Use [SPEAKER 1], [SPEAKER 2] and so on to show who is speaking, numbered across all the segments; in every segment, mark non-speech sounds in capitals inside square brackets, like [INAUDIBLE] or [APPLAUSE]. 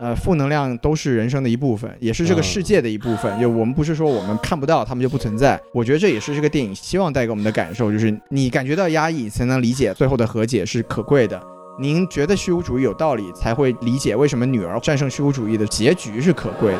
[SPEAKER 1] 呃，负能量都是人生的一部分，也是这个
[SPEAKER 2] 嗯
[SPEAKER 1] 世界的一部分。就我们不是说我们看不到，他们就不存在。我觉得这也是这个电影希望带给我们的感受，就是你感觉到压抑，才能理解最后的和解是可贵的。您觉得虚无主义有道理，才会理解为什么女儿战胜虚无主义的结局是可贵的。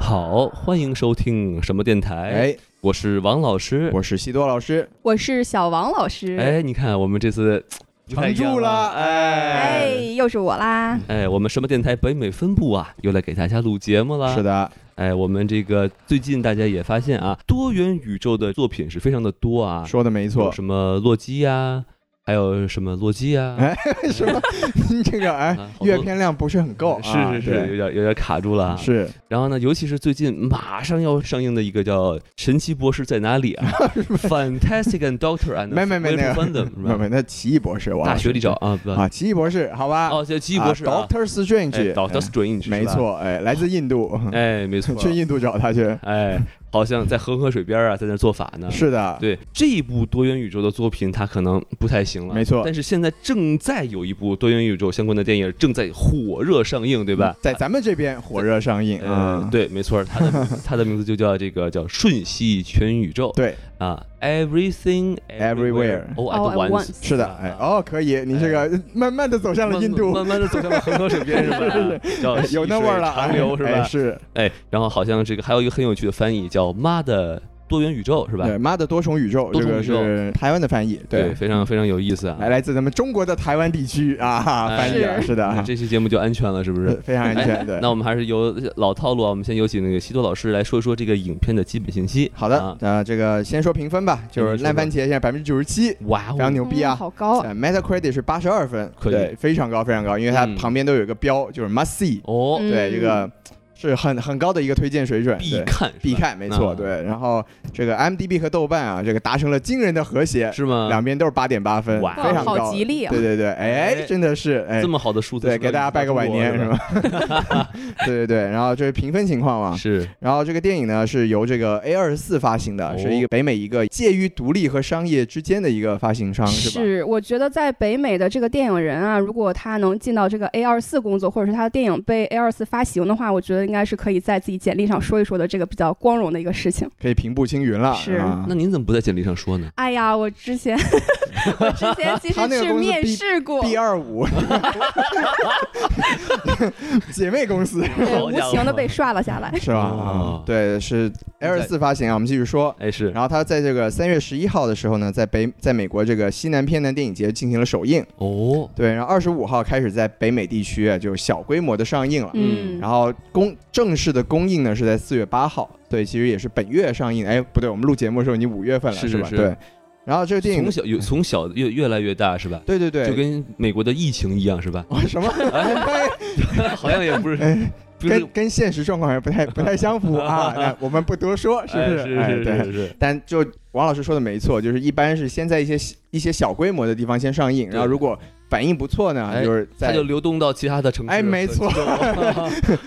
[SPEAKER 2] 好，欢迎收听什么电台？
[SPEAKER 1] 哎，
[SPEAKER 2] 我是王老师。
[SPEAKER 1] 我是西多老师，
[SPEAKER 3] 我是小王老师，
[SPEAKER 2] 哎，你看我们这次不太
[SPEAKER 1] 撑
[SPEAKER 2] 一样
[SPEAKER 1] 住了，
[SPEAKER 3] 哎
[SPEAKER 1] 哎，
[SPEAKER 3] 又是我啦。
[SPEAKER 2] 哎，我们什么电台北美分部啊，又来给大家录节目了。
[SPEAKER 1] 是，的，
[SPEAKER 2] 哎，我们这个最近大家也发现啊，多元宇宙的作品是非常的多啊，
[SPEAKER 1] 说的没错
[SPEAKER 2] 有。什么洛基呀、还有什么洛基啊呀、
[SPEAKER 1] 哎为 [LAUGHS] 什么您这个哎
[SPEAKER 2] 啊好多
[SPEAKER 1] 阅片量不是很够？啊
[SPEAKER 2] 是是
[SPEAKER 1] 对
[SPEAKER 2] 是，有点有点卡住了啊。
[SPEAKER 1] 是
[SPEAKER 2] 然后呢，尤其是最近马上要上映的一个叫《神奇博士在哪里》啊，
[SPEAKER 1] [LAUGHS]
[SPEAKER 2] 《Fantastic and Doctor and
[SPEAKER 1] 没没没那
[SPEAKER 2] Wonderful
[SPEAKER 1] 个
[SPEAKER 2] Fandom》是
[SPEAKER 1] 没有没
[SPEAKER 2] 吧？
[SPEAKER 1] 有，那奇异博士，我
[SPEAKER 2] 大学里找啊，不
[SPEAKER 1] 啊，奇异博士，好吧，
[SPEAKER 2] 哦，叫奇异博士啊
[SPEAKER 1] ，Doctor Strange，
[SPEAKER 2] 哎，Doctor
[SPEAKER 1] 哎
[SPEAKER 2] Strange，是吧
[SPEAKER 1] 没，错，哎，来自印度，
[SPEAKER 2] 哎，没错
[SPEAKER 1] [LAUGHS] ，去印度找他去，
[SPEAKER 2] 哎，好像在恒河水边啊，在那儿做法呢。
[SPEAKER 1] 是的，
[SPEAKER 2] 对这一部多元宇宙的作品，它可能不太行了，
[SPEAKER 1] 没错
[SPEAKER 2] 但是现在正在有一部多元宇宙相关的电影正在火热上映，对
[SPEAKER 1] 嗯
[SPEAKER 2] 吧？
[SPEAKER 1] 在咱们这边火热上映，
[SPEAKER 2] 呃
[SPEAKER 1] 嗯，，
[SPEAKER 2] 对，没错，它的它的名字就叫这个叫《瞬息全宇宙》
[SPEAKER 1] 对，
[SPEAKER 2] 啊，Everything 哦啊
[SPEAKER 1] Everywhere
[SPEAKER 2] All
[SPEAKER 3] All
[SPEAKER 2] at
[SPEAKER 3] at
[SPEAKER 2] Once，
[SPEAKER 3] once
[SPEAKER 1] 是的，哎，
[SPEAKER 2] 啊
[SPEAKER 1] 哦，可以，你这个 [LAUGHS] 慢慢的走向了
[SPEAKER 2] 慢
[SPEAKER 1] 印度，
[SPEAKER 2] 哎慢慢的走向了恒河水
[SPEAKER 1] [LAUGHS]
[SPEAKER 2] 边，是吧？叫
[SPEAKER 1] 哎有那味儿了，
[SPEAKER 2] 细水长流
[SPEAKER 1] 哎
[SPEAKER 2] 是
[SPEAKER 1] 哎
[SPEAKER 2] 吧？
[SPEAKER 1] 是，
[SPEAKER 2] 哎，然后好像这个还有一个很有趣的翻译叫“妈的多元宇宙”，是吧？
[SPEAKER 1] 对，妈的多重宇宙，
[SPEAKER 2] 多
[SPEAKER 1] 这
[SPEAKER 2] 重
[SPEAKER 1] 个
[SPEAKER 2] 宇宙
[SPEAKER 1] 是台湾的翻译，
[SPEAKER 2] 对，，非常非常有意思啊。
[SPEAKER 1] 来来自咱们中国的台湾地区啊，
[SPEAKER 2] 哎
[SPEAKER 1] 翻译了，
[SPEAKER 3] 是
[SPEAKER 1] 是的
[SPEAKER 2] 那，这期节目就安全了，是不是？
[SPEAKER 1] 非常安全，啊对
[SPEAKER 2] 那。我们还是由老套路啊，我们先有请那个西多老师来说一说这个影片的基本信息。
[SPEAKER 1] 好的
[SPEAKER 2] 啊，
[SPEAKER 1] 呃，这个先说评分吧，就
[SPEAKER 2] 嗯
[SPEAKER 1] 是
[SPEAKER 2] 说吧
[SPEAKER 1] 烂番茄现在百分之九十七，
[SPEAKER 2] 哇
[SPEAKER 1] 非常
[SPEAKER 2] 哦，
[SPEAKER 1] 牛逼啊！
[SPEAKER 3] 嗯好高啊！
[SPEAKER 1] 呃，Metacritic 是八十二分，
[SPEAKER 2] 可以
[SPEAKER 1] 对，非常高，非常高，因为它
[SPEAKER 2] 嗯
[SPEAKER 1] 旁边都有一个标，就是 must see，
[SPEAKER 2] 哦，
[SPEAKER 3] 嗯
[SPEAKER 1] 对，这个是很很高的一个推荐水准，
[SPEAKER 2] 必
[SPEAKER 1] 对
[SPEAKER 2] 看，
[SPEAKER 1] 必看，没错，
[SPEAKER 2] 啊
[SPEAKER 1] 对。然后这个 IMDB 和豆瓣啊，这个达成了惊人的和谐，
[SPEAKER 2] 是吗？
[SPEAKER 1] 两边都是八点八分，
[SPEAKER 2] 哇
[SPEAKER 1] 非常
[SPEAKER 3] 哇
[SPEAKER 1] 高，
[SPEAKER 3] 好吉利啊
[SPEAKER 1] 对对对，
[SPEAKER 2] 哎
[SPEAKER 1] 哎，真的是，哎
[SPEAKER 2] 这，么好的数字，
[SPEAKER 1] 对，给大家拜个晚年是
[SPEAKER 2] 吧？ [LAUGHS]
[SPEAKER 1] 吧？ [LAUGHS] 对对对，然后这是评分情况嘛，
[SPEAKER 2] 是
[SPEAKER 1] 然后这个电影呢是由这个 A 二四发行的，
[SPEAKER 2] 哦
[SPEAKER 1] 是一个北美一个介于独立和商业之间的一个发行商，是吧？
[SPEAKER 3] 是，我觉得在北美的这个电影人啊，如果他能进到这个 A 二四工作，或者是他的电影被 A 二四发行的话，我觉得应该是可以在自己简历上说一说的这个比较光荣的一个事情。 [LAUGHS]
[SPEAKER 1] 可以平步青云了，
[SPEAKER 3] 是
[SPEAKER 1] 啊
[SPEAKER 2] 那您怎么不在简历上说呢？
[SPEAKER 3] 哎呀，我
[SPEAKER 1] [LAUGHS]
[SPEAKER 3] 之前我之前其
[SPEAKER 1] 他那
[SPEAKER 3] 实
[SPEAKER 1] 个
[SPEAKER 3] 去
[SPEAKER 1] 公司
[SPEAKER 3] 面
[SPEAKER 1] B-
[SPEAKER 3] 试过，
[SPEAKER 1] B 二
[SPEAKER 3] [LAUGHS]
[SPEAKER 1] 五，姐妹公司
[SPEAKER 3] 对，
[SPEAKER 2] 好
[SPEAKER 3] 呃无
[SPEAKER 2] 家伙
[SPEAKER 3] 情的被刷了下来。
[SPEAKER 1] 是吧？啊，
[SPEAKER 2] 哦
[SPEAKER 1] 对，是 L 四发行啊。我们继续说，
[SPEAKER 2] 哎，是
[SPEAKER 1] 然后它在这个三月十一号的时候呢，在北在美国这个西南偏南电影节进行了首映，
[SPEAKER 2] 哦，
[SPEAKER 1] 对，然后二十五号开始在北美地区啊就小规模的上映了。
[SPEAKER 2] 嗯
[SPEAKER 3] 嗯，
[SPEAKER 1] 然后公正式的公映呢是在四月八号，对，其实也是本月上映。哎，不对，我们录节目的时候已经五月份了，
[SPEAKER 2] 是
[SPEAKER 1] 是
[SPEAKER 2] 是
[SPEAKER 1] 吧？
[SPEAKER 2] 是
[SPEAKER 1] 对。然后这个电影
[SPEAKER 2] 从，小有从小越越来越大是吧？
[SPEAKER 1] 对对对，？
[SPEAKER 2] 就跟美国的疫情一样是吧
[SPEAKER 1] 哦什
[SPEAKER 2] [LAUGHS]
[SPEAKER 1] 么？ [LAUGHS] 哎
[SPEAKER 2] 好像也不是，
[SPEAKER 1] 哎，
[SPEAKER 2] 不是
[SPEAKER 1] 跟跟现实状况还不太不太相符
[SPEAKER 2] [LAUGHS]
[SPEAKER 1] 啊。那我们不多说，是不
[SPEAKER 2] 哎
[SPEAKER 1] 是？哎
[SPEAKER 2] 是
[SPEAKER 1] 对。
[SPEAKER 2] 是是，
[SPEAKER 1] 但就王老师说的没错，就是一般是先在一些小一些小规模的地方先上映，
[SPEAKER 2] 对
[SPEAKER 1] 然后如果反应不错呢，
[SPEAKER 2] 哎
[SPEAKER 1] 就是
[SPEAKER 2] 它
[SPEAKER 1] 在
[SPEAKER 2] 就流动到其他的城市。
[SPEAKER 1] 哎没错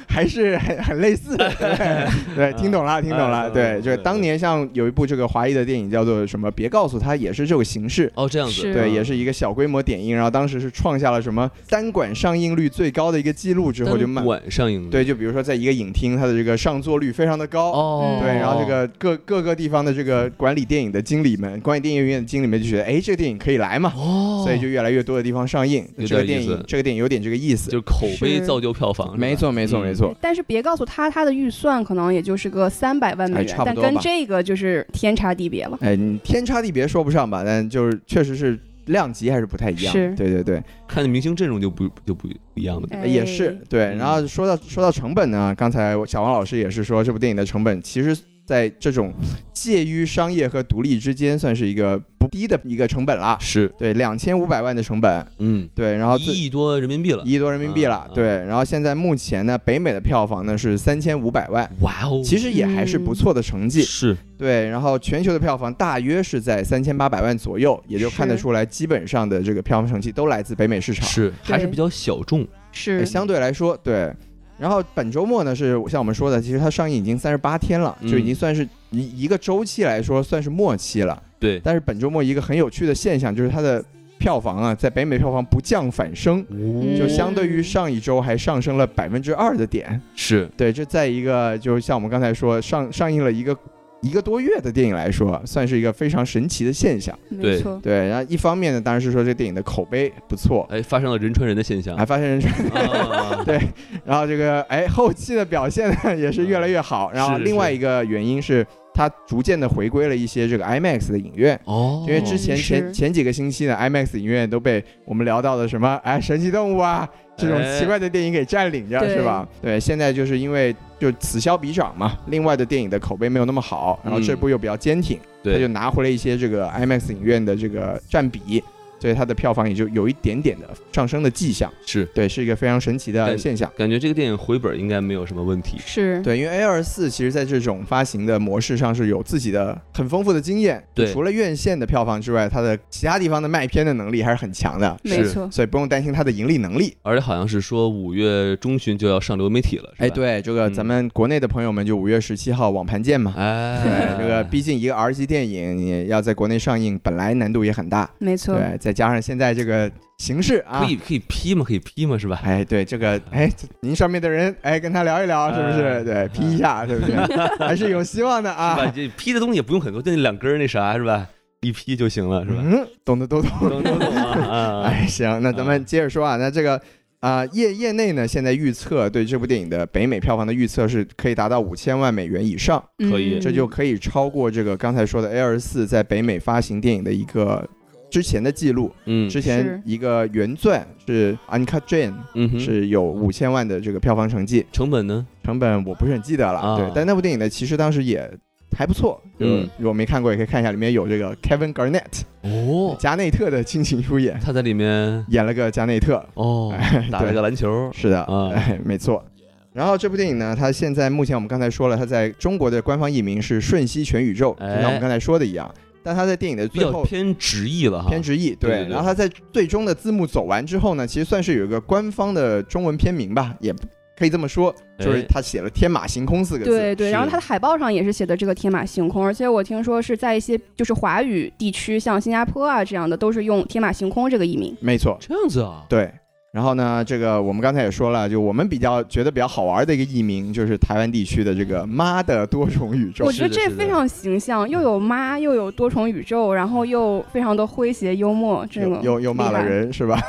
[SPEAKER 1] 还是很很类似。
[SPEAKER 2] [LAUGHS]
[SPEAKER 1] 对对，听懂了，听懂
[SPEAKER 2] 哎
[SPEAKER 1] 了。对，
[SPEAKER 2] 嗯
[SPEAKER 1] 就是当年像有一部这个华裔的电影叫做什么？别告诉他，也是这个形式。
[SPEAKER 2] [LAUGHS] 哦，这样子，
[SPEAKER 3] 是
[SPEAKER 1] 对，也是一个小规模点映，然后当时是创下了什么单馆上映率最高的一个记录，之后就慢
[SPEAKER 2] 单管上映的。
[SPEAKER 1] 对，就比如说在一个影厅，它的这个上座率非常的高。
[SPEAKER 2] 哦，
[SPEAKER 1] 对，然后这个各各个地方的这个管理电影的经理们，管理电影院的经理们就觉得，哎，这个电影可以来嘛，
[SPEAKER 2] 哦，
[SPEAKER 1] 所以就越来越多的地方上映。
[SPEAKER 2] 有
[SPEAKER 1] 这个
[SPEAKER 2] 点
[SPEAKER 1] 电
[SPEAKER 2] 意思
[SPEAKER 1] 影，这个电影有点这个意思。
[SPEAKER 2] 就是口碑
[SPEAKER 3] 是
[SPEAKER 2] 造就票房，是吧
[SPEAKER 1] 没错，没错，
[SPEAKER 2] 嗯
[SPEAKER 1] 没错。
[SPEAKER 3] 但是别告诉他，他的预算可能也就是个三百万美
[SPEAKER 1] 哎
[SPEAKER 3] 元，
[SPEAKER 1] 差不
[SPEAKER 3] 但
[SPEAKER 1] 多
[SPEAKER 3] 跟
[SPEAKER 1] 吧
[SPEAKER 3] 这个就是天差地别了。
[SPEAKER 1] 哎，你天差地别说不上吧，但就是确实是量级还是不太一样。
[SPEAKER 3] 是
[SPEAKER 1] 对对对，
[SPEAKER 2] 看明星阵容就不就不不一样了。
[SPEAKER 3] 哎
[SPEAKER 1] 也是对。
[SPEAKER 2] 嗯
[SPEAKER 1] 然后说到说到成本呢，刚才我小王老师也是说，这部电影的成本其实。在这种介于商业和独立之间，算是一个不低的一个成本啦。
[SPEAKER 2] 是，
[SPEAKER 1] 对，两千五百万的成本，
[SPEAKER 2] 嗯，
[SPEAKER 1] 对，然后最
[SPEAKER 2] 一亿多人民币了，
[SPEAKER 1] 一亿多人民币
[SPEAKER 2] 啊
[SPEAKER 1] 了
[SPEAKER 2] 啊，
[SPEAKER 1] 对。然后现在目前呢，北美的票房呢是三千五百万，
[SPEAKER 2] 哇哦，嗯
[SPEAKER 1] 其实也还是不错的成绩，
[SPEAKER 2] 是
[SPEAKER 1] 对。然后全球的票房大约是在三千八百万左右，也就看得出来，基本上的这个票房成绩都来自北美市场，
[SPEAKER 2] 是还是比较小众，
[SPEAKER 1] 哎
[SPEAKER 3] 是，
[SPEAKER 1] 相对来说，对。然后本周末呢，是像我们说的，其实它上映已经三十八天了，
[SPEAKER 2] 嗯
[SPEAKER 1] 就已经算是一一个周期来说算是末期了。
[SPEAKER 2] 对，
[SPEAKER 1] 但是本周末一个很有趣的现象就是它的票房啊，在北美票房不降反升，
[SPEAKER 2] 哦
[SPEAKER 1] 就相对于上一周还上升了百分之二的点。
[SPEAKER 2] 是
[SPEAKER 1] 对，这在一个就像我们刚才说上上映了一个一个多月的电影来说，算是一个非常神奇的现象。
[SPEAKER 3] 没
[SPEAKER 2] 对
[SPEAKER 3] 错，
[SPEAKER 1] 对，然后一方面呢，当然是说这电影的口碑不错，
[SPEAKER 2] 哎，发生了人传人的现象
[SPEAKER 1] 还。发现
[SPEAKER 2] [LAUGHS] 啊
[SPEAKER 1] 对 [LAUGHS] 然后这个哎后期的表现呢也是越来越好。然后
[SPEAKER 2] 是
[SPEAKER 1] 另外
[SPEAKER 2] 是
[SPEAKER 1] 一个原因是它逐渐的回归了一些这个 IMAX 的影院。
[SPEAKER 2] 哦，
[SPEAKER 1] 因为之前
[SPEAKER 3] 嗯
[SPEAKER 1] 前
[SPEAKER 3] 是
[SPEAKER 1] 前几个星期呢，IMAX 影院都被我们聊到的什么 [LAUGHS] 哎神奇动物啊这种
[SPEAKER 2] 哎
[SPEAKER 1] 奇怪的电影给占领着，
[SPEAKER 3] 对
[SPEAKER 1] 是吧？对，现在就是因为就此消彼长嘛，另外的电影的口碑没有那么好，然后这
[SPEAKER 2] 嗯
[SPEAKER 1] 部又比较坚挺，他就
[SPEAKER 2] 对
[SPEAKER 1] 拿回了一些这个 IMAX 影院的这个占比，所以它的票房也就有一点点的上升的迹象。
[SPEAKER 2] 是
[SPEAKER 1] 对，是一个非常神奇的
[SPEAKER 2] 但
[SPEAKER 1] 现象。
[SPEAKER 2] 感觉这个电影回本应该没有什么问题。
[SPEAKER 3] 是，
[SPEAKER 1] 对，因为 A 二四其实在这种发行的模式上是有自己的很丰富的经验。
[SPEAKER 2] 对
[SPEAKER 1] 除了院线的票房之外，它的其他地方的卖片的能力还是很强的，
[SPEAKER 3] 没
[SPEAKER 2] 是
[SPEAKER 3] 错，
[SPEAKER 1] 所以不用担心它的盈利能力。
[SPEAKER 2] 而且好像是说五月中旬就要上流媒体了，是吧
[SPEAKER 1] 哎，，对，这个
[SPEAKER 2] 嗯
[SPEAKER 1] 咱们国内的朋友们就五月十七号网盘见嘛。
[SPEAKER 2] 哎
[SPEAKER 1] 对，，这 [LAUGHS] 个毕竟一个 R 级电影你要在国内上映，本来难度也很大。
[SPEAKER 3] 没错，
[SPEAKER 1] 对，再加上现在这个形势啊
[SPEAKER 2] 可，以可以批吗？可以批吗？是吧？
[SPEAKER 1] 哎，对这 [LAUGHS] 个，哎，您上面的人，哎，跟他聊一聊，是不是？
[SPEAKER 2] 哎
[SPEAKER 1] 对，批一下，对不 [LAUGHS] 对？还是有希望的
[SPEAKER 2] 是吧？
[SPEAKER 1] 啊。
[SPEAKER 2] 这批的东西也不用很多，就那两根儿那啥是吧？一批就行了
[SPEAKER 1] [LAUGHS]
[SPEAKER 2] 是吧？
[SPEAKER 1] 嗯，懂的都懂。
[SPEAKER 2] 懂
[SPEAKER 1] [LAUGHS]
[SPEAKER 2] 懂懂啊！啊
[SPEAKER 1] 哎，行，那咱们接着说啊，那这个啊，业业内呢，现在预测对这部电影的北美票房的预测是可以达到五千万美元以上，
[SPEAKER 3] 嗯
[SPEAKER 2] 可以
[SPEAKER 1] 这就可以超过这个刚才说的 A 二四在北美发行电影的一个之前的记录。
[SPEAKER 2] 嗯
[SPEAKER 1] 之前
[SPEAKER 3] 是
[SPEAKER 1] 一个原钻是 Uncut Jane，
[SPEAKER 2] 嗯哼，
[SPEAKER 1] 是有五千万的这个票房成绩，
[SPEAKER 2] 成本呢？
[SPEAKER 1] 成本我不是很记得了。
[SPEAKER 2] 啊
[SPEAKER 1] 对，但那部电影呢，其实当时也。还不错，就
[SPEAKER 2] 嗯
[SPEAKER 1] 如果没看过也可以看一下，里面有这个 Kevin Garnett
[SPEAKER 2] 哦，
[SPEAKER 1] 加内特的亲情出演，
[SPEAKER 2] 他在里面
[SPEAKER 1] 演了个加内特，
[SPEAKER 2] 哦
[SPEAKER 1] 哎
[SPEAKER 2] 打了
[SPEAKER 1] 对
[SPEAKER 2] 个篮球，
[SPEAKER 1] 是的，
[SPEAKER 2] 啊
[SPEAKER 1] 哎，没错。然后这部电影呢，它现在目前我们刚才说了，它在中国的官方译名是《瞬息全宇宙》，
[SPEAKER 2] 哎
[SPEAKER 1] 就像我们刚才说的一样。但它在电影的
[SPEAKER 2] 比
[SPEAKER 1] 最
[SPEAKER 2] 较
[SPEAKER 1] 后
[SPEAKER 2] 偏直译了哈。
[SPEAKER 1] 偏直译，
[SPEAKER 2] 对对对
[SPEAKER 1] 然后它在最终的字幕走完之后呢，其实算是有一个官方的中文片名吧，也可以这么说，就是
[SPEAKER 2] 哎
[SPEAKER 1] 它写了“天马行空”四个字。
[SPEAKER 3] 对对，
[SPEAKER 2] 是
[SPEAKER 3] 然后它的海报上也是写的这个天马行空，而且我听说是在一些就是华语地区，像新加坡啊这样的，都是用天马行空这个译名。
[SPEAKER 1] 没错，
[SPEAKER 2] 这样子啊？
[SPEAKER 1] 对。然后呢，这个我们刚才也说了，就我们比较觉得比较好玩的一个译名，就是台湾地区的这个“妈的多重宇宙
[SPEAKER 3] 我”。觉得
[SPEAKER 2] 是的
[SPEAKER 3] 这
[SPEAKER 2] 是的
[SPEAKER 3] 非常形象，又有妈，又有多重宇宙，然后又非常的诙谐幽默，这
[SPEAKER 1] 又
[SPEAKER 3] 种
[SPEAKER 1] 又又骂了
[SPEAKER 3] 厉害。
[SPEAKER 1] 人是吧？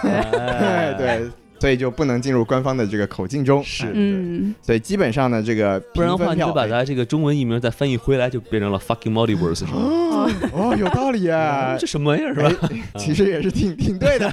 [SPEAKER 1] [LAUGHS]
[SPEAKER 2] 哎
[SPEAKER 1] 对 [LAUGHS] 对，所以就不能进入官方的这个口径中。
[SPEAKER 2] 是
[SPEAKER 1] 哎，
[SPEAKER 3] 嗯，
[SPEAKER 1] 所以基本上呢，这个
[SPEAKER 2] 不然的
[SPEAKER 1] 评
[SPEAKER 2] 话，
[SPEAKER 1] 分
[SPEAKER 2] 你就
[SPEAKER 1] 票
[SPEAKER 2] 把它这个中文译名再翻译回来，就变成了 fucking multiverse 是吧？，
[SPEAKER 1] [LAUGHS] 哦，有道理啊
[SPEAKER 2] 这什么玩意儿是吧？
[SPEAKER 1] 哎 [LAUGHS] 其实也是挺挺对
[SPEAKER 2] [LAUGHS]
[SPEAKER 1] 的，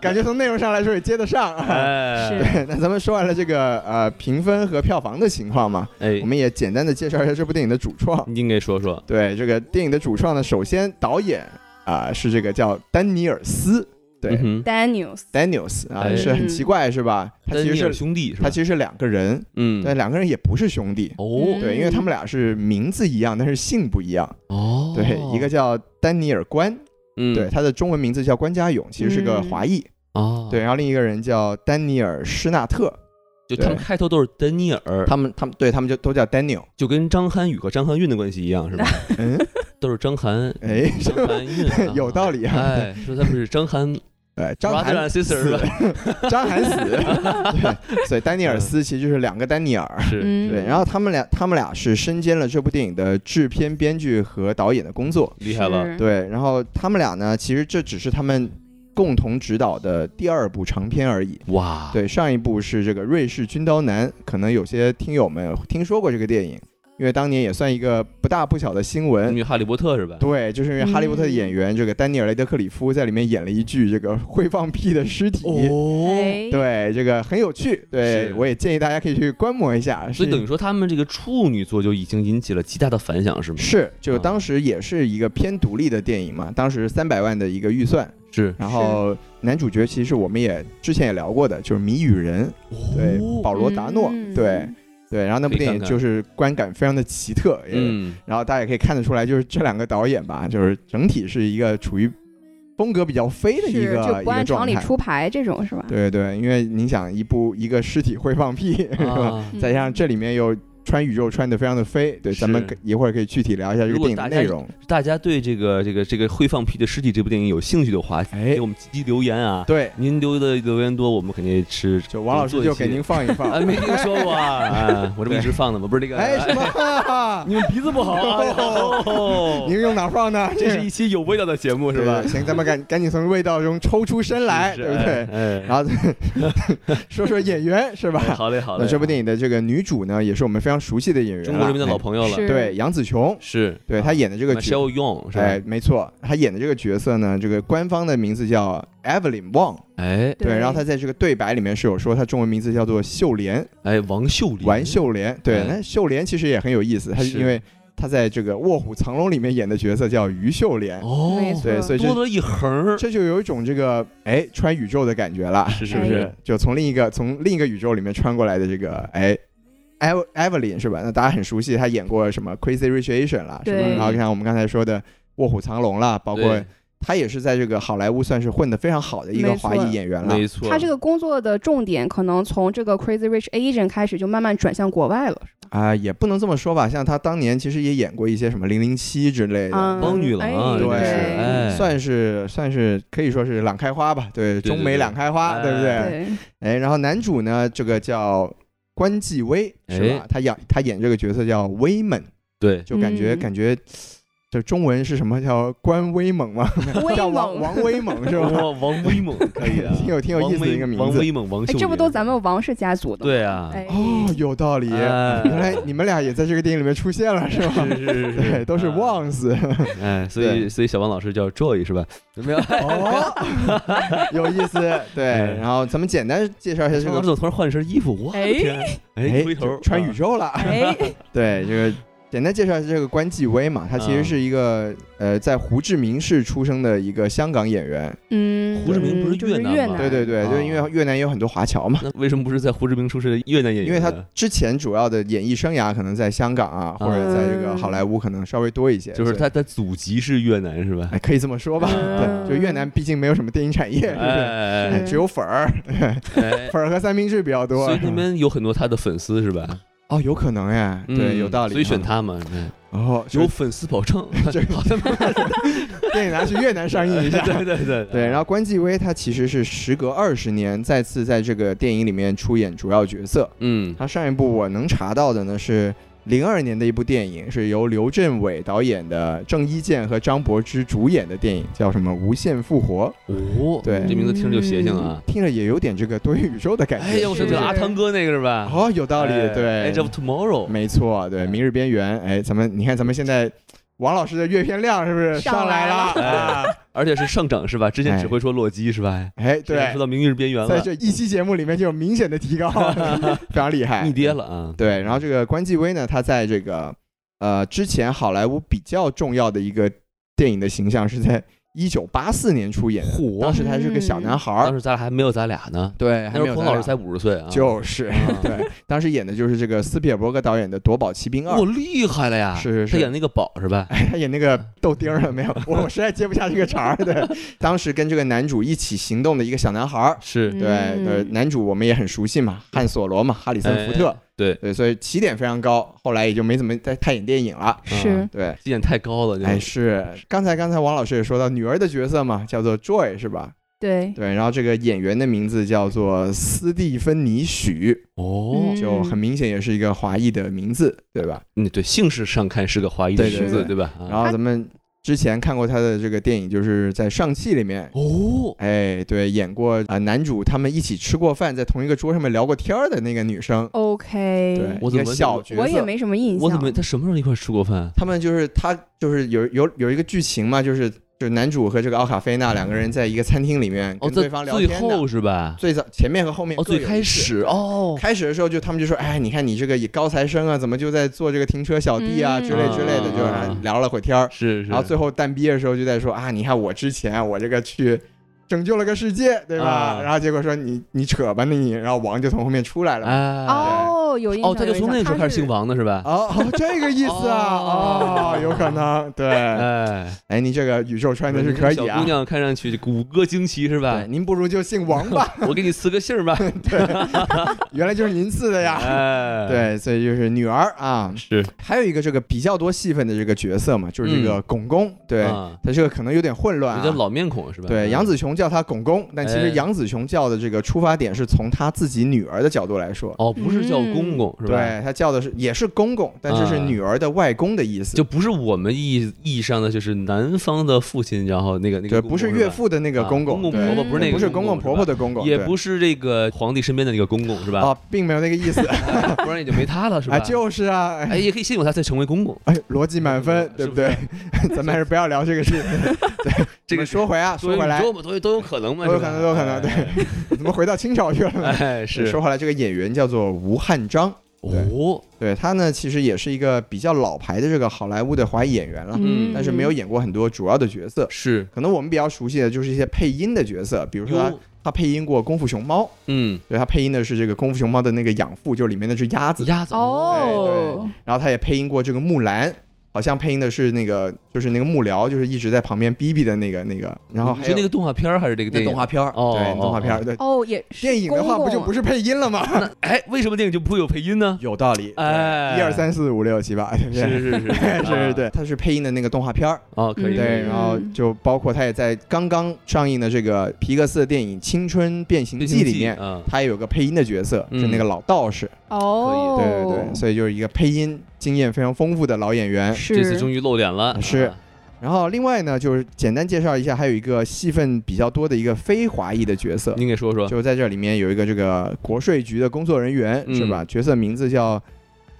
[SPEAKER 1] 感觉从内容上来说也接得上。
[SPEAKER 2] 哎，
[SPEAKER 3] 是
[SPEAKER 1] [LAUGHS] 对，那咱们说完了这个呃评分和票房的情况嘛，
[SPEAKER 2] 哎
[SPEAKER 1] 我，们也简单的介绍一下这部电影的主创。
[SPEAKER 2] 您给说说。
[SPEAKER 1] 对，这个电影的主创呢，首先导演啊、是这个叫丹尼尔斯，对、
[SPEAKER 2] 嗯哼
[SPEAKER 3] Daniels，
[SPEAKER 1] d a n i e l s 啊、
[SPEAKER 2] 哎
[SPEAKER 1] 是很奇怪是吧？他
[SPEAKER 2] 丹
[SPEAKER 1] 其
[SPEAKER 2] 尼
[SPEAKER 1] 实
[SPEAKER 2] 尔
[SPEAKER 1] 是
[SPEAKER 2] 兄弟是吧
[SPEAKER 1] 他？其实是两个人，
[SPEAKER 2] 嗯，
[SPEAKER 1] 但两个人也不是兄弟。
[SPEAKER 2] 哦
[SPEAKER 1] 对，因为他们俩是名字一样，但是姓不一样。
[SPEAKER 2] 哦，
[SPEAKER 1] 对，一个叫丹尼尔关，
[SPEAKER 2] 嗯
[SPEAKER 1] 对，他的中文名字叫关家勇，其实是个华裔。
[SPEAKER 2] 啊，
[SPEAKER 1] 对，，然后另一个人叫丹尼尔施纳特，
[SPEAKER 2] 就他们
[SPEAKER 1] 对
[SPEAKER 2] 开头都是丹尼尔，
[SPEAKER 1] 他们他们对他们就都叫 Daniel。
[SPEAKER 2] 就跟张涵予和张含韵的关系一样是
[SPEAKER 3] [LAUGHS]
[SPEAKER 2] 吧？
[SPEAKER 1] 嗯，
[SPEAKER 2] 都是张涵，
[SPEAKER 1] 哎，
[SPEAKER 2] 张含韵啊
[SPEAKER 1] [LAUGHS] 有道理啊。
[SPEAKER 2] 哎，说他们是张涵
[SPEAKER 1] 呃， [LAUGHS] 张
[SPEAKER 2] brother
[SPEAKER 1] 涵
[SPEAKER 2] and sister 是
[SPEAKER 1] 死，
[SPEAKER 2] 吧？
[SPEAKER 1] 张涵
[SPEAKER 2] [LAUGHS]
[SPEAKER 1] 死，对，所以丹尼尔斯其实就是两个丹尼尔。
[SPEAKER 2] 是，
[SPEAKER 3] 嗯，
[SPEAKER 1] 对，然后他们俩他们俩是身兼了这部电影的制片、编剧和导演的工作。
[SPEAKER 2] 厉害了，
[SPEAKER 3] 是，
[SPEAKER 1] 对，然后他们俩呢，其实这只是他们共同执导的第二部长片而已。
[SPEAKER 2] 哇，
[SPEAKER 1] 对，上一部是这个《瑞士军刀男》，可能有些听友们听说过这个电影，因为当年也算一个不大不小的新
[SPEAKER 2] 因
[SPEAKER 1] 闻。
[SPEAKER 2] 为哈利波特是吧？
[SPEAKER 1] 对，就是因为《哈利波特》的
[SPEAKER 2] 嗯
[SPEAKER 1] 演员、这个丹尼尔·雷德克里夫在里面演了一具这个会放屁的尸体。
[SPEAKER 2] 哦，
[SPEAKER 3] 哎，
[SPEAKER 1] 对，这个很有趣，对
[SPEAKER 2] 是
[SPEAKER 1] 我也建议大家可以去观摩一下。
[SPEAKER 2] 所以
[SPEAKER 1] 是
[SPEAKER 2] 等于说他们这个处女座就已经引起了极大的反响是吗？
[SPEAKER 1] 是，就
[SPEAKER 2] 啊
[SPEAKER 1] 当时也是一个偏独立的电影嘛，当时三百万的一个预算，
[SPEAKER 2] 是，
[SPEAKER 1] 然后男主角其实我们也之前也聊过的，就是《谜语人》，对，保罗·达诺，
[SPEAKER 3] 哦嗯
[SPEAKER 1] 对，对，然后那部
[SPEAKER 2] 可以
[SPEAKER 1] 电影
[SPEAKER 2] 看看
[SPEAKER 1] 就是观感非常的奇特，也
[SPEAKER 2] 嗯，
[SPEAKER 1] 然后大家也可以看得出来，就是这两个导演吧，就是整体是一个处于风格比较飞的一
[SPEAKER 3] 是就
[SPEAKER 1] 个一个
[SPEAKER 3] 不按
[SPEAKER 1] 状
[SPEAKER 3] 常理
[SPEAKER 1] 态。
[SPEAKER 3] 出牌这种是吧？
[SPEAKER 1] [LAUGHS] 对对，因为你想一部一个尸体会放屁，是吧？
[SPEAKER 2] 啊
[SPEAKER 3] 嗯
[SPEAKER 1] 再加上这里面有穿宇宙穿的非常的飞。对，
[SPEAKER 2] 是
[SPEAKER 1] 咱们可一会儿可以具体聊一下这个
[SPEAKER 2] 如果
[SPEAKER 1] 电影的
[SPEAKER 2] 大家
[SPEAKER 1] 内容。
[SPEAKER 2] 大家对这个这个这个会放屁的尸体这部电影有兴趣的话，
[SPEAKER 1] 哎
[SPEAKER 2] 给我们积极留言啊！
[SPEAKER 1] 对，
[SPEAKER 2] 您留的留言多，我们肯定吃。
[SPEAKER 1] 就王老师就给您放一
[SPEAKER 2] [LAUGHS]
[SPEAKER 1] 放。
[SPEAKER 2] 啊，没听说
[SPEAKER 1] [LAUGHS]
[SPEAKER 2] 过啊！啊我这不一直放的吗？不是这个，
[SPEAKER 1] 哎，什么？
[SPEAKER 2] [LAUGHS] 你们鼻子不好
[SPEAKER 1] [LAUGHS]
[SPEAKER 2] 啊！哦
[SPEAKER 1] 您用哪儿放呢？
[SPEAKER 2] 这是一期有味道的节目，是吧
[SPEAKER 1] 对？行，咱们赶赶紧从味道中抽出身来，
[SPEAKER 2] 是
[SPEAKER 1] 对不对？？
[SPEAKER 2] 哎哎，
[SPEAKER 1] 然后
[SPEAKER 2] [LAUGHS]
[SPEAKER 1] 说说演员是吧？
[SPEAKER 2] 哎好嘞，好
[SPEAKER 1] 那
[SPEAKER 2] 嘞。
[SPEAKER 1] 这部
[SPEAKER 2] 影
[SPEAKER 1] 电影的这个女主呢，也是我们非常熟悉的演员了，
[SPEAKER 2] 中国人民的老朋友了，
[SPEAKER 1] 哎
[SPEAKER 3] 是
[SPEAKER 1] 对，杨紫琼，
[SPEAKER 2] 是
[SPEAKER 1] 对她演的这个角，
[SPEAKER 2] Michelle Yeoh 是
[SPEAKER 1] 哎
[SPEAKER 2] 吧？，
[SPEAKER 1] 没错，她演的这个角色呢，这个官方的名字叫 Evelyn Wang，
[SPEAKER 2] 哎
[SPEAKER 1] 对，然后她在这个对白里面是有说她中文名字叫做秀莲，
[SPEAKER 2] 哎，王秀林，
[SPEAKER 1] 王秀莲，对
[SPEAKER 2] 哎，
[SPEAKER 1] 那秀莲其实也很有意思，她
[SPEAKER 2] 是
[SPEAKER 1] 因为她在这个《卧虎藏龙》里面演的角色叫于秀莲，
[SPEAKER 2] 哦，
[SPEAKER 3] 没错
[SPEAKER 1] 对，所以这
[SPEAKER 2] 多了一横儿，
[SPEAKER 1] 这就有一种这个哎穿宇宙的感觉了，
[SPEAKER 2] 是
[SPEAKER 1] 是
[SPEAKER 2] 是
[SPEAKER 1] 不
[SPEAKER 2] 不
[SPEAKER 1] 是
[SPEAKER 2] 是？？
[SPEAKER 1] 就从另一个从另一个宇宙里面穿过来的这个哎。Eve- Evelyn 是吧？那大家很熟悉，她演过什么《Crazy Rich Asian》啦，是吧？
[SPEAKER 3] 对
[SPEAKER 1] 然后看我们刚才说的《卧虎藏龙》啦，包括
[SPEAKER 2] 对
[SPEAKER 1] 她也是在这个好莱坞算是混得非常好的一个
[SPEAKER 3] 没
[SPEAKER 1] 华
[SPEAKER 3] 错
[SPEAKER 1] 裔演员了。
[SPEAKER 2] 没错，
[SPEAKER 3] 他这个工作的重点可能从这个 Crazy Rich Asian 开始，就慢慢转向国外了。
[SPEAKER 1] 啊、也不能这么说吧，像她当年其实也演过一些什么《零零七》之类的，
[SPEAKER 3] 嗯
[SPEAKER 2] 帮女郎啊，
[SPEAKER 3] 哎
[SPEAKER 2] 真的是
[SPEAKER 1] 对
[SPEAKER 2] 哎，
[SPEAKER 1] 算是算是可以说是两开花吧，对，
[SPEAKER 2] 对
[SPEAKER 1] 中美两开花，
[SPEAKER 2] 对
[SPEAKER 1] 不对？
[SPEAKER 3] 对，
[SPEAKER 1] 哎，然后男主呢，这个叫关继威，是吧？
[SPEAKER 2] 哎
[SPEAKER 1] 他演他演这个角色叫威猛，
[SPEAKER 2] 对，
[SPEAKER 1] 就感觉、
[SPEAKER 3] 嗯
[SPEAKER 1] 感觉，这中文是什么叫关威猛吗？ [LAUGHS]
[SPEAKER 3] 威
[SPEAKER 1] 叫王
[SPEAKER 3] 猛
[SPEAKER 1] 王威猛是吧？
[SPEAKER 2] 哇，王
[SPEAKER 1] [LAUGHS]
[SPEAKER 2] 威猛可以啊，
[SPEAKER 1] 挺有挺有意思的一个名字
[SPEAKER 2] 王威王威猛，王
[SPEAKER 3] 哎
[SPEAKER 2] 秀，林，
[SPEAKER 3] 这不都咱们王氏家族的吗？
[SPEAKER 2] 对啊
[SPEAKER 3] [LAUGHS] 哎
[SPEAKER 1] 哦，有道理，
[SPEAKER 2] 哎
[SPEAKER 1] 原来你们俩也在这个电影里面出现了是吧？
[SPEAKER 2] 是是是，
[SPEAKER 1] [LAUGHS] 对，都是
[SPEAKER 2] 啊，
[SPEAKER 1] Wans
[SPEAKER 2] 哎，所以所以小王老师叫 Joy 是吧？没有，
[SPEAKER 1] 哦，有意思。对，
[SPEAKER 2] 哎
[SPEAKER 1] 然后咱们简单介绍一 [LAUGHS] 下这
[SPEAKER 2] 小王老
[SPEAKER 1] 个
[SPEAKER 2] 师，我突然换了身衣服，我的
[SPEAKER 3] 哎 [LAUGHS]
[SPEAKER 2] 天，哎，回头
[SPEAKER 1] 就穿宇
[SPEAKER 2] 啊
[SPEAKER 1] 宙了，
[SPEAKER 3] 哎，
[SPEAKER 1] [LAUGHS] 对，这个简单介绍一下这个关继威嘛，他其实
[SPEAKER 2] 嗯
[SPEAKER 1] 是一个、呃在胡志明市出生的一个香港演员。
[SPEAKER 3] 嗯，
[SPEAKER 2] 胡志明不是
[SPEAKER 3] 嗯就
[SPEAKER 2] 越
[SPEAKER 3] 越
[SPEAKER 2] 南吗
[SPEAKER 3] 南，
[SPEAKER 1] 对对对，
[SPEAKER 2] 啊
[SPEAKER 1] 就是因为越南也有很多华侨嘛。
[SPEAKER 2] 那为什么不是在胡志明出生的越南演员呢？
[SPEAKER 1] 因为他之前主要的演艺生涯可能在香港啊，或者在这个好莱坞可能稍微多一些，
[SPEAKER 2] 嗯就是
[SPEAKER 1] 所以
[SPEAKER 2] 他的祖籍是越南是吧？
[SPEAKER 1] 哎，可以这么说吧。
[SPEAKER 3] 嗯
[SPEAKER 1] 对，就越南毕竟没有什么电影产业，对不对？
[SPEAKER 2] 哎
[SPEAKER 1] 哎只有粉儿， [LAUGHS]
[SPEAKER 2] 哎，
[SPEAKER 1] 粉儿和三明治比较多
[SPEAKER 2] 所以。你们有很多他的粉丝是吧？
[SPEAKER 1] 哦，有可能哎，对，
[SPEAKER 2] 嗯
[SPEAKER 1] 有道理。
[SPEAKER 2] 所以选。他嘛，嗯
[SPEAKER 1] 哦，
[SPEAKER 2] 有
[SPEAKER 1] 有
[SPEAKER 2] 粉丝保证，
[SPEAKER 1] [LAUGHS] 这
[SPEAKER 2] 好的，
[SPEAKER 1] 电影拿去越南上映一下。
[SPEAKER 2] [LAUGHS] 对对对
[SPEAKER 1] 对，然后关继威他其实是时隔二十年再次在这个电影里面出演主要角色。
[SPEAKER 2] 嗯，
[SPEAKER 1] 他上一部我能查到的呢是零二年的一部电影，是由刘镇伟导演的，郑伊健和张柏芝主演的电影，叫什么《无限复活
[SPEAKER 2] 哦，
[SPEAKER 1] 对
[SPEAKER 2] 这名字听着就邪性啊。》，
[SPEAKER 1] 听着也有点这个多元宇宙的嗯感觉。
[SPEAKER 2] 哎呦，
[SPEAKER 3] 是
[SPEAKER 2] 是不是
[SPEAKER 3] 是
[SPEAKER 2] 阿汤哥那个是吧？
[SPEAKER 1] 哦，有道理，
[SPEAKER 2] 哎
[SPEAKER 1] 对，
[SPEAKER 2] ，Edge of Tomorrow，
[SPEAKER 1] 没错，对，《明日边缘》。哎，咱们你看，咱们现在王老师的阅片量是不是上
[SPEAKER 3] 上来
[SPEAKER 1] 了？
[SPEAKER 2] 了
[SPEAKER 1] 啊
[SPEAKER 2] 而且是上涨是吧？之前只会说洛基是吧？
[SPEAKER 1] [LAUGHS] 哎，
[SPEAKER 2] 现在
[SPEAKER 1] 对
[SPEAKER 2] 说，到明日边缘
[SPEAKER 1] 在
[SPEAKER 2] 了，
[SPEAKER 1] 这一期节目里面就有明显的提
[SPEAKER 2] [LAUGHS]
[SPEAKER 1] 高，非常厉害，
[SPEAKER 2] 逆跌了啊！
[SPEAKER 1] 哎对，然后这个关继威呢，他在这个呃之前好莱坞比较重要的一个电影的形象是在一九八四年出演的，
[SPEAKER 2] 嚯
[SPEAKER 1] 当时他是个小男孩
[SPEAKER 2] 当
[SPEAKER 1] 儿，
[SPEAKER 2] 时咱俩还没有咱俩呢，
[SPEAKER 1] 对，
[SPEAKER 2] 那
[SPEAKER 1] 还
[SPEAKER 2] 时
[SPEAKER 1] 没
[SPEAKER 2] 候
[SPEAKER 1] 有
[SPEAKER 2] 孔
[SPEAKER 1] 咱
[SPEAKER 2] 老
[SPEAKER 1] 俩
[SPEAKER 2] 师才五十岁啊，
[SPEAKER 1] 就是
[SPEAKER 2] 啊
[SPEAKER 1] [LAUGHS] 对，当时演的就是这个斯皮尔伯格导演的《夺宝奇兵二
[SPEAKER 2] 我》，厉害了呀！
[SPEAKER 1] 是是是
[SPEAKER 2] 他演那个宝是吧？
[SPEAKER 1] [LAUGHS] 哎，他演那个豆丁儿了没有？我我实在接不下这个茬儿
[SPEAKER 2] [LAUGHS]
[SPEAKER 1] 的。当时跟这个男主一起行动的一个小男孩儿，
[SPEAKER 2] 是
[SPEAKER 1] 对，呃，
[SPEAKER 3] 嗯
[SPEAKER 1] 男主我们也很熟悉嘛，汉索罗嘛，哈里森福特
[SPEAKER 2] 哎，对，
[SPEAKER 1] 对，所以起点非常高，后来也就没怎么再太演电影了，
[SPEAKER 3] 是
[SPEAKER 2] 啊
[SPEAKER 1] 对。
[SPEAKER 2] 起点太高了，这
[SPEAKER 1] 哎，是刚才刚才王老师也说到女儿的角色嘛，叫做 Joy 是吧？
[SPEAKER 3] 对，
[SPEAKER 1] 对，然后这个演员的名字叫做斯蒂芬妮许，
[SPEAKER 2] 哦，
[SPEAKER 3] 嗯
[SPEAKER 1] 就很明显也是一个华裔的名字，对吧？
[SPEAKER 2] 嗯，对，姓氏上看是个华裔的
[SPEAKER 1] 对
[SPEAKER 3] 对
[SPEAKER 2] 名字，
[SPEAKER 1] 对
[SPEAKER 2] 对吧？啊
[SPEAKER 1] 然后咱们之前看过她的这个电影，就是在《上汽》里面。
[SPEAKER 2] 哦，
[SPEAKER 1] 哎，对，演过啊、呃男主他们一起吃过饭，在同一个桌上面聊过天儿的那个女生，对
[SPEAKER 3] OK，，
[SPEAKER 2] 我
[SPEAKER 1] 一个
[SPEAKER 2] 怎么
[SPEAKER 1] 小角色，
[SPEAKER 3] 我也没什么印象。
[SPEAKER 2] 我怎么他什么时候一块儿吃过饭？
[SPEAKER 1] 他们就是他就是有有有一个剧情嘛，就是就是男主和这个奥卡菲娜两个人在一个餐厅里面
[SPEAKER 2] 哦，
[SPEAKER 1] 跟
[SPEAKER 2] 在
[SPEAKER 1] 对方聊天
[SPEAKER 2] 最
[SPEAKER 1] 的，
[SPEAKER 2] 后是吧？
[SPEAKER 1] 最早前面和后面
[SPEAKER 2] 哦，
[SPEAKER 1] 各有
[SPEAKER 2] 最
[SPEAKER 1] 一
[SPEAKER 2] 开
[SPEAKER 1] 次
[SPEAKER 2] 始哦，
[SPEAKER 1] 开始的时候就他们就说，哎，你看你这个高材生啊，怎么就在做这个停车小弟啊、
[SPEAKER 3] 嗯
[SPEAKER 1] 之类之类的，就
[SPEAKER 2] 啊
[SPEAKER 1] 是聊了会天儿。
[SPEAKER 2] 是是，
[SPEAKER 1] 然后最后蛋逼的时候就在说啊，你看我之前我这个去拯救了个世界，对吧？
[SPEAKER 2] 啊
[SPEAKER 1] 然后结果说你你扯吧你，然后王就从后面出来了。
[SPEAKER 2] 哎，
[SPEAKER 3] 哦，有有印象，
[SPEAKER 2] 哦，他就
[SPEAKER 3] 有印
[SPEAKER 2] 从
[SPEAKER 3] 象
[SPEAKER 2] 那时候开始
[SPEAKER 3] 是
[SPEAKER 2] 姓王的是吧？
[SPEAKER 1] 哦，哦这个意思啊，
[SPEAKER 2] [LAUGHS] 哦
[SPEAKER 1] 哦，有可能，对，
[SPEAKER 2] 哎，
[SPEAKER 1] 哎，你这个宇宙穿的是可以
[SPEAKER 2] 小
[SPEAKER 1] 啊
[SPEAKER 2] 姑，娘啊看上去骨骼惊奇是吧
[SPEAKER 1] 对，？您不如就姓
[SPEAKER 2] [LAUGHS]
[SPEAKER 1] 王吧，
[SPEAKER 2] 我给你赐个
[SPEAKER 1] [LAUGHS]
[SPEAKER 2] 姓儿吧。
[SPEAKER 1] 原来就是您赐的
[SPEAKER 2] [LAUGHS]
[SPEAKER 1] 呀，
[SPEAKER 2] 哎，，
[SPEAKER 1] 对，所以就是女儿啊，
[SPEAKER 2] [LAUGHS] 是嗯
[SPEAKER 1] 还有一个这个比较多戏份的这个角色嘛，就是这个巩公，对，
[SPEAKER 2] 啊
[SPEAKER 1] 他这个可能有点混乱
[SPEAKER 2] 比较
[SPEAKER 1] 啊。
[SPEAKER 2] 老面孔是吧？
[SPEAKER 1] 对，杨紫琼叫他巩公，但其
[SPEAKER 2] 哎
[SPEAKER 1] 实杨紫琼叫的这个出发点是从他自己女儿的角度来说，
[SPEAKER 2] 哦，不是叫公公是吧？
[SPEAKER 1] 对他叫的是也是公公，但这是
[SPEAKER 2] 啊
[SPEAKER 1] 女儿的外公的意思，
[SPEAKER 2] 就不是我们意义意义上的，就是男方的父亲，然后那个那
[SPEAKER 1] 对，
[SPEAKER 2] 个
[SPEAKER 1] 不
[SPEAKER 2] 公公
[SPEAKER 1] 是
[SPEAKER 2] 吧
[SPEAKER 1] 岳，父的那个
[SPEAKER 2] 啊
[SPEAKER 1] 公
[SPEAKER 2] 公公
[SPEAKER 1] 对
[SPEAKER 2] 婆
[SPEAKER 3] 婆
[SPEAKER 1] 对
[SPEAKER 3] 不是那
[SPEAKER 1] 不
[SPEAKER 3] 个
[SPEAKER 1] 是公
[SPEAKER 2] 公公
[SPEAKER 1] 公
[SPEAKER 2] 是
[SPEAKER 1] 婆
[SPEAKER 2] 吧
[SPEAKER 1] 婆的公公，
[SPEAKER 2] 也
[SPEAKER 1] 对
[SPEAKER 2] 不是这个皇帝身边的那个公公是吧？
[SPEAKER 1] 啊，并没有那个意思
[SPEAKER 2] 哎 [LAUGHS] 不然也就没他了是吧？
[SPEAKER 1] 啊，就是啊，哎
[SPEAKER 2] 哎，也可以信过他才成为公公，
[SPEAKER 1] 哎，逻辑满分对
[SPEAKER 2] 嗯是，
[SPEAKER 1] 不
[SPEAKER 2] 不是
[SPEAKER 1] 对？ [LAUGHS] 咱们还是不要聊这个
[SPEAKER 2] [LAUGHS]
[SPEAKER 1] 事。我
[SPEAKER 2] 这个
[SPEAKER 1] 们说回啊，
[SPEAKER 2] 多
[SPEAKER 1] 说
[SPEAKER 2] 有
[SPEAKER 1] 回来
[SPEAKER 2] 多，有都有都有可能嘛，
[SPEAKER 1] 都有
[SPEAKER 2] 是吧
[SPEAKER 1] 可能都有可能
[SPEAKER 2] 哎
[SPEAKER 1] 怎么回到清朝去了呢？ [LAUGHS]
[SPEAKER 2] 哎是
[SPEAKER 1] 说回来，这个演员叫做吴汉章，
[SPEAKER 2] 哦，
[SPEAKER 1] 对他呢，其实也是一个比较老牌的这个好莱坞的华裔演员了，
[SPEAKER 2] 嗯
[SPEAKER 1] 但是没有演过很多主要的角色。
[SPEAKER 2] 是
[SPEAKER 1] 可能我们比较熟悉的就是一些配音的角色，比如说他
[SPEAKER 2] 哟，
[SPEAKER 1] 他配音过《功夫熊猫》，
[SPEAKER 2] 嗯，
[SPEAKER 1] 对他配音的是这个《功夫熊猫》的那个养父，就是里面那只鸭子。
[SPEAKER 2] 鸭子
[SPEAKER 1] 哎
[SPEAKER 3] 哦，
[SPEAKER 1] 然后他也配音过这个木兰，好像配音的是那个就是那个幕僚，就是一直在旁边逼逼的那个那个。然后
[SPEAKER 2] 你
[SPEAKER 1] 还
[SPEAKER 2] 说
[SPEAKER 1] 有
[SPEAKER 2] 那个动画片儿还是这个
[SPEAKER 1] 那
[SPEAKER 2] 电影
[SPEAKER 1] 动画片儿，
[SPEAKER 2] 哦
[SPEAKER 1] 对，动画片儿，对。
[SPEAKER 3] 哦，也是
[SPEAKER 1] 电影的话不就不
[SPEAKER 3] 是
[SPEAKER 1] 是配音了吗？
[SPEAKER 2] 哎，为什么电影就 [LAUGHS] 不会有配音呢？
[SPEAKER 1] 有道理。
[SPEAKER 2] 哎
[SPEAKER 1] 一二三四五六七八， [LAUGHS] 对不对
[SPEAKER 2] 是是
[SPEAKER 1] [LAUGHS]
[SPEAKER 2] 是
[SPEAKER 1] 是是，
[SPEAKER 2] 啊
[SPEAKER 1] 对，他是配音的那个动画片儿，
[SPEAKER 2] 哦，可以，
[SPEAKER 3] 嗯
[SPEAKER 1] 对，
[SPEAKER 2] 可以
[SPEAKER 1] 然后就包括他也在刚刚上映的这个皮克斯的电影《青春变形记》里面，
[SPEAKER 2] 嗯，
[SPEAKER 1] 他也有个配音的角色，
[SPEAKER 2] 嗯
[SPEAKER 1] 是那个老道士，
[SPEAKER 3] 哦，
[SPEAKER 1] 对对对，所以哎就是一个配音经验非常丰富的老演员。
[SPEAKER 2] 这次
[SPEAKER 3] 是
[SPEAKER 2] 终于露脸了，
[SPEAKER 1] 是
[SPEAKER 2] 啊
[SPEAKER 1] 然后另外呢，就是简单介绍一下，还有一个戏份比较多的一个非华裔的角色，
[SPEAKER 2] 您给说说，
[SPEAKER 1] 就在这里面有一个这个国税局的工作人员、
[SPEAKER 2] 嗯
[SPEAKER 1] 是吧？角色名字叫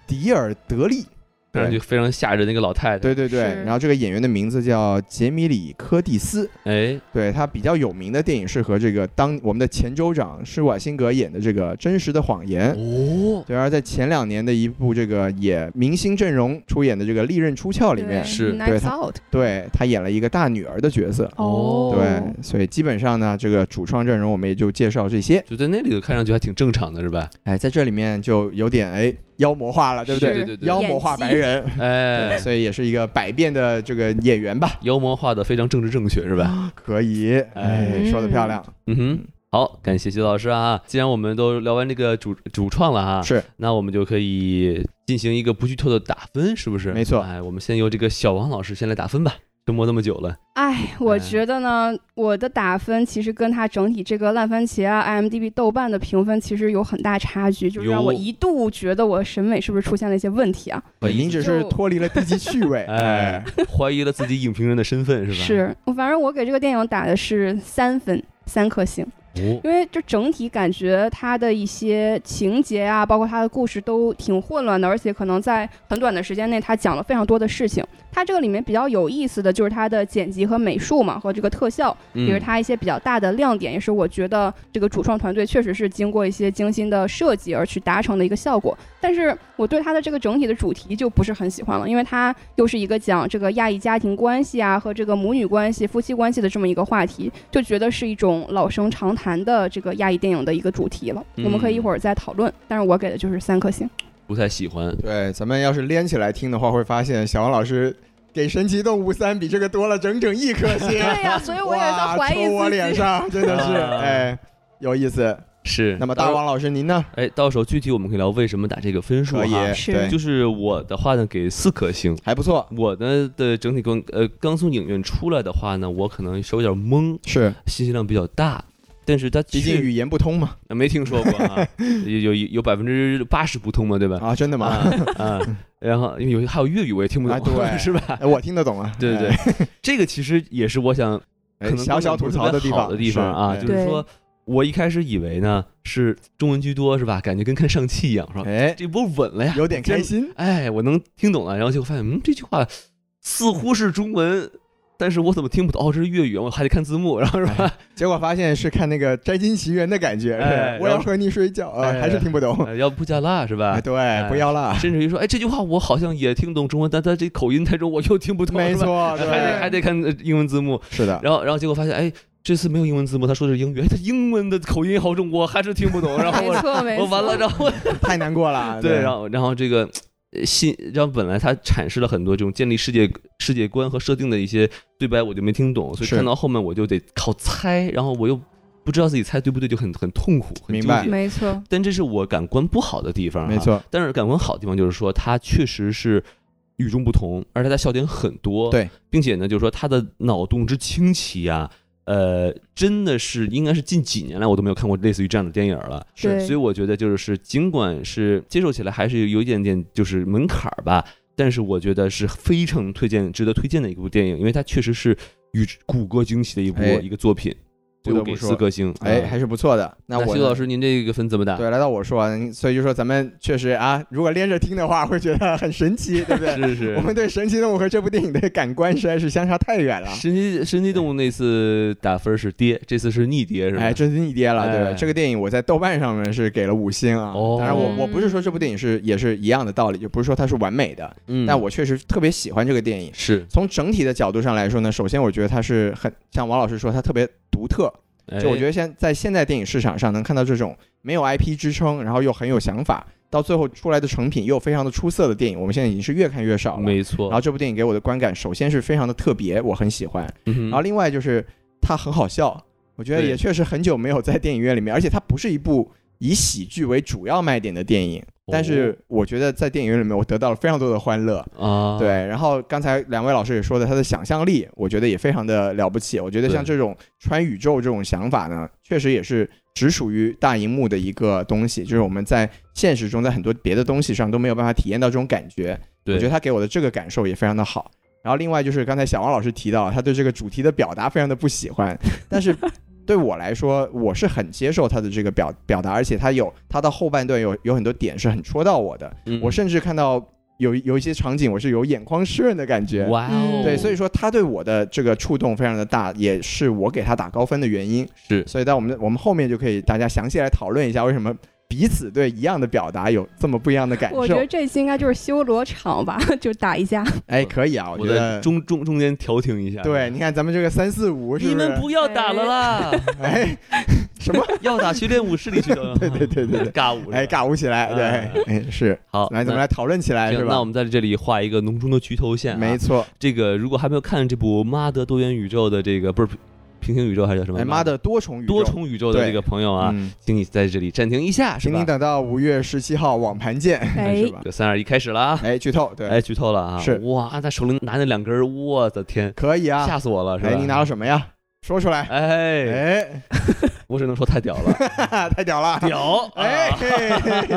[SPEAKER 1] 迪尔德利，
[SPEAKER 2] 看上去非常吓人那个老太太，
[SPEAKER 1] 对对对。
[SPEAKER 3] 是
[SPEAKER 1] 然后这个演员的名字叫杰米里科蒂斯，
[SPEAKER 2] 哎，
[SPEAKER 1] 对他比较有名的电影是和这个当我们的前州长施瓦辛格演的这个《真实的谎言》。
[SPEAKER 2] 哦，
[SPEAKER 1] 对，而在前两年的一部这个也明星阵容出演的这个《利刃出鞘》里面，
[SPEAKER 2] 是
[SPEAKER 1] 对
[SPEAKER 3] Nice
[SPEAKER 1] 他
[SPEAKER 3] Out，
[SPEAKER 1] 对他演了一个大女儿的角色。
[SPEAKER 2] 哦
[SPEAKER 1] 对，所以基本上呢，这个主创阵容我们也就介绍这些。
[SPEAKER 2] 就在那里头看上去还挺正常的是吧？
[SPEAKER 1] 哎，在这里面就有点哎妖魔化了，对不对？
[SPEAKER 2] 是对对对
[SPEAKER 1] 妖魔化白人，
[SPEAKER 2] 哎
[SPEAKER 1] [LAUGHS] 对，所以也是一个百变的这个演员吧，
[SPEAKER 2] 妖魔化的非常政治正确是吧？
[SPEAKER 1] 可以，哎，
[SPEAKER 3] 哎
[SPEAKER 1] 说的漂亮，
[SPEAKER 2] 嗯哼。好，感谢徐老师啊！既然我们都聊完这个主主创了哈，
[SPEAKER 1] 是
[SPEAKER 2] 那我们就可以进行一个不剧透的打分，是不是？
[SPEAKER 1] 没错
[SPEAKER 2] 哎，我们先由这个小王老师先来打分吧。折磨那么久了，
[SPEAKER 1] [LAUGHS]
[SPEAKER 3] 哎，我
[SPEAKER 2] 哎
[SPEAKER 3] 觉得呢，我的打分其实跟它整体这个烂番茄啊、IMDB、豆瓣的评分其实有很大差距，就是让
[SPEAKER 2] 有
[SPEAKER 3] 我一度觉得我审美是不是出现了一些问题啊？
[SPEAKER 2] 怀疑
[SPEAKER 1] 您只是脱离了低级趣味，
[SPEAKER 2] [LAUGHS] 哎
[SPEAKER 1] 哎，
[SPEAKER 2] 怀疑了自己影评人的身份是吧？
[SPEAKER 3] 是，我反正我给这个电影打的是三分，三颗星。
[SPEAKER 2] 哦，
[SPEAKER 3] 因为就整体感觉它的一些情节啊，包括它的故事都挺混乱的，而且可能在很短的时间内，它讲了非常多的事情。它这个里面比较有意思的就是它的剪辑和美术嘛，和这个特效，
[SPEAKER 2] 嗯
[SPEAKER 3] 也是它一 [LAUGHS] 些比较大的亮点，也是我觉得这个主创团队确实是经过一些精心的设计而去达成的一个效果。但是我对它的这个整体的主题就不是很喜欢了，因为它又是一个讲这个亚裔家庭关系啊和这个母女关系、夫妻关系的这么一个话题，就觉得是一种老生常谈的这个亚裔电影的一个主题了。我们可以
[SPEAKER 1] 嗯
[SPEAKER 3] 一会儿再讨论，但是我给的就是三颗星。
[SPEAKER 2] 不太喜欢。
[SPEAKER 1] 对，咱们要是连起来听的话，会发现小王老师给《神奇动物三》比这个多了整整一
[SPEAKER 3] [LAUGHS]
[SPEAKER 1] 颗星，
[SPEAKER 3] 对呀、所以我也在
[SPEAKER 1] 哇，
[SPEAKER 3] 怀疑
[SPEAKER 1] 抽我脸
[SPEAKER 3] 自己。
[SPEAKER 1] 上，真的是，
[SPEAKER 2] 啊
[SPEAKER 1] [LAUGHS] 哎，有意思。
[SPEAKER 2] 是，
[SPEAKER 1] 那么
[SPEAKER 2] 到
[SPEAKER 1] 大
[SPEAKER 2] 时候
[SPEAKER 1] 王老师您呢？
[SPEAKER 2] 哎，到时候具体我们可以聊为什么打这个分数
[SPEAKER 1] 可以
[SPEAKER 2] 哈。，
[SPEAKER 3] 是
[SPEAKER 1] 对，
[SPEAKER 2] 就是我的话呢，给四颗星。
[SPEAKER 1] 还不错，
[SPEAKER 2] 我呢的整体观，呃，刚从影院出来的话呢，我可能稍微有点懵，
[SPEAKER 1] 是，
[SPEAKER 2] 信息量比较大，但是它
[SPEAKER 1] 毕竟
[SPEAKER 2] 确
[SPEAKER 1] 语言不通嘛，
[SPEAKER 2] 没听说过啊，有有有百分之八十不通嘛，对吧？
[SPEAKER 1] 啊，真的吗？
[SPEAKER 2] 啊，啊然后因为有些还有粤语我也听不懂，
[SPEAKER 1] 啊对
[SPEAKER 2] [LAUGHS] 是吧？
[SPEAKER 1] [LAUGHS] 哎我听得懂啊，
[SPEAKER 2] 对对
[SPEAKER 1] 哎
[SPEAKER 2] 对，这个其实也是我想可
[SPEAKER 1] 哎
[SPEAKER 2] 能
[SPEAKER 1] 小小吐槽
[SPEAKER 2] 的
[SPEAKER 1] 地方
[SPEAKER 2] 的地方啊，
[SPEAKER 1] 是哎
[SPEAKER 2] 就是
[SPEAKER 3] 对
[SPEAKER 2] 说我一开始以为呢是中文居多是吧？感觉跟看上汽一样，是吧？
[SPEAKER 1] 哎，
[SPEAKER 2] 这波稳了呀，
[SPEAKER 1] 有点开心，
[SPEAKER 2] 哎，我能听懂了，然后就发现，嗯，这句话似乎是中文，但是我怎么听不懂？哦，这是粤语，我还得看字幕，然后是吧？
[SPEAKER 1] 结果发现是看那个《摘金奇缘》的感觉，
[SPEAKER 2] 哎
[SPEAKER 1] 是我要和你睡觉，呃
[SPEAKER 2] 哎
[SPEAKER 1] 还是听不懂，
[SPEAKER 2] 呃要不加辣是吧
[SPEAKER 1] 哎，？对，不要了，
[SPEAKER 2] [LAUGHS] 甚至于说，哎，这句话我好像也听懂中文，但它这口音太重，我又听不懂，
[SPEAKER 1] 没
[SPEAKER 2] 是吧，哎
[SPEAKER 1] 错，
[SPEAKER 2] 还得还
[SPEAKER 1] 对，
[SPEAKER 2] 得看呃英文字幕，
[SPEAKER 1] 是的，
[SPEAKER 2] 然后然后结果发现，哎。这次没有英文字幕，他说的是英语，哎，他英文的口音好重，我还是听不懂。然后
[SPEAKER 3] 没
[SPEAKER 2] 我
[SPEAKER 3] 错没错，
[SPEAKER 2] 我完了，然后
[SPEAKER 1] 太难过了。
[SPEAKER 2] [LAUGHS] 对，然后然后这个呃新，然后本来他阐释了很多这种建立世界世界观和设定的一些对白，我就没听懂，所以
[SPEAKER 1] 是
[SPEAKER 2] 看到后面我就得靠猜，然后我又不知道自己猜对不对，就很很痛苦，很
[SPEAKER 1] 明
[SPEAKER 2] 纠
[SPEAKER 1] 白
[SPEAKER 2] 结。
[SPEAKER 3] 没错，
[SPEAKER 2] 但这是我感官不好的地方、啊
[SPEAKER 1] 没。错，
[SPEAKER 2] 但是感官好的地方就是说，它确实是与众不同，而且它笑点很多。
[SPEAKER 1] 对，
[SPEAKER 2] 并且呢，就是说它的脑洞之清奇啊，呃，真的是应该是近几年来我都没有看过类似于这样的电影了。
[SPEAKER 3] 对
[SPEAKER 2] 所以我觉得就是，尽管是接受起来还是有一点点就是门槛儿吧，但是我觉得是非常推荐、值得推荐的一部电影，因为它确实是与骨骼惊奇的一部、
[SPEAKER 1] 哎
[SPEAKER 2] 一个作品，
[SPEAKER 1] 不得
[SPEAKER 2] 所以我
[SPEAKER 1] 不
[SPEAKER 2] 给
[SPEAKER 1] 说
[SPEAKER 2] 四颗星。
[SPEAKER 1] 哎，
[SPEAKER 2] 啊
[SPEAKER 1] 还是不错的。那
[SPEAKER 2] 那
[SPEAKER 1] 我
[SPEAKER 2] 徐老师，您这个分怎么打？
[SPEAKER 1] 对，来到我说完，嗯所以就说咱们确实啊，如果连着听的话，会觉得很神奇，对不对？
[SPEAKER 2] 是是
[SPEAKER 1] [LAUGHS] 我。们对《神奇动物》和这部电影的感官实在是相差太远了。
[SPEAKER 2] 神奇神奇动物那次打分是跌，这次是逆跌是吧？
[SPEAKER 1] 哎，真是逆跌了，对吧？
[SPEAKER 2] 哎
[SPEAKER 1] 这个电影我在豆瓣上面是给了五星啊。
[SPEAKER 2] 哦
[SPEAKER 1] 当然我，我
[SPEAKER 3] 嗯
[SPEAKER 1] 不是说这部电影是也是一样的道理，就不是说它是完美的，
[SPEAKER 2] 嗯，
[SPEAKER 1] 但我确实特别喜欢这个电影。
[SPEAKER 2] 是
[SPEAKER 1] 从整体的角度上来说呢，首先我觉得它是很像王老师说，它特别独特。就我觉
[SPEAKER 2] 得
[SPEAKER 1] 得现在现在电影市场上能看到这种没有 IP 支撑，然后又很有想法，到最后出来的成品又非常的出色的电影，我们现在已经是越看越少了。
[SPEAKER 2] 没错。
[SPEAKER 1] 然后这部电影给我的观感，首先是非常的特别，我很喜欢。
[SPEAKER 2] 嗯
[SPEAKER 1] 然
[SPEAKER 2] 哼
[SPEAKER 1] 后另外就是它很好笑，我觉得
[SPEAKER 2] 对
[SPEAKER 1] 也确实很久没有在电影院里面，而且它不是一部以喜剧为主要卖点的电影，
[SPEAKER 2] 哦
[SPEAKER 1] 但是我觉得在电影院里面我得到了非常多的欢乐。
[SPEAKER 2] 啊，
[SPEAKER 1] 对，然后刚才两位老师也说的，他的想象力，我觉得也非常的了不起。我觉得像
[SPEAKER 2] 对
[SPEAKER 1] 这种穿宇宙这种想法呢，确实也是只属于大荧幕的一个东西，就是我们在现实中，在很多别的东西上都没有办法体验到这种感觉。
[SPEAKER 2] 对，
[SPEAKER 1] 我觉得他给我的这个感受也非常的好。然后另外就是刚才小王老师提到，他对这个主题的表达非常的不喜欢，
[SPEAKER 2] [LAUGHS]
[SPEAKER 1] 但是对我来说，我是很接受他的这个表表达，而且他有他到后半段有有很多点是很戳到我的，
[SPEAKER 2] 嗯
[SPEAKER 1] 我甚至看到有有一些场景我是有眼眶湿润的感觉。
[SPEAKER 2] 哇哦，
[SPEAKER 3] 嗯
[SPEAKER 1] 对，所以说他对我的这个触动非常的大，也是我给他打高分的原因。
[SPEAKER 2] 是
[SPEAKER 1] 所以在我们我们后面就可以大家详细来讨论一下，为什么彼此对一样的表达有这么不一样的感
[SPEAKER 3] 我觉得
[SPEAKER 1] 受。
[SPEAKER 3] 这期应该就是修罗场吧， [LAUGHS] 就打一架。
[SPEAKER 1] 哎，可以啊，我
[SPEAKER 2] 我
[SPEAKER 1] 觉得
[SPEAKER 2] 在中中中间调停一下。
[SPEAKER 1] 对，你看咱们这个三四五是
[SPEAKER 2] 你
[SPEAKER 1] 不是？
[SPEAKER 2] 们不要打了啦， [LAUGHS]
[SPEAKER 1] 哎，什么？
[SPEAKER 2] 要打去练武室
[SPEAKER 1] [LAUGHS]
[SPEAKER 2] 里去的。
[SPEAKER 1] 对对对对对，
[SPEAKER 2] [LAUGHS] 尬舞
[SPEAKER 1] 哎，尬舞起来，
[SPEAKER 2] 哎
[SPEAKER 1] 对，哎是，
[SPEAKER 2] 好，
[SPEAKER 1] 来咱们来讨论起
[SPEAKER 2] 那
[SPEAKER 1] 来
[SPEAKER 2] 行
[SPEAKER 1] 是
[SPEAKER 2] 那
[SPEAKER 1] 吧
[SPEAKER 2] 我？们在这里画一个浓重的局头线啊。
[SPEAKER 1] 没错，
[SPEAKER 2] 这个如果还没有看这部《妈的多元宇宙》的这个不是平行宇宙还是叫什么？
[SPEAKER 1] 哎妈的多重宇宙，
[SPEAKER 2] 多重宇宙的这个朋友啊，
[SPEAKER 1] 嗯，
[SPEAKER 2] 请你在这里暂停一下，是
[SPEAKER 1] 请
[SPEAKER 2] 吧
[SPEAKER 1] 您？等到五月十七号网盘见，
[SPEAKER 3] 哎
[SPEAKER 1] 是吧？
[SPEAKER 2] 这三二一开始了啊！
[SPEAKER 1] 哎，剧透，
[SPEAKER 2] 哎，
[SPEAKER 1] 对，
[SPEAKER 2] 剧透了啊！
[SPEAKER 1] 是
[SPEAKER 2] 哇，他手里拿那两根儿，我的天，
[SPEAKER 1] 可以啊，
[SPEAKER 2] 吓死我了！是吧？
[SPEAKER 1] 哎，你拿了什么呀？说出来，
[SPEAKER 2] 哎，
[SPEAKER 1] 哎，
[SPEAKER 2] 我只能说太屌
[SPEAKER 1] [LAUGHS]
[SPEAKER 2] 了，
[SPEAKER 1] 哈哈太屌了，
[SPEAKER 2] 屌！
[SPEAKER 1] 哎，
[SPEAKER 2] 啊
[SPEAKER 1] 嘿嘿嘿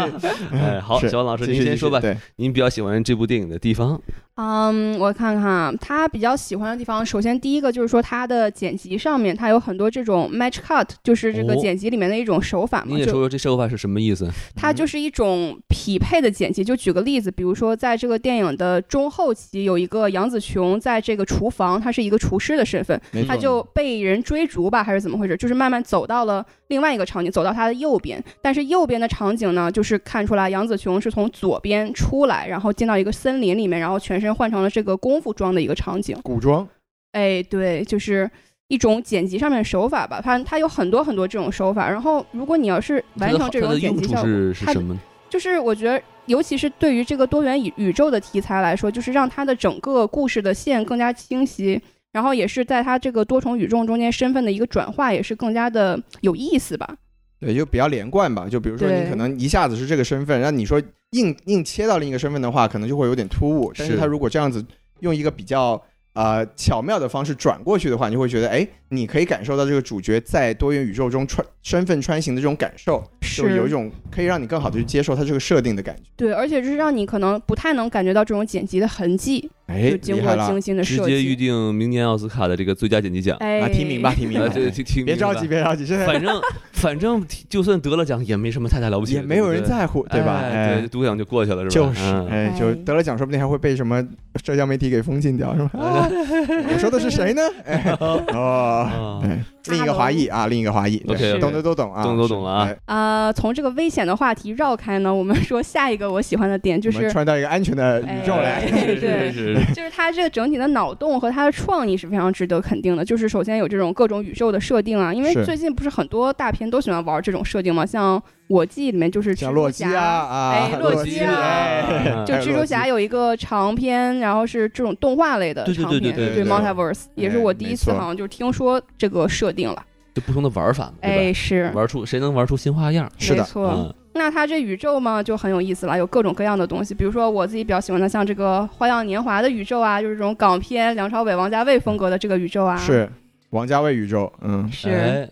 [SPEAKER 2] 哎， [LAUGHS] 好，
[SPEAKER 1] 是
[SPEAKER 2] 小王老师，
[SPEAKER 1] 继
[SPEAKER 2] 您
[SPEAKER 1] 续继
[SPEAKER 2] 先
[SPEAKER 1] 续
[SPEAKER 2] 说吧，
[SPEAKER 1] 对，
[SPEAKER 2] 您比较喜欢这部电影的地方？
[SPEAKER 3] 嗯，我看看啊，他比较喜欢的地方，首先第一个就是说他的剪辑上面，他有很多这种 match cut，就是这个
[SPEAKER 2] 哦
[SPEAKER 3] 剪辑里面的一种手法嘛，
[SPEAKER 2] 您也说
[SPEAKER 3] 就
[SPEAKER 2] 说这手法是什么意思？
[SPEAKER 3] 它就是一种匹配的剪辑。就举个例子，比如说在这个电影的中后期，有一个杨紫琼在这个厨房，她是一个厨师的身份，
[SPEAKER 1] 没
[SPEAKER 3] 他就被人追逐吧，还是怎么回事？就是慢慢走到了另外一个场景，走到他的右边。但是右边的场景呢，就是看出来杨紫琼是从左边出来，然后进到一个森林里面，然后全身换成了这个功夫装的一个场景。
[SPEAKER 1] 古装，
[SPEAKER 3] 哎，对，就是一种剪辑上面的手法吧。它它有很多很多这种手法。然后如果你要是完成这
[SPEAKER 2] 它
[SPEAKER 3] 种
[SPEAKER 2] 的
[SPEAKER 3] 剪
[SPEAKER 2] 用
[SPEAKER 3] 辑
[SPEAKER 2] 处
[SPEAKER 3] 效果，
[SPEAKER 2] 是是
[SPEAKER 3] 它
[SPEAKER 2] 什么？
[SPEAKER 3] 就是我觉得，尤其是对于这个多元宇宇宙的题材来说，就是让它的整个故事的线更加清晰，然后也是在它这个多重宇宙中间身份的一个转化，也是更加的有意思吧。
[SPEAKER 1] 对，就比较连贯吧。就比如说你
[SPEAKER 3] 对
[SPEAKER 1] 可能一下子是这个身份，那你说硬硬切到另一个身份的话，可能就会有点突兀。但是
[SPEAKER 2] 是
[SPEAKER 1] 他如果这样子用一个比较呃巧妙的方式转过去的话，你就会觉得，哎，你可以感受到这个主角在多元宇宙中穿身份穿行的这种感受，就是有一种可以让你更好的去接受他这个设定的感觉。
[SPEAKER 3] 对，而且就是让你可能不太能感觉到这种剪辑的痕迹，
[SPEAKER 1] 哎，
[SPEAKER 3] 就经
[SPEAKER 1] 厉害
[SPEAKER 3] 过
[SPEAKER 1] 了
[SPEAKER 3] 精心的
[SPEAKER 2] 直
[SPEAKER 3] 设
[SPEAKER 2] 接预
[SPEAKER 3] 计。
[SPEAKER 2] 定明年奥斯卡的这个最佳剪辑奖。
[SPEAKER 3] 哎，
[SPEAKER 1] 啊！提名吧，，提名
[SPEAKER 2] 啊，
[SPEAKER 1] 吧，
[SPEAKER 2] 这听听
[SPEAKER 1] 别
[SPEAKER 2] 明白
[SPEAKER 1] 着急，别着急，现在 [LAUGHS]
[SPEAKER 2] 反正反正就算得了奖也没什么太大了不起的，
[SPEAKER 1] 也没有人
[SPEAKER 2] 对
[SPEAKER 1] 在乎，
[SPEAKER 2] 不对
[SPEAKER 1] 对吧？
[SPEAKER 2] 哎，对，
[SPEAKER 1] 哎，
[SPEAKER 2] 独享就过去了，是吧？
[SPEAKER 1] 就是 [LAUGHS]
[SPEAKER 2] 嗯，[LAUGHS]
[SPEAKER 1] 哎，就
[SPEAKER 3] 哎
[SPEAKER 1] 得了奖，说不定还会被什么
[SPEAKER 2] [LAUGHS]
[SPEAKER 1] [LAUGHS] 社交媒体给封禁掉，是吧？啊我说的是谁呢？哎哦，
[SPEAKER 2] 啊
[SPEAKER 1] 哎，另一个华裔啊，另一个华裔对
[SPEAKER 2] OK，OK
[SPEAKER 1] 懂的都懂啊，
[SPEAKER 2] 懂都懂了啊
[SPEAKER 1] 是哎
[SPEAKER 3] 呃，从这个危险的话题绕开呢，我们说下一个我喜欢的点就
[SPEAKER 1] 我们
[SPEAKER 3] 是，
[SPEAKER 1] 穿到一个安全的宇宙来
[SPEAKER 3] 哎，
[SPEAKER 2] 是
[SPEAKER 3] 对
[SPEAKER 2] 是是是，
[SPEAKER 3] 就是它这个整体的脑洞和它的创意是非常值得肯定的。就是首先有这种各种宇宙的设定啊，因为
[SPEAKER 1] 是
[SPEAKER 3] 最近不是很多大片都喜欢玩这种设定嘛，像《我记》里面就是
[SPEAKER 1] 像
[SPEAKER 3] 蜘
[SPEAKER 1] 洛
[SPEAKER 3] 蛛
[SPEAKER 1] 基
[SPEAKER 3] 侠
[SPEAKER 1] 啊啊
[SPEAKER 3] 哎，
[SPEAKER 1] 洛
[SPEAKER 3] 洛基啊
[SPEAKER 1] 哎
[SPEAKER 2] 啊
[SPEAKER 3] 就
[SPEAKER 1] 还有
[SPEAKER 3] 蜘
[SPEAKER 1] 洛
[SPEAKER 3] 蛛
[SPEAKER 1] 基
[SPEAKER 3] 侠有一个长篇，然后是这种动画类的
[SPEAKER 2] 对对
[SPEAKER 3] 长
[SPEAKER 2] 对
[SPEAKER 3] 篇，
[SPEAKER 2] 对
[SPEAKER 1] 对对
[SPEAKER 3] Multiverse，也是我第一次
[SPEAKER 1] 哎没错
[SPEAKER 3] 好像就听说这个设定了。
[SPEAKER 2] [LAUGHS] 就不同的玩法嘛，对
[SPEAKER 3] 哎，
[SPEAKER 2] 吧？
[SPEAKER 3] 是，
[SPEAKER 2] 玩出谁能玩出新花样？
[SPEAKER 1] 是的
[SPEAKER 3] 没错。
[SPEAKER 2] 嗯，
[SPEAKER 3] 那它这宇宙嘛就很有意思了，有各种各样的东西，比如说我自己比较喜欢的，像这个《花样年华》的宇宙啊，就是这种港片梁朝伟、王家卫风格的这个宇宙啊，
[SPEAKER 1] 是王家卫宇宙，嗯，
[SPEAKER 3] 是，
[SPEAKER 2] 哎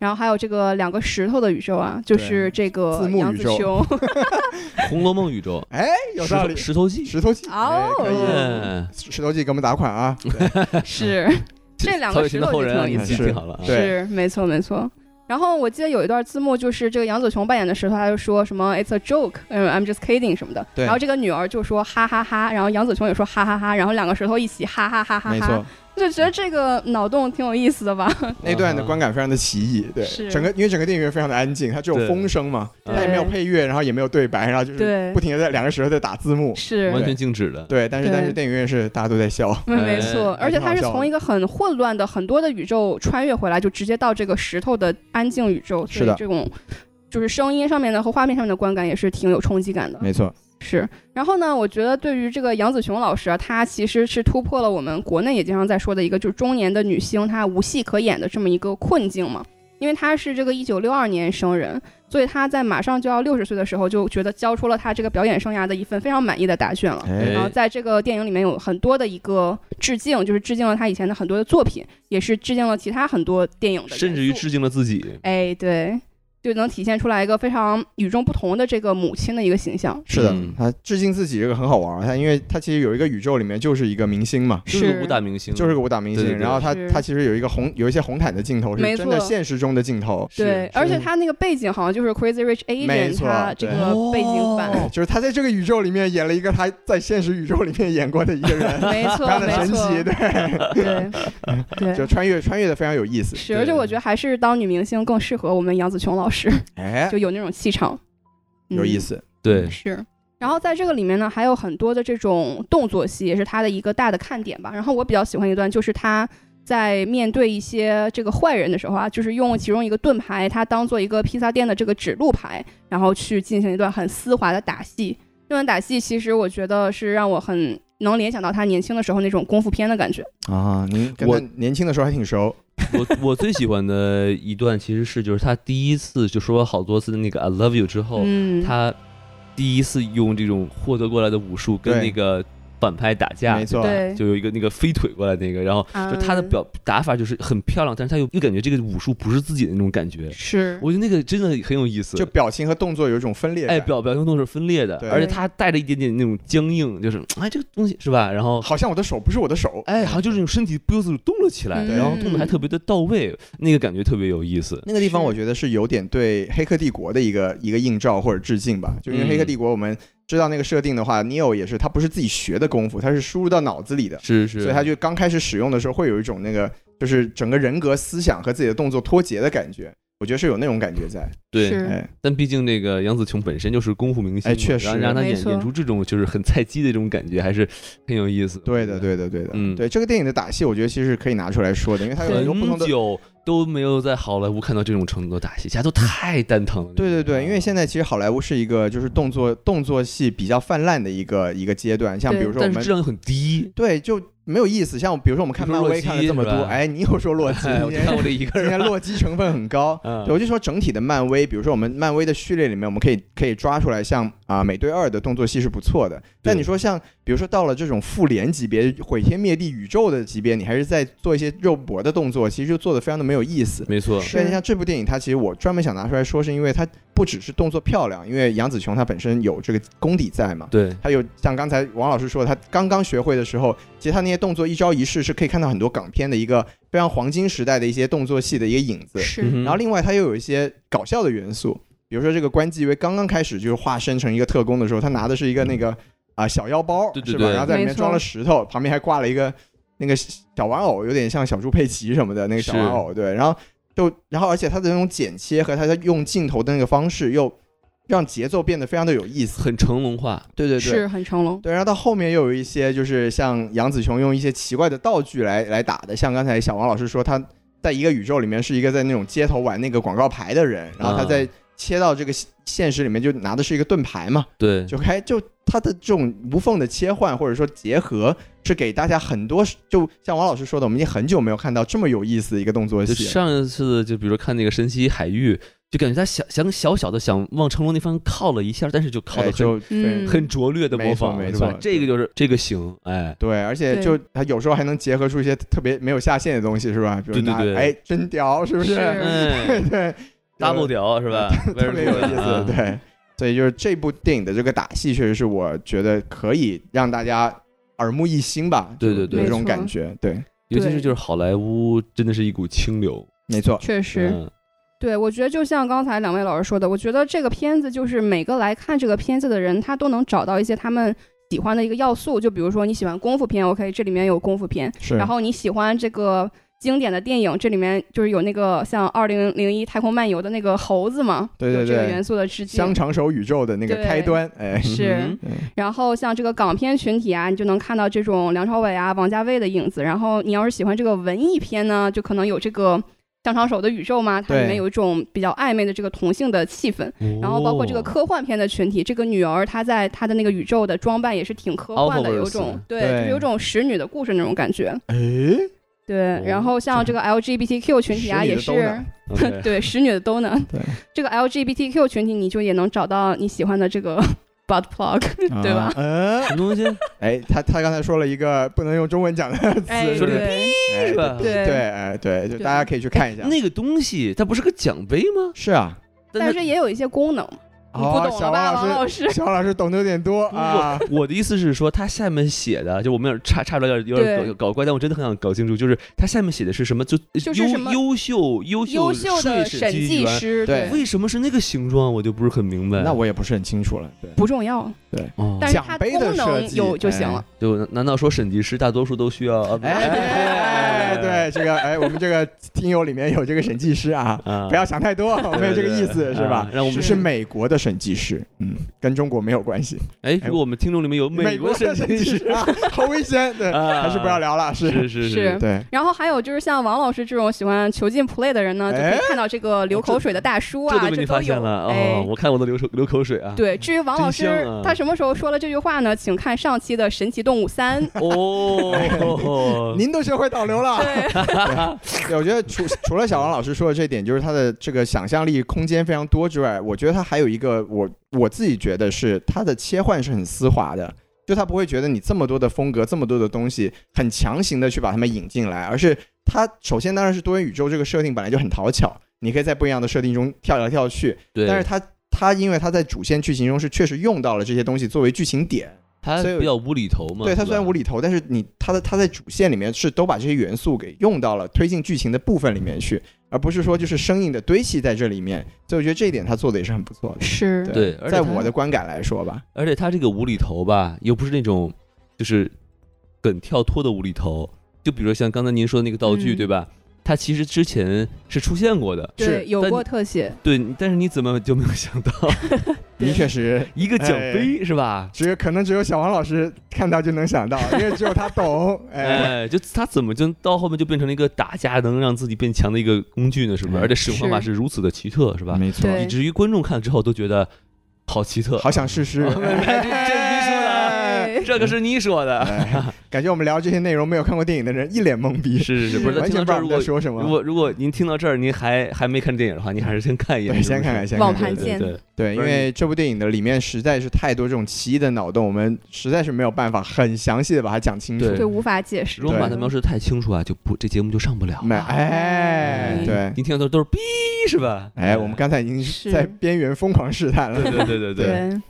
[SPEAKER 3] 然后还有这个两个石头的宇宙啊，就是这
[SPEAKER 1] 字
[SPEAKER 3] 个
[SPEAKER 1] 幕
[SPEAKER 3] 杨
[SPEAKER 1] 宇
[SPEAKER 3] 紫
[SPEAKER 1] 宙
[SPEAKER 3] 琼，
[SPEAKER 2] 《红楼梦》宇宙，
[SPEAKER 1] 哎， [LAUGHS] 有道理，
[SPEAKER 2] 石头石头记，
[SPEAKER 1] 石头记
[SPEAKER 3] 哦
[SPEAKER 1] 哎可以
[SPEAKER 2] 哎
[SPEAKER 1] 石头记给我们打款啊，
[SPEAKER 3] 是这两
[SPEAKER 2] 曹
[SPEAKER 3] 个
[SPEAKER 2] 雪
[SPEAKER 3] 石
[SPEAKER 2] 芹
[SPEAKER 3] 头
[SPEAKER 2] 的后
[SPEAKER 3] 就
[SPEAKER 2] 人
[SPEAKER 3] 挺有
[SPEAKER 2] 啊，
[SPEAKER 3] 意
[SPEAKER 2] 你
[SPEAKER 3] 思
[SPEAKER 2] 记
[SPEAKER 1] 是
[SPEAKER 2] 记好了啊。
[SPEAKER 1] 对
[SPEAKER 3] 是没错没错。然后我记得有一段字幕，就是这个杨紫琼扮演的石头，他就说什么 “It's a joke”，嗯，“I'm just kidding” 什么的。
[SPEAKER 1] 对
[SPEAKER 3] 然后这个女儿就说哈哈哈然后杨紫琼也说哈哈哈，然后两个石头一起哈哈哈哈
[SPEAKER 1] 没
[SPEAKER 3] 哈
[SPEAKER 1] 错，，
[SPEAKER 3] 就觉得这个脑洞挺有意思的吧？
[SPEAKER 1] 那段的
[SPEAKER 2] 嗯
[SPEAKER 1] 观感非常的奇异，对，
[SPEAKER 3] 是
[SPEAKER 1] 整个因为整个电影院非常的安静，它只有
[SPEAKER 2] 对
[SPEAKER 1] 风声嘛，它
[SPEAKER 2] 对
[SPEAKER 1] 也没有配乐，然后也没有对白，然后就是
[SPEAKER 3] 对
[SPEAKER 1] 不，停的在两个石头在打字幕，
[SPEAKER 3] 是
[SPEAKER 2] 完全静止的，
[SPEAKER 1] 对，但是
[SPEAKER 3] 对
[SPEAKER 1] 但是电影院是大家都在笑，
[SPEAKER 3] 没没错，
[SPEAKER 2] 哎
[SPEAKER 3] 而且它是
[SPEAKER 1] 挺好笑的
[SPEAKER 3] 从一个很混乱的很多的宇宙穿越回来，就直接到这个石头的安静宇宙，
[SPEAKER 1] 是
[SPEAKER 3] 所以
[SPEAKER 1] 的
[SPEAKER 3] 这种就是声音上面的和画面上面的观感也是挺有冲击感的。
[SPEAKER 1] 没错，
[SPEAKER 3] 是，然后呢，我觉得对于这个杨紫琼老师啊，她其实是突破了我们国内也经常在说的一个，就是中年的女星她无戏可演的这么一个困境嘛。因为她是这个一九六二年生人，所以她在马上就要六十岁的时候，就觉得交出了她这个表演生涯的一份非常满意的答卷了。
[SPEAKER 1] 哎
[SPEAKER 3] 然后在这个电影里面有很多的一个致敬，就是致敬了她以前的很多的作品，也是致敬了其他很多电影的元素，
[SPEAKER 2] 甚至于致敬了自己。
[SPEAKER 3] 哎，对，就能体现出来一个非常与众不同的这个母亲的一个形象。
[SPEAKER 1] 是的
[SPEAKER 2] 嗯，
[SPEAKER 1] 他致敬自己这个很好玩儿，他因为他其实有一个宇宙里面就是一个明星嘛。
[SPEAKER 2] 就是个武打明星，
[SPEAKER 1] 就是个武打明
[SPEAKER 2] 嗯对
[SPEAKER 1] 星，
[SPEAKER 2] 对对
[SPEAKER 1] 然后他
[SPEAKER 3] 是
[SPEAKER 1] 他其实有一个红有一些红毯的镜头，
[SPEAKER 3] 没
[SPEAKER 1] 是真的
[SPEAKER 3] 错
[SPEAKER 1] 现实中的镜头，
[SPEAKER 3] 对，而且
[SPEAKER 1] 是
[SPEAKER 3] 他那个背景好像就是 Crazy Rich
[SPEAKER 1] 没
[SPEAKER 3] Asian，
[SPEAKER 1] 错
[SPEAKER 3] 他这
[SPEAKER 1] 对
[SPEAKER 3] 个背景板，
[SPEAKER 2] 哦
[SPEAKER 1] 就是他在这个宇宙里面演了一个他在现实宇宙里面演过的一个人， [LAUGHS]
[SPEAKER 3] 没
[SPEAKER 1] 非
[SPEAKER 3] 错
[SPEAKER 1] 常的
[SPEAKER 3] 没
[SPEAKER 1] 神
[SPEAKER 3] 错，
[SPEAKER 1] 奇，对，
[SPEAKER 3] 对
[SPEAKER 1] 就 [LAUGHS]
[SPEAKER 3] 对。
[SPEAKER 1] 穿越穿越的非常有意思，
[SPEAKER 3] 是，而且我觉得还是当女明星更适合我们杨紫琼老师，
[SPEAKER 1] 哎，
[SPEAKER 3] 就有那种气场，嗯
[SPEAKER 1] 有意思，
[SPEAKER 2] 对，
[SPEAKER 3] 是。然后在这个里面呢，还有很多的这种动作戏，也是他的一个大的看点吧。然后我比较喜欢一段，就是他在面对一些这个坏人的时候啊，就是用其中一个盾牌，他当做一个披萨店的这个指路牌，然后去进行一段很丝滑的打戏。这段打戏其实我觉得是让我很能联想到他年轻的时候那种功夫片的
[SPEAKER 2] [LAUGHS]
[SPEAKER 3] 感觉。
[SPEAKER 1] 啊，您跟
[SPEAKER 2] 我
[SPEAKER 1] 他年轻的时候还挺熟，
[SPEAKER 3] [LAUGHS]
[SPEAKER 2] 我我最喜欢的一段其实是就是他第一次就说好多次的那个 I love you 之后，
[SPEAKER 3] 嗯，
[SPEAKER 2] 他第一次用这种获得过来的武术跟
[SPEAKER 1] 对
[SPEAKER 2] 那个反派打架
[SPEAKER 1] 没，错，
[SPEAKER 3] 对，
[SPEAKER 2] 就有一个那个飞腿过来那个，然后就他的
[SPEAKER 3] 嗯
[SPEAKER 2] 表打法就是很漂亮，但是他又又感觉这个武术不是自己的那种感觉，
[SPEAKER 3] 是
[SPEAKER 2] 我觉得那个真的很有意思，
[SPEAKER 1] 就表情和动作有一种分裂感，
[SPEAKER 2] 哎表表情动是分裂的
[SPEAKER 1] 对，
[SPEAKER 2] 而且他带着一点点那种僵硬，就是哎这个东西是吧？然后
[SPEAKER 1] 好像我的手不是我的手，
[SPEAKER 2] 哎，好像就是那种身体不由自主动了起来，
[SPEAKER 3] 嗯
[SPEAKER 2] 然后动的还特别的到位，那个感觉特别有意思。
[SPEAKER 1] 那个地方
[SPEAKER 3] 是
[SPEAKER 1] 我觉得是有点对《黑客帝国》的一个一个映照或者致敬吧，就因为《
[SPEAKER 2] 嗯
[SPEAKER 1] 黑客帝国》我们知道那个设定的话，Neo 也是他不是自己学的功夫，他是输入到脑子里的，
[SPEAKER 2] 是是，
[SPEAKER 1] 所以他就刚开始使用的时候会有一种那个就是整个人格思想和自己的动作脱节的感觉，我觉得是有那种感觉在。
[SPEAKER 2] 对，
[SPEAKER 3] 是
[SPEAKER 1] 哎，
[SPEAKER 2] 但毕竟那个杨紫琼本身就是功夫明星嘛，
[SPEAKER 1] 哎确实
[SPEAKER 2] 然后让她
[SPEAKER 3] 没
[SPEAKER 2] 演
[SPEAKER 3] 错
[SPEAKER 2] 演出这种就是很菜鸡的这种感觉，还是很有意思。
[SPEAKER 1] 对的，，对的，对的，
[SPEAKER 2] 嗯
[SPEAKER 1] 对这个电影的打戏，我觉得其实是可以拿出来说的，因为它有很多不同的
[SPEAKER 2] 很。久都没有在好莱坞看到这种程度的打戏，大家都太蛋疼了。
[SPEAKER 1] 对对对，因为现在其实好莱坞是一个就是动作动作戏比较泛滥的一个一个阶段，像比
[SPEAKER 3] 对
[SPEAKER 1] 如说我
[SPEAKER 2] 但
[SPEAKER 1] 们
[SPEAKER 2] 是质量又很低。
[SPEAKER 1] 对，就没有意思。像比如说我们看
[SPEAKER 2] 比如
[SPEAKER 1] 漫
[SPEAKER 2] 说
[SPEAKER 1] 威
[SPEAKER 2] 洛基
[SPEAKER 1] 看了这么
[SPEAKER 2] 是
[SPEAKER 1] 多，
[SPEAKER 2] 吧
[SPEAKER 1] 哎，你又说
[SPEAKER 2] [LAUGHS]
[SPEAKER 1] 洛基，
[SPEAKER 2] 哎我
[SPEAKER 1] 今
[SPEAKER 2] 看
[SPEAKER 1] 天
[SPEAKER 2] 我这一个
[SPEAKER 1] 今 [LAUGHS] 天
[SPEAKER 2] 人，
[SPEAKER 1] 洛基成分很高。
[SPEAKER 2] [LAUGHS] 嗯
[SPEAKER 1] 对，我就说整体的漫威，比如说我们漫威的序列里面，我们可以可以抓出来像，啊美队二的动作戏是不错的。但你说像比如说到了这种复联级别、毁天灭地宇宙的级别，你还是在做一些肉搏的动作，其实就做的非常的没有意思。
[SPEAKER 2] 没错，
[SPEAKER 1] 所以像这部电影，它其实我专门想拿出来说，是因为它不只是动作漂亮，因为杨紫琼她本身有这个功底在嘛。
[SPEAKER 2] 对，
[SPEAKER 1] 还有像刚才王老师说的，他刚刚学会的时候，其实他那些动作一招一式是可以看到很多港片的一个非常黄金时代的一些动作戏的一个影子。
[SPEAKER 3] 是
[SPEAKER 2] 嗯哼
[SPEAKER 1] 然后另外他又有一些搞笑的元素，比如说这个关继威刚刚开始就是化身成一个特工的时候，他拿的是一个那个啊、小腰包，
[SPEAKER 2] 对对
[SPEAKER 1] 是吧？
[SPEAKER 2] 对
[SPEAKER 1] 然后在里面
[SPEAKER 3] 没错
[SPEAKER 1] 装了石头，呃旁边还挂了一个那个小玩偶，有点像小猪佩奇什么的那个小玩偶，对。然后就然后而且它的那种剪切和它的用镜头的那个方式，又让节奏变得非常的有意思。
[SPEAKER 2] 很成龙化，
[SPEAKER 1] 对对对，
[SPEAKER 3] 是很成龙。
[SPEAKER 1] 对，然后到后面又有一些就是像杨紫琼用一些奇怪的道具来来打的，像刚才小王老师说，他在一个宇宙里面是一个在那种街头玩那个广告牌的人，然后他
[SPEAKER 2] 啊
[SPEAKER 1] 在切到这个现现实里面就拿的是一个盾牌嘛，
[SPEAKER 2] 对，
[SPEAKER 1] 就开就他的这种无缝的切换或者说结合，是给大家很多就像王老师说的，我们已经很久没有看到这么有意思的一个动作
[SPEAKER 2] 就
[SPEAKER 1] 戏了。
[SPEAKER 2] 上一次就比如说看那个神奇海域，就感觉他想想小小的想往成龙那方靠了一下，但是就靠
[SPEAKER 1] 哎
[SPEAKER 2] 的很
[SPEAKER 1] 就对
[SPEAKER 3] 嗯
[SPEAKER 2] 很拙劣的模
[SPEAKER 1] 没错
[SPEAKER 2] 仿了，
[SPEAKER 1] 没
[SPEAKER 2] 是吧
[SPEAKER 1] 错
[SPEAKER 2] 这个就是这个行，哎，
[SPEAKER 1] 对，而且
[SPEAKER 3] 对
[SPEAKER 1] 就他有时候还能结合出一些特别没有下限的东西，是吧？比如
[SPEAKER 2] 对对
[SPEAKER 1] 拿
[SPEAKER 2] 对
[SPEAKER 1] 哎真屌，是不
[SPEAKER 3] 是
[SPEAKER 2] 哎
[SPEAKER 1] [LAUGHS] 对
[SPEAKER 2] ，double 屌是吧？
[SPEAKER 1] [LAUGHS] 特别有意
[SPEAKER 2] 啊
[SPEAKER 1] 思，对。所以就是这部电影的这个打戏，确实是我觉得可以让大家耳目一新吧，
[SPEAKER 2] 对对对
[SPEAKER 1] 有这种
[SPEAKER 3] 没错
[SPEAKER 1] 感觉，对，
[SPEAKER 2] 尤其是
[SPEAKER 3] 对
[SPEAKER 2] 就是好莱坞真的是一股清流，
[SPEAKER 1] 没错，
[SPEAKER 3] 确实。
[SPEAKER 2] 嗯
[SPEAKER 3] 对，我觉得就像刚才两位老师说的，我觉得这个片子就是每个来看这个片子的人，他都能找到一些他们喜欢的一个要素。就比如说你喜欢功夫片，OK，这里面有功夫片；
[SPEAKER 1] 是
[SPEAKER 3] 然后你喜欢这个经典的电影，这里面就是有那个像二零零一《太空漫游》的那个猴子嘛，
[SPEAKER 1] 对对
[SPEAKER 3] 有这个
[SPEAKER 1] 对
[SPEAKER 3] 元素的致敬
[SPEAKER 1] 香。肠手宇宙的那个
[SPEAKER 3] 对
[SPEAKER 1] 开端，哎，
[SPEAKER 3] 是
[SPEAKER 2] 嗯哼
[SPEAKER 3] [LAUGHS] 然后像这个港片群体啊，你就能看到这种梁朝伟啊、王家卫的影子。然后你要是喜欢这个文艺片呢，就可能有这个香肠手的宇宙
[SPEAKER 1] [LAUGHS]
[SPEAKER 3] 嘛，它里
[SPEAKER 1] 对
[SPEAKER 3] 面有一种比较暧昧的这个同性的气氛。然后包括这个
[SPEAKER 2] 哦
[SPEAKER 3] 科幻片的群体，这个女儿她在她的那个宇宙的装扮也是挺科幻的，
[SPEAKER 2] Outerverse
[SPEAKER 3] 有种对，
[SPEAKER 1] 对
[SPEAKER 3] 就是有种使女的故事那种感觉。
[SPEAKER 1] 哎，
[SPEAKER 3] 对，然后像这个 LGBTQ 群体啊，
[SPEAKER 1] [LAUGHS] 使女
[SPEAKER 3] 也
[SPEAKER 1] 的都
[SPEAKER 3] [LAUGHS] 是
[SPEAKER 1] 能
[SPEAKER 2] OK
[SPEAKER 3] 对使女的都能。
[SPEAKER 1] 对，
[SPEAKER 3] 这个 LGBTQ 群体，你就也能找到你喜欢的这个 [LAUGHS] butt plug，对吧
[SPEAKER 1] 啊
[SPEAKER 3] [LAUGHS]
[SPEAKER 1] 嗯，
[SPEAKER 2] [LAUGHS] 什么东西？
[SPEAKER 1] 哎，他他刚才说了一个不能用中文讲的词，
[SPEAKER 3] 哎，
[SPEAKER 1] 是不是？
[SPEAKER 3] 对，
[SPEAKER 1] 哎
[SPEAKER 2] 是吧
[SPEAKER 1] 对，对哎，对，就
[SPEAKER 3] 对哎
[SPEAKER 1] 大家可以去看一下。
[SPEAKER 2] 那个东西，它不是个奖杯吗？
[SPEAKER 1] 是啊，
[SPEAKER 3] 但
[SPEAKER 2] 它
[SPEAKER 3] 是也有一些功能，你不
[SPEAKER 1] 哦
[SPEAKER 3] 懂
[SPEAKER 1] 小
[SPEAKER 3] 了吧，王
[SPEAKER 1] 王老
[SPEAKER 3] 老
[SPEAKER 1] 师，
[SPEAKER 3] 师？
[SPEAKER 1] 小王老师懂得有点多
[SPEAKER 2] 不 [LAUGHS]
[SPEAKER 1] 啊。
[SPEAKER 2] [LAUGHS] 我的意思是说，它下面写的，就我们有点差差不多有点有点
[SPEAKER 3] 对
[SPEAKER 2] 搞搞怪，但我真的很想搞清楚，就是它下面写的是什么？就就是
[SPEAKER 3] 什么
[SPEAKER 2] 优优秀优
[SPEAKER 3] 优
[SPEAKER 2] 秀
[SPEAKER 3] 秀的
[SPEAKER 2] 税
[SPEAKER 3] 审
[SPEAKER 2] 计
[SPEAKER 3] 计
[SPEAKER 2] 员，
[SPEAKER 3] 师，
[SPEAKER 1] 对
[SPEAKER 2] 为什么是那个形状？我就不是很明白。
[SPEAKER 1] 那我也不是很清楚了，对，
[SPEAKER 3] 不重要，
[SPEAKER 2] 哦，
[SPEAKER 3] 但是它
[SPEAKER 1] 奖杯的
[SPEAKER 3] 功
[SPEAKER 1] 设
[SPEAKER 3] 能
[SPEAKER 1] 计
[SPEAKER 3] 有就行了。
[SPEAKER 2] 就难道说审计师大多数都需要？啊
[SPEAKER 1] 哎，哎，对这个，哎，我们这个听友里面有这个审计师啊，
[SPEAKER 2] 啊，
[SPEAKER 1] 不要想太
[SPEAKER 2] [LAUGHS]
[SPEAKER 1] 多，我没有这个意
[SPEAKER 2] 对
[SPEAKER 1] 思，
[SPEAKER 2] 对
[SPEAKER 1] 是吧
[SPEAKER 2] 啊？让我们
[SPEAKER 1] 是是美国的审计师，嗯，跟中国没有关系。
[SPEAKER 2] 哎，如果我们听众里面有美国
[SPEAKER 1] 国
[SPEAKER 2] 审计
[SPEAKER 1] 计
[SPEAKER 2] 师，
[SPEAKER 1] 啊，好危险，对，[LAUGHS]
[SPEAKER 2] 啊
[SPEAKER 1] 还是不要聊了，
[SPEAKER 2] 是是
[SPEAKER 3] 是
[SPEAKER 1] 对，
[SPEAKER 3] 然后还有就是像王老师这种喜欢囚禁 play 的人呢，就可
[SPEAKER 1] 哎
[SPEAKER 3] 以看到这个流口水的大叔
[SPEAKER 2] 这
[SPEAKER 3] 啊，
[SPEAKER 2] 都
[SPEAKER 3] 这
[SPEAKER 2] 被你发现
[SPEAKER 3] 有
[SPEAKER 2] 了
[SPEAKER 3] 哎
[SPEAKER 2] 哦！我看我都流手流口水啊。
[SPEAKER 3] 对，至于王老师、
[SPEAKER 2] 真香啊
[SPEAKER 3] 他什么时候说了这句话呢？请看上期的《神奇动物三》。 [LAUGHS]
[SPEAKER 2] 哦，
[SPEAKER 1] 您都学会导流了。
[SPEAKER 2] [LAUGHS]
[SPEAKER 1] [LAUGHS]
[SPEAKER 3] 对，
[SPEAKER 1] 对，我觉得除除了小王老师说的这点，就是他的这个想象力空间非常多之外，我觉得他还有一个我我自己觉得是他的切换是很丝滑的，就他不会觉得你这么多的风格、这么多的东西很强行的去把他们引进来，而是他首先当然是多元宇宙这个设定本来就很讨巧，你可以在不一样的设定中跳来跳去，
[SPEAKER 2] 对，
[SPEAKER 1] 但是他他因为他在主线剧情中是确实用到了这些东西作为剧情点，
[SPEAKER 2] 他
[SPEAKER 1] 所以
[SPEAKER 2] 比较无厘头嘛。
[SPEAKER 1] 对，它
[SPEAKER 2] 是
[SPEAKER 1] 虽然
[SPEAKER 2] 吧
[SPEAKER 1] 无厘头，但是你它的它在主线里面是都把这些元素给用到了推进剧情的部分里面去，而不是说就是生硬的堆砌在这里面。所以我觉得这一点他做的也是很不错的。
[SPEAKER 3] 是
[SPEAKER 2] 对而且
[SPEAKER 1] 在
[SPEAKER 2] 它
[SPEAKER 1] 我的观感来说吧，
[SPEAKER 2] 而且他这个无厘头吧，又不是那种就是梗跳脱的无厘头，就比如像刚才您说的那个道具，
[SPEAKER 3] 嗯
[SPEAKER 2] 对吧？它其实之前是出现过的，
[SPEAKER 1] 是
[SPEAKER 3] 对，有
[SPEAKER 2] 但
[SPEAKER 3] 过特写，
[SPEAKER 2] 对，但是你怎么就没有想
[SPEAKER 1] [LAUGHS]
[SPEAKER 2] 到
[SPEAKER 1] 的确实，
[SPEAKER 2] 一个奖
[SPEAKER 1] 哎
[SPEAKER 2] 杯、是吧？
[SPEAKER 1] 只有可能只有小王老师看到就能想到，因为只有他
[SPEAKER 2] [LAUGHS]
[SPEAKER 1] 懂。哎，
[SPEAKER 2] 哎，就他怎么就到后面就变成了一个打架能让自己变强的一个工具呢？是不
[SPEAKER 1] 嗯
[SPEAKER 2] 是？而且使用方法是如此的奇特，是吧？
[SPEAKER 1] 没错，
[SPEAKER 3] 对
[SPEAKER 2] 以至于观众看了之后都觉得好奇特，
[SPEAKER 1] 好想试试。
[SPEAKER 2] [LAUGHS] 哦没没这这您说的啊
[SPEAKER 1] 哎 [LAUGHS]
[SPEAKER 3] 哎
[SPEAKER 2] 这个是你说的，
[SPEAKER 1] 哎感觉我们聊这些内容，没有看过电影的人一脸懵逼，
[SPEAKER 2] 是是是，不是？
[SPEAKER 1] 完
[SPEAKER 2] 听
[SPEAKER 1] 全
[SPEAKER 2] 到
[SPEAKER 1] 不
[SPEAKER 2] 这
[SPEAKER 1] 知道我们在说
[SPEAKER 2] 儿如果
[SPEAKER 1] 什
[SPEAKER 2] 如
[SPEAKER 1] 么。
[SPEAKER 2] 果如果您听到这儿，您还还没看电影的话，您还是先看一眼。
[SPEAKER 1] 对，先看看，
[SPEAKER 2] 是
[SPEAKER 1] 先看
[SPEAKER 3] 网
[SPEAKER 1] 看。
[SPEAKER 3] 盘见
[SPEAKER 2] 对对
[SPEAKER 1] 对，因
[SPEAKER 2] 不是
[SPEAKER 1] 为这部电影的里面实在是太多这种奇异的脑洞，我们实在是没有办法很详细的把它讲清楚。
[SPEAKER 2] 对
[SPEAKER 3] 对，无法解释。
[SPEAKER 2] 如果把它描
[SPEAKER 3] 述
[SPEAKER 2] 述的太清楚啊，就不这节目就上不了
[SPEAKER 1] 没，
[SPEAKER 2] 了。
[SPEAKER 1] 哎，
[SPEAKER 3] 哦嗯
[SPEAKER 1] 对，
[SPEAKER 2] 您听到都都是逼是吧？哎
[SPEAKER 1] 哎，我们刚才已经
[SPEAKER 3] 是
[SPEAKER 1] 在边缘疯狂试探
[SPEAKER 2] 对
[SPEAKER 1] 了。
[SPEAKER 2] 对对对
[SPEAKER 3] 对。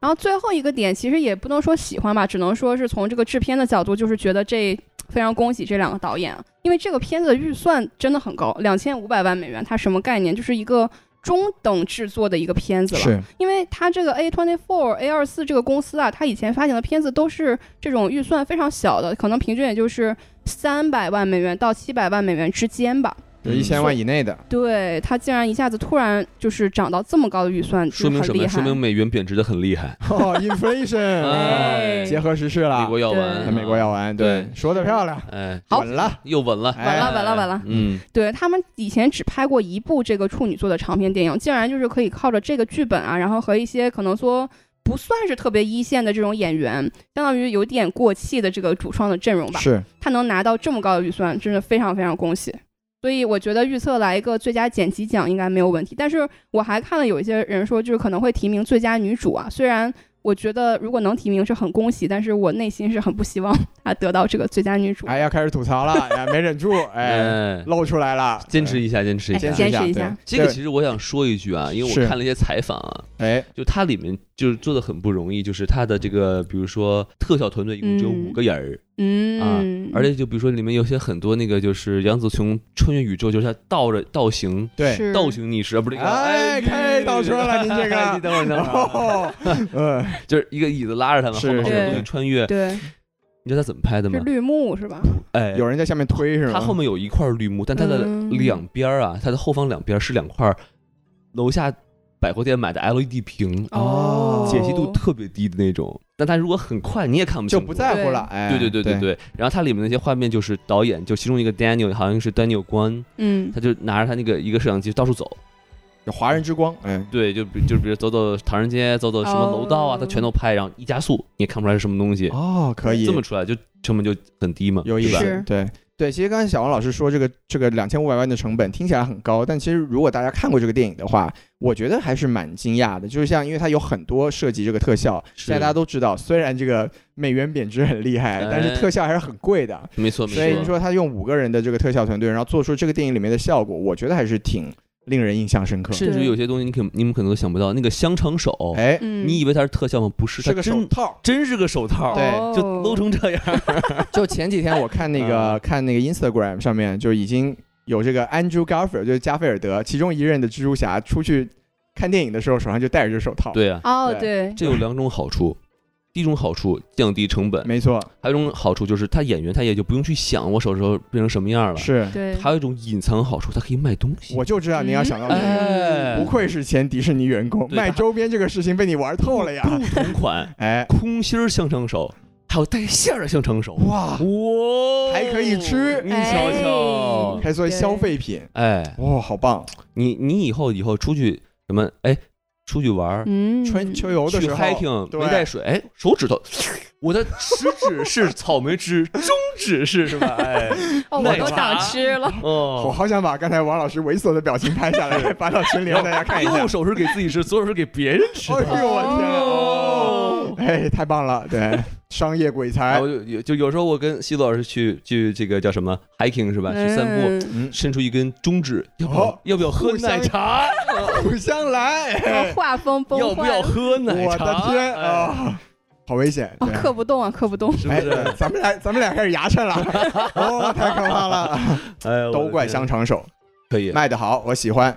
[SPEAKER 3] 然后最后一个点，其实也不能说喜欢吧，只能说是从这个制片的角度，就是觉得这非常恭喜这两个导演，啊，因为这个片子的预算真的很高，两千五百万美元，它什么概念？就是一个中等制作的一个片子了。
[SPEAKER 1] 是，
[SPEAKER 3] 因为它这个 A twenty four A 二四这个公司啊，它以前发行的片子都是这种预算非常小的，可能平均也就是三百万美元到七百万美元之间吧。
[SPEAKER 1] 就一千
[SPEAKER 3] 嗯
[SPEAKER 1] 万以内的。
[SPEAKER 3] 对它竟然一下子突然就是涨到这么高的预算，就是
[SPEAKER 2] 说明
[SPEAKER 3] 很
[SPEAKER 2] 什
[SPEAKER 3] 厉
[SPEAKER 2] 么？
[SPEAKER 3] 害
[SPEAKER 2] 说明美元贬值的很厉害。
[SPEAKER 1] 哦，inflation
[SPEAKER 2] [LAUGHS]
[SPEAKER 3] 哎
[SPEAKER 1] 结合时事
[SPEAKER 2] 美
[SPEAKER 1] 了
[SPEAKER 2] 国，药
[SPEAKER 3] 对
[SPEAKER 2] 丸，
[SPEAKER 1] 美国药丸，对
[SPEAKER 2] 对，
[SPEAKER 1] 说的漂亮，
[SPEAKER 2] 哎，
[SPEAKER 3] 好
[SPEAKER 1] 稳了。
[SPEAKER 2] 又稳了，
[SPEAKER 1] 哎
[SPEAKER 3] 稳了稳了稳了
[SPEAKER 2] 嗯，
[SPEAKER 3] 对他们以前只拍过一部这个处女座的长篇电影，竟然就是可以靠着这个剧本啊，然后和一些可能说不算是特别一线的这种演员，相当于有点过气的这个主创的阵容吧，
[SPEAKER 1] 是，
[SPEAKER 3] 他能拿到这么高的预算，真的非常非常恭喜。所以我觉得预测来一个最佳剪辑奖应该没有问题。但是我还看了有一些人说，就是可能会提名最佳女主啊。虽然我觉得如果能提名是很恭喜，但是我内心是很不希望她得到这个最佳女主。
[SPEAKER 1] 哎，要开始吐槽了，哎，没忍住，哎，
[SPEAKER 2] 哎，
[SPEAKER 1] 露出来了，
[SPEAKER 2] 坚持一下，坚持一
[SPEAKER 3] 哎
[SPEAKER 2] 下
[SPEAKER 1] 坚。
[SPEAKER 3] 坚
[SPEAKER 1] 一下，对
[SPEAKER 3] 持一下
[SPEAKER 2] 这个
[SPEAKER 1] 对
[SPEAKER 2] 其实我想说一句啊，因为
[SPEAKER 1] 是
[SPEAKER 2] 我看了一些采访啊，
[SPEAKER 1] 哎，
[SPEAKER 2] 就它里面就是做的很不容易，就是它的这个，比如说特效团队一共只有
[SPEAKER 3] 嗯
[SPEAKER 2] 五个人儿，
[SPEAKER 3] 嗯，
[SPEAKER 2] 啊而且就比如说里面有些很多那个就是杨紫琼穿越宇宙，就是她倒着倒行
[SPEAKER 1] 对，
[SPEAKER 3] 是
[SPEAKER 2] 倒行逆施，而不是那个
[SPEAKER 1] 哎开倒车了您这个
[SPEAKER 2] [LAUGHS] 你等会儿你等会儿，
[SPEAKER 1] [LAUGHS] 哦，嗯，
[SPEAKER 2] 就是一个椅子拉着他们，
[SPEAKER 1] 是
[SPEAKER 2] 后面
[SPEAKER 3] 是
[SPEAKER 2] 有东
[SPEAKER 3] 是
[SPEAKER 2] 西穿越，
[SPEAKER 3] 对
[SPEAKER 2] 你知道他怎么拍的
[SPEAKER 3] 是
[SPEAKER 2] 吗？
[SPEAKER 3] 绿幕是吧？
[SPEAKER 2] 哎，
[SPEAKER 1] 有人在下面推是
[SPEAKER 2] 它
[SPEAKER 1] 吗
[SPEAKER 2] 后？面有一块绿幕，但它的
[SPEAKER 3] 嗯
[SPEAKER 2] 两边儿啊，它的后方两边儿是两块儿楼下百货店买的 LED 屏，
[SPEAKER 1] 哦
[SPEAKER 2] 解析度特别低的那种。但它如果很快，你也看不清
[SPEAKER 1] 就
[SPEAKER 2] 楚
[SPEAKER 1] 不在乎了，哎，
[SPEAKER 2] 对对对对
[SPEAKER 1] 对，
[SPEAKER 2] 对，然后它里面那些画面就是导演，就其中一个 Daniel 好像是 Daniel 关，
[SPEAKER 3] 嗯
[SPEAKER 2] 他就拿着他那个一个摄像机到处走，
[SPEAKER 1] 有华人之光，哎，
[SPEAKER 2] 对，就比就比如走走唐人街，走走什么楼道啊，
[SPEAKER 3] 哦
[SPEAKER 2] 他全都拍，然后一加速你也看不出来是什么东西，
[SPEAKER 1] 哦，可以
[SPEAKER 2] 哎这，么出来就成本就很低嘛，
[SPEAKER 1] 有意
[SPEAKER 2] 是吧？
[SPEAKER 1] 思
[SPEAKER 3] 是，
[SPEAKER 1] 对。对，其实刚才小王老师说这个这个两千五百万的成本听起来很高，但其实如果大家看过这个电影的话，我觉得还是蛮惊讶的。就是像因为它有很多涉及这个特效，
[SPEAKER 2] 是
[SPEAKER 1] 现在大家都知道，虽然这个美元贬值很厉害，
[SPEAKER 2] 哎
[SPEAKER 1] 但是特效还是很贵的。
[SPEAKER 2] 没错没
[SPEAKER 1] 所以
[SPEAKER 2] 错
[SPEAKER 1] 你，说他用五个人的这个特效团队，然后做出这个电影里面的效果，我觉得还是挺令人印象深刻。
[SPEAKER 2] 甚至于有些东西你可你们可能都想不到，那个香肠手，
[SPEAKER 1] 哎，
[SPEAKER 3] 嗯，
[SPEAKER 2] 你以为它是特效吗？不是，它
[SPEAKER 1] 是个手
[SPEAKER 2] 真
[SPEAKER 1] 套。
[SPEAKER 2] 真是个手套，
[SPEAKER 1] 对
[SPEAKER 3] 哦
[SPEAKER 2] 就搂成这
[SPEAKER 3] [LAUGHS]
[SPEAKER 2] 样。
[SPEAKER 1] [LAUGHS] 就前几天我看那
[SPEAKER 2] 嗯
[SPEAKER 1] 个看那个 Instagram 上面就已经有这个 Andrew Garfield，就是加菲尔德其中一任的蜘蛛侠出去看电影的时候，手上就戴着这手套。，
[SPEAKER 2] 对啊，
[SPEAKER 3] 哦
[SPEAKER 1] 对
[SPEAKER 3] 对，
[SPEAKER 2] 这有两种好处，第一种好处降低成本，
[SPEAKER 1] 没错，
[SPEAKER 2] 还有一种好处就是他演员他也就不用去想我手时候变成什么样了。
[SPEAKER 1] 是。
[SPEAKER 3] 对，嗯
[SPEAKER 2] 还有一种隐藏好处，它可以卖东西。
[SPEAKER 1] 我就知道你要想到这个，
[SPEAKER 2] 哎，
[SPEAKER 1] 不愧是前迪士尼员工，
[SPEAKER 2] 对
[SPEAKER 1] 卖
[SPEAKER 2] 他
[SPEAKER 1] 周边这个事情被你玩透了呀！
[SPEAKER 2] 不
[SPEAKER 1] [LAUGHS]
[SPEAKER 2] 同款
[SPEAKER 1] 哎，
[SPEAKER 2] 空心儿香肠手，还有带馅儿的香肠手，哇，
[SPEAKER 1] 哇，还可以吃
[SPEAKER 2] 你瞧瞧
[SPEAKER 3] 哎，
[SPEAKER 1] 还做消费品，
[SPEAKER 2] 哎，
[SPEAKER 1] 哇，好棒！
[SPEAKER 2] 你你以后以后出去什么哎，出去玩儿。
[SPEAKER 3] 嗯，
[SPEAKER 1] 春秋游的
[SPEAKER 2] 去
[SPEAKER 1] 时候，
[SPEAKER 2] hiking 哦
[SPEAKER 1] 对
[SPEAKER 2] 没带水，哎，手指头，我的食指是草莓汁，中指是什么？哎，
[SPEAKER 3] 哦，我
[SPEAKER 2] 奶
[SPEAKER 3] 都
[SPEAKER 2] 茶
[SPEAKER 3] 想吃了。
[SPEAKER 1] 我
[SPEAKER 2] 哦，
[SPEAKER 1] [LAUGHS] 好想把刚才王老师猥琐的表情拍下
[SPEAKER 2] [LAUGHS]
[SPEAKER 1] 来，发到群里让大家看一下
[SPEAKER 2] 右。手是给自己吃，左手是给别人吃的。
[SPEAKER 1] 哎呦我天啊！
[SPEAKER 3] 哦
[SPEAKER 1] [LAUGHS] 哎，太棒了，对，商业鬼
[SPEAKER 2] 然
[SPEAKER 1] 才
[SPEAKER 2] [LAUGHS] 后，就有就有时候我跟西子老师去去这个叫什么 hiking 是吧？去散步，
[SPEAKER 3] 嗯
[SPEAKER 1] 嗯，
[SPEAKER 2] 伸出一根中指，要不
[SPEAKER 1] 哦
[SPEAKER 2] 要要不要喝
[SPEAKER 1] 互相
[SPEAKER 2] 奶茶？
[SPEAKER 1] 互相
[SPEAKER 3] [LAUGHS]
[SPEAKER 1] 来，
[SPEAKER 3] 嗯哦画风崩坏了，
[SPEAKER 2] 要不要喝
[SPEAKER 1] 我
[SPEAKER 2] 奶茶？
[SPEAKER 1] 的天
[SPEAKER 2] 哎！
[SPEAKER 1] 啊，好危险！
[SPEAKER 3] 哦
[SPEAKER 1] 对，
[SPEAKER 3] 刻不动啊，刻不动。
[SPEAKER 2] 是不
[SPEAKER 1] 哎，
[SPEAKER 2] 是？
[SPEAKER 1] 对咱们俩咱们俩开始牙
[SPEAKER 3] [LAUGHS]
[SPEAKER 1] 碜了，哦，太可怕
[SPEAKER 2] [LAUGHS]
[SPEAKER 1] 了！
[SPEAKER 2] 哎，我的
[SPEAKER 1] 都怪
[SPEAKER 2] 天
[SPEAKER 1] 香肠手，
[SPEAKER 2] 可以。
[SPEAKER 1] 卖的好，我喜
[SPEAKER 3] [LAUGHS]
[SPEAKER 1] 欢，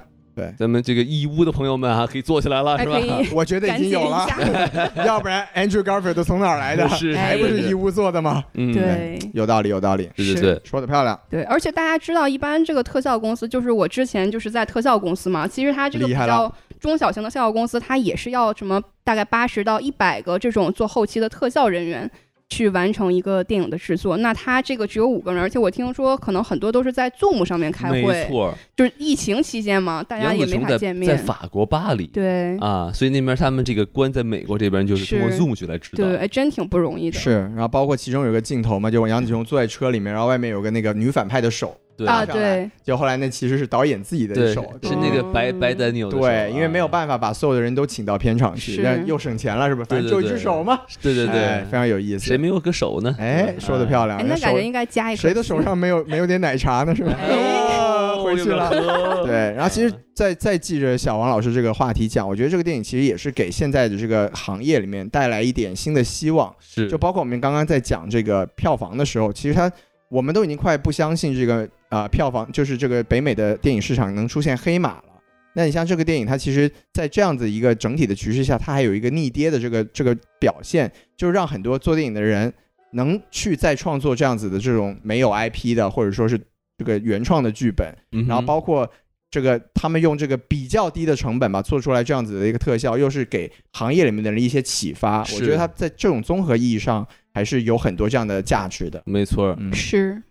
[SPEAKER 2] 咱们这个义乌的朋友们啊，可以坐起来了，
[SPEAKER 3] 还
[SPEAKER 2] 是
[SPEAKER 3] 可
[SPEAKER 2] 吧？
[SPEAKER 3] 以
[SPEAKER 1] 我觉得 [LAUGHS] 已
[SPEAKER 3] 赶
[SPEAKER 1] 经
[SPEAKER 3] 紧
[SPEAKER 1] 有
[SPEAKER 3] 一
[SPEAKER 1] 了， [LAUGHS]
[SPEAKER 3] 下，
[SPEAKER 1] 要不然 Andrew Garfield 都从哪儿来的？
[SPEAKER 2] 是，
[SPEAKER 1] 还不是义
[SPEAKER 2] 乌？
[SPEAKER 1] 乌做的吗？
[SPEAKER 2] 嗯，
[SPEAKER 3] 对
[SPEAKER 1] 有道理，有道理，
[SPEAKER 2] 对对对，
[SPEAKER 1] 说的漂亮，
[SPEAKER 3] 对，而且大家知道，一般这个特效公司，就是我之前就是在特效公司嘛，其实它这个
[SPEAKER 1] 厉
[SPEAKER 3] 比
[SPEAKER 1] 害
[SPEAKER 3] 较中小型的特效公司，它也是要什么大概八十到一百个这种做后期的特效人员。去完成一个电影的制作，那它这个只有五个人，而且我听说可能很多都是在 Zoom 上面开
[SPEAKER 2] 没
[SPEAKER 3] 会，
[SPEAKER 2] 错。
[SPEAKER 3] 就是疫情期间嘛，大家
[SPEAKER 2] 杨
[SPEAKER 3] 也
[SPEAKER 2] 紫
[SPEAKER 3] 没
[SPEAKER 2] 琼
[SPEAKER 3] 法
[SPEAKER 2] 在
[SPEAKER 3] 见
[SPEAKER 2] 在
[SPEAKER 3] 面。
[SPEAKER 2] 法国巴黎
[SPEAKER 3] 对、
[SPEAKER 2] 啊，所以那边他们这个官在美国这边就是通过
[SPEAKER 3] 是
[SPEAKER 2] Zoom 去来指导。
[SPEAKER 3] 对，哎，真挺不容易的。
[SPEAKER 1] 是，然后包括其中有个镜头嘛，就杨紫琼坐在车里面，然后外面有个那个女反派的手，
[SPEAKER 2] 对
[SPEAKER 3] 啊，
[SPEAKER 1] 上来
[SPEAKER 3] 对，
[SPEAKER 1] 就后来那其实是导演自己的
[SPEAKER 2] 对，
[SPEAKER 1] 手，
[SPEAKER 2] 是那个白
[SPEAKER 3] 嗯
[SPEAKER 2] 白丹尼尔的手啊。
[SPEAKER 1] 对，因为没有办法把所有的人都请到片场去，
[SPEAKER 3] 是
[SPEAKER 1] 但又省钱了，是吧？反正
[SPEAKER 2] 对
[SPEAKER 1] 就
[SPEAKER 2] 对
[SPEAKER 1] 一只
[SPEAKER 2] 对
[SPEAKER 1] 手嘛，
[SPEAKER 2] 对对
[SPEAKER 1] 哎
[SPEAKER 2] 对
[SPEAKER 1] 非，常有意
[SPEAKER 2] 谁
[SPEAKER 1] 思。
[SPEAKER 2] 没有个手呢？啊
[SPEAKER 1] 哎，说的漂亮，
[SPEAKER 3] 哎，
[SPEAKER 1] 人
[SPEAKER 3] 那
[SPEAKER 1] 家
[SPEAKER 3] 感觉
[SPEAKER 1] 手
[SPEAKER 3] 应该加一颗。
[SPEAKER 1] 谁的手上没有没有点奶茶呢？是吧？
[SPEAKER 3] 哎
[SPEAKER 1] [LAUGHS] 哦回去了。
[SPEAKER 2] [LAUGHS] 了
[SPEAKER 1] 对，然后其实再再记着小王老师这个话题讲，我觉得这个电影其实也是给现在的这个行业里面带来一点新的希望。
[SPEAKER 2] 是
[SPEAKER 1] 就包括我们刚刚在讲这个票房的时候，其实它我们都已经快不相信这个啊、呃票房，就是这个北美的电影市场能出现黑马了。那你像这个电影，它其实在这样子一个整体的局势下，它还有一个逆跌的这个这个表现，就是让很多做电影的人能去再创作这样子的这种没有 IP 的，或者说是这个原创的剧本，
[SPEAKER 2] 嗯哼
[SPEAKER 1] 然后包括这个他们用这个比较低的成本吧做出来这样子的一个特效，又是给行业里面的人一些启发。我
[SPEAKER 2] 是
[SPEAKER 1] 觉得它在这种综合意义上还是有很多这样的价值的。
[SPEAKER 2] 没错儿，
[SPEAKER 1] 嗯，
[SPEAKER 3] 是。